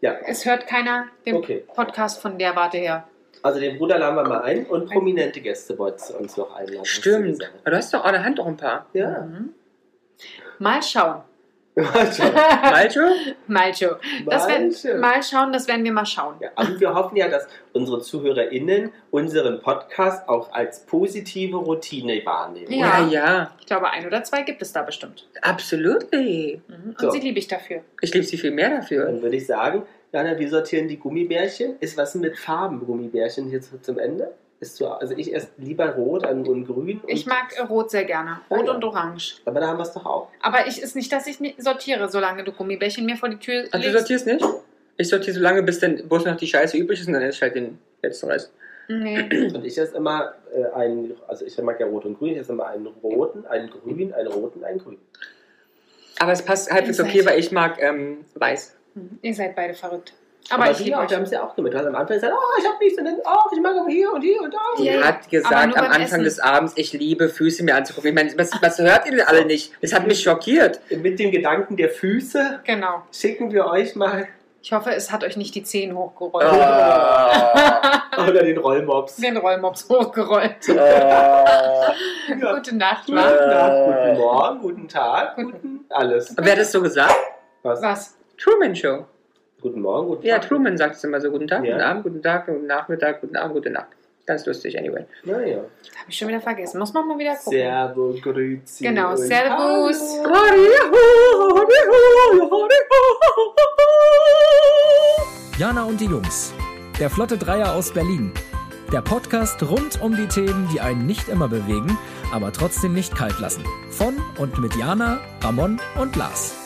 [SPEAKER 2] Ja.
[SPEAKER 1] es hört keiner den
[SPEAKER 2] Okay.
[SPEAKER 1] Podcast von der Warte her.
[SPEAKER 2] Also den Bruder laden wir mal ein und prominente Gäste wolltest du uns noch einladen. hast du
[SPEAKER 3] Stimmt.
[SPEAKER 2] gesagt.
[SPEAKER 3] Aber du hast doch an der Hand auch ein paar.
[SPEAKER 2] Ja.
[SPEAKER 1] Mhm. Mal schauen.
[SPEAKER 2] Mal schauen.
[SPEAKER 3] Malte?
[SPEAKER 1] Mal schauen. Das
[SPEAKER 2] Mal
[SPEAKER 1] werden,
[SPEAKER 2] schauen.
[SPEAKER 1] mal schauen, das werden wir mal schauen.
[SPEAKER 2] Ja, also wir hoffen ja, dass unsere ZuhörerInnen unseren Podcast auch als positive Routine wahrnehmen.
[SPEAKER 1] Ja.
[SPEAKER 3] ja, ja.
[SPEAKER 1] Ich glaube, ein oder zwei gibt es da bestimmt.
[SPEAKER 3] Absolut. ey.
[SPEAKER 1] Mhm. Und
[SPEAKER 2] So.
[SPEAKER 1] sie liebe ich dafür.
[SPEAKER 3] Ich liebe sie viel mehr dafür.
[SPEAKER 2] Dann würde ich sagen, Jana, wir sortieren die Gummibärchen. Ist was mit Farben Gummibärchen hier zu- zum Ende? Ist so, also ich esse lieber rot an- und grün. Und,
[SPEAKER 1] Ich mag äh, Rot sehr gerne.
[SPEAKER 2] Ah,
[SPEAKER 1] Rot
[SPEAKER 2] ja.
[SPEAKER 1] und Orange.
[SPEAKER 2] aber da haben wir es doch auch.
[SPEAKER 1] Aber ich ist nicht, dass ich nicht sortiere, solange du Gummibärchen mir vor die Tür legst.
[SPEAKER 2] Ah,
[SPEAKER 3] Also du sortierst nicht? Ich sortiere so lange, bis dann bloß noch die Scheiße übrig ist und dann esse ich halt den letzten Rest.
[SPEAKER 1] Nee.
[SPEAKER 2] Und ich esse immer äh, einen, also ich mag ja rot und grün, ich esse immer einen roten, einen grün, einen roten, einen grün.
[SPEAKER 3] Aber es passt halbwegs
[SPEAKER 1] Ihr seid-
[SPEAKER 3] okay, weil ich mag ähm, weiß.
[SPEAKER 1] Mhm. Ihr seid beide verrückt. Aber,
[SPEAKER 2] aber
[SPEAKER 1] ich
[SPEAKER 2] die
[SPEAKER 1] liebe
[SPEAKER 2] auch,
[SPEAKER 1] euch.
[SPEAKER 2] wir haben es ja auch gemacht. Also am Anfang gesagt, oh, ich hab nichts und dann, oh, ich mag aber hier und hier und da.
[SPEAKER 3] Die
[SPEAKER 1] Ja, ja.
[SPEAKER 3] hat
[SPEAKER 1] Aber
[SPEAKER 3] gesagt
[SPEAKER 1] nur
[SPEAKER 3] am
[SPEAKER 1] beim
[SPEAKER 3] Anfang
[SPEAKER 1] Essen.
[SPEAKER 3] des Abends, ich liebe Füße mir anzugucken. Ich meine, was, was hört ihr denn alle nicht? Das hat mich schockiert.
[SPEAKER 2] Mit dem Gedanken der Füße
[SPEAKER 1] Genau.
[SPEAKER 2] schicken wir euch mal
[SPEAKER 1] Ich hoffe, es hat euch nicht die Zehen hochgerollt.
[SPEAKER 2] Ah. oder den Rollmops.
[SPEAKER 1] Den Rollmops hochgerollt.
[SPEAKER 2] Ja.
[SPEAKER 1] Gute Nacht,
[SPEAKER 2] Guten,
[SPEAKER 1] war.
[SPEAKER 2] Abend, guten Morgen, guten Tag,
[SPEAKER 1] Guten-
[SPEAKER 2] guten alles.
[SPEAKER 3] Wer hat das so gesagt?
[SPEAKER 2] Was?
[SPEAKER 1] Was?
[SPEAKER 3] Truman Show.
[SPEAKER 2] Guten Morgen, guten
[SPEAKER 3] Ja,
[SPEAKER 2] Tag.
[SPEAKER 3] Truman sagt es immer so. Guten Tag,
[SPEAKER 2] Ja.
[SPEAKER 3] guten Abend, guten Tag, guten Nachmittag, guten Abend, gute Nacht. Ganz lustig, anyway.
[SPEAKER 2] Naja.
[SPEAKER 1] Das habe ich schon wieder vergessen. Muss man mal wieder gucken.
[SPEAKER 2] Servo, Grüezi.
[SPEAKER 1] Genau,
[SPEAKER 2] und
[SPEAKER 1] Servus.
[SPEAKER 2] Hallo.
[SPEAKER 4] Jana und die Jungs. Der Flotte Dreier aus Berlin. Der Podcast rund um die Themen, die einen nicht immer bewegen, aber trotzdem nicht kalt lassen. Von und mit Jana, Ramon und Lars.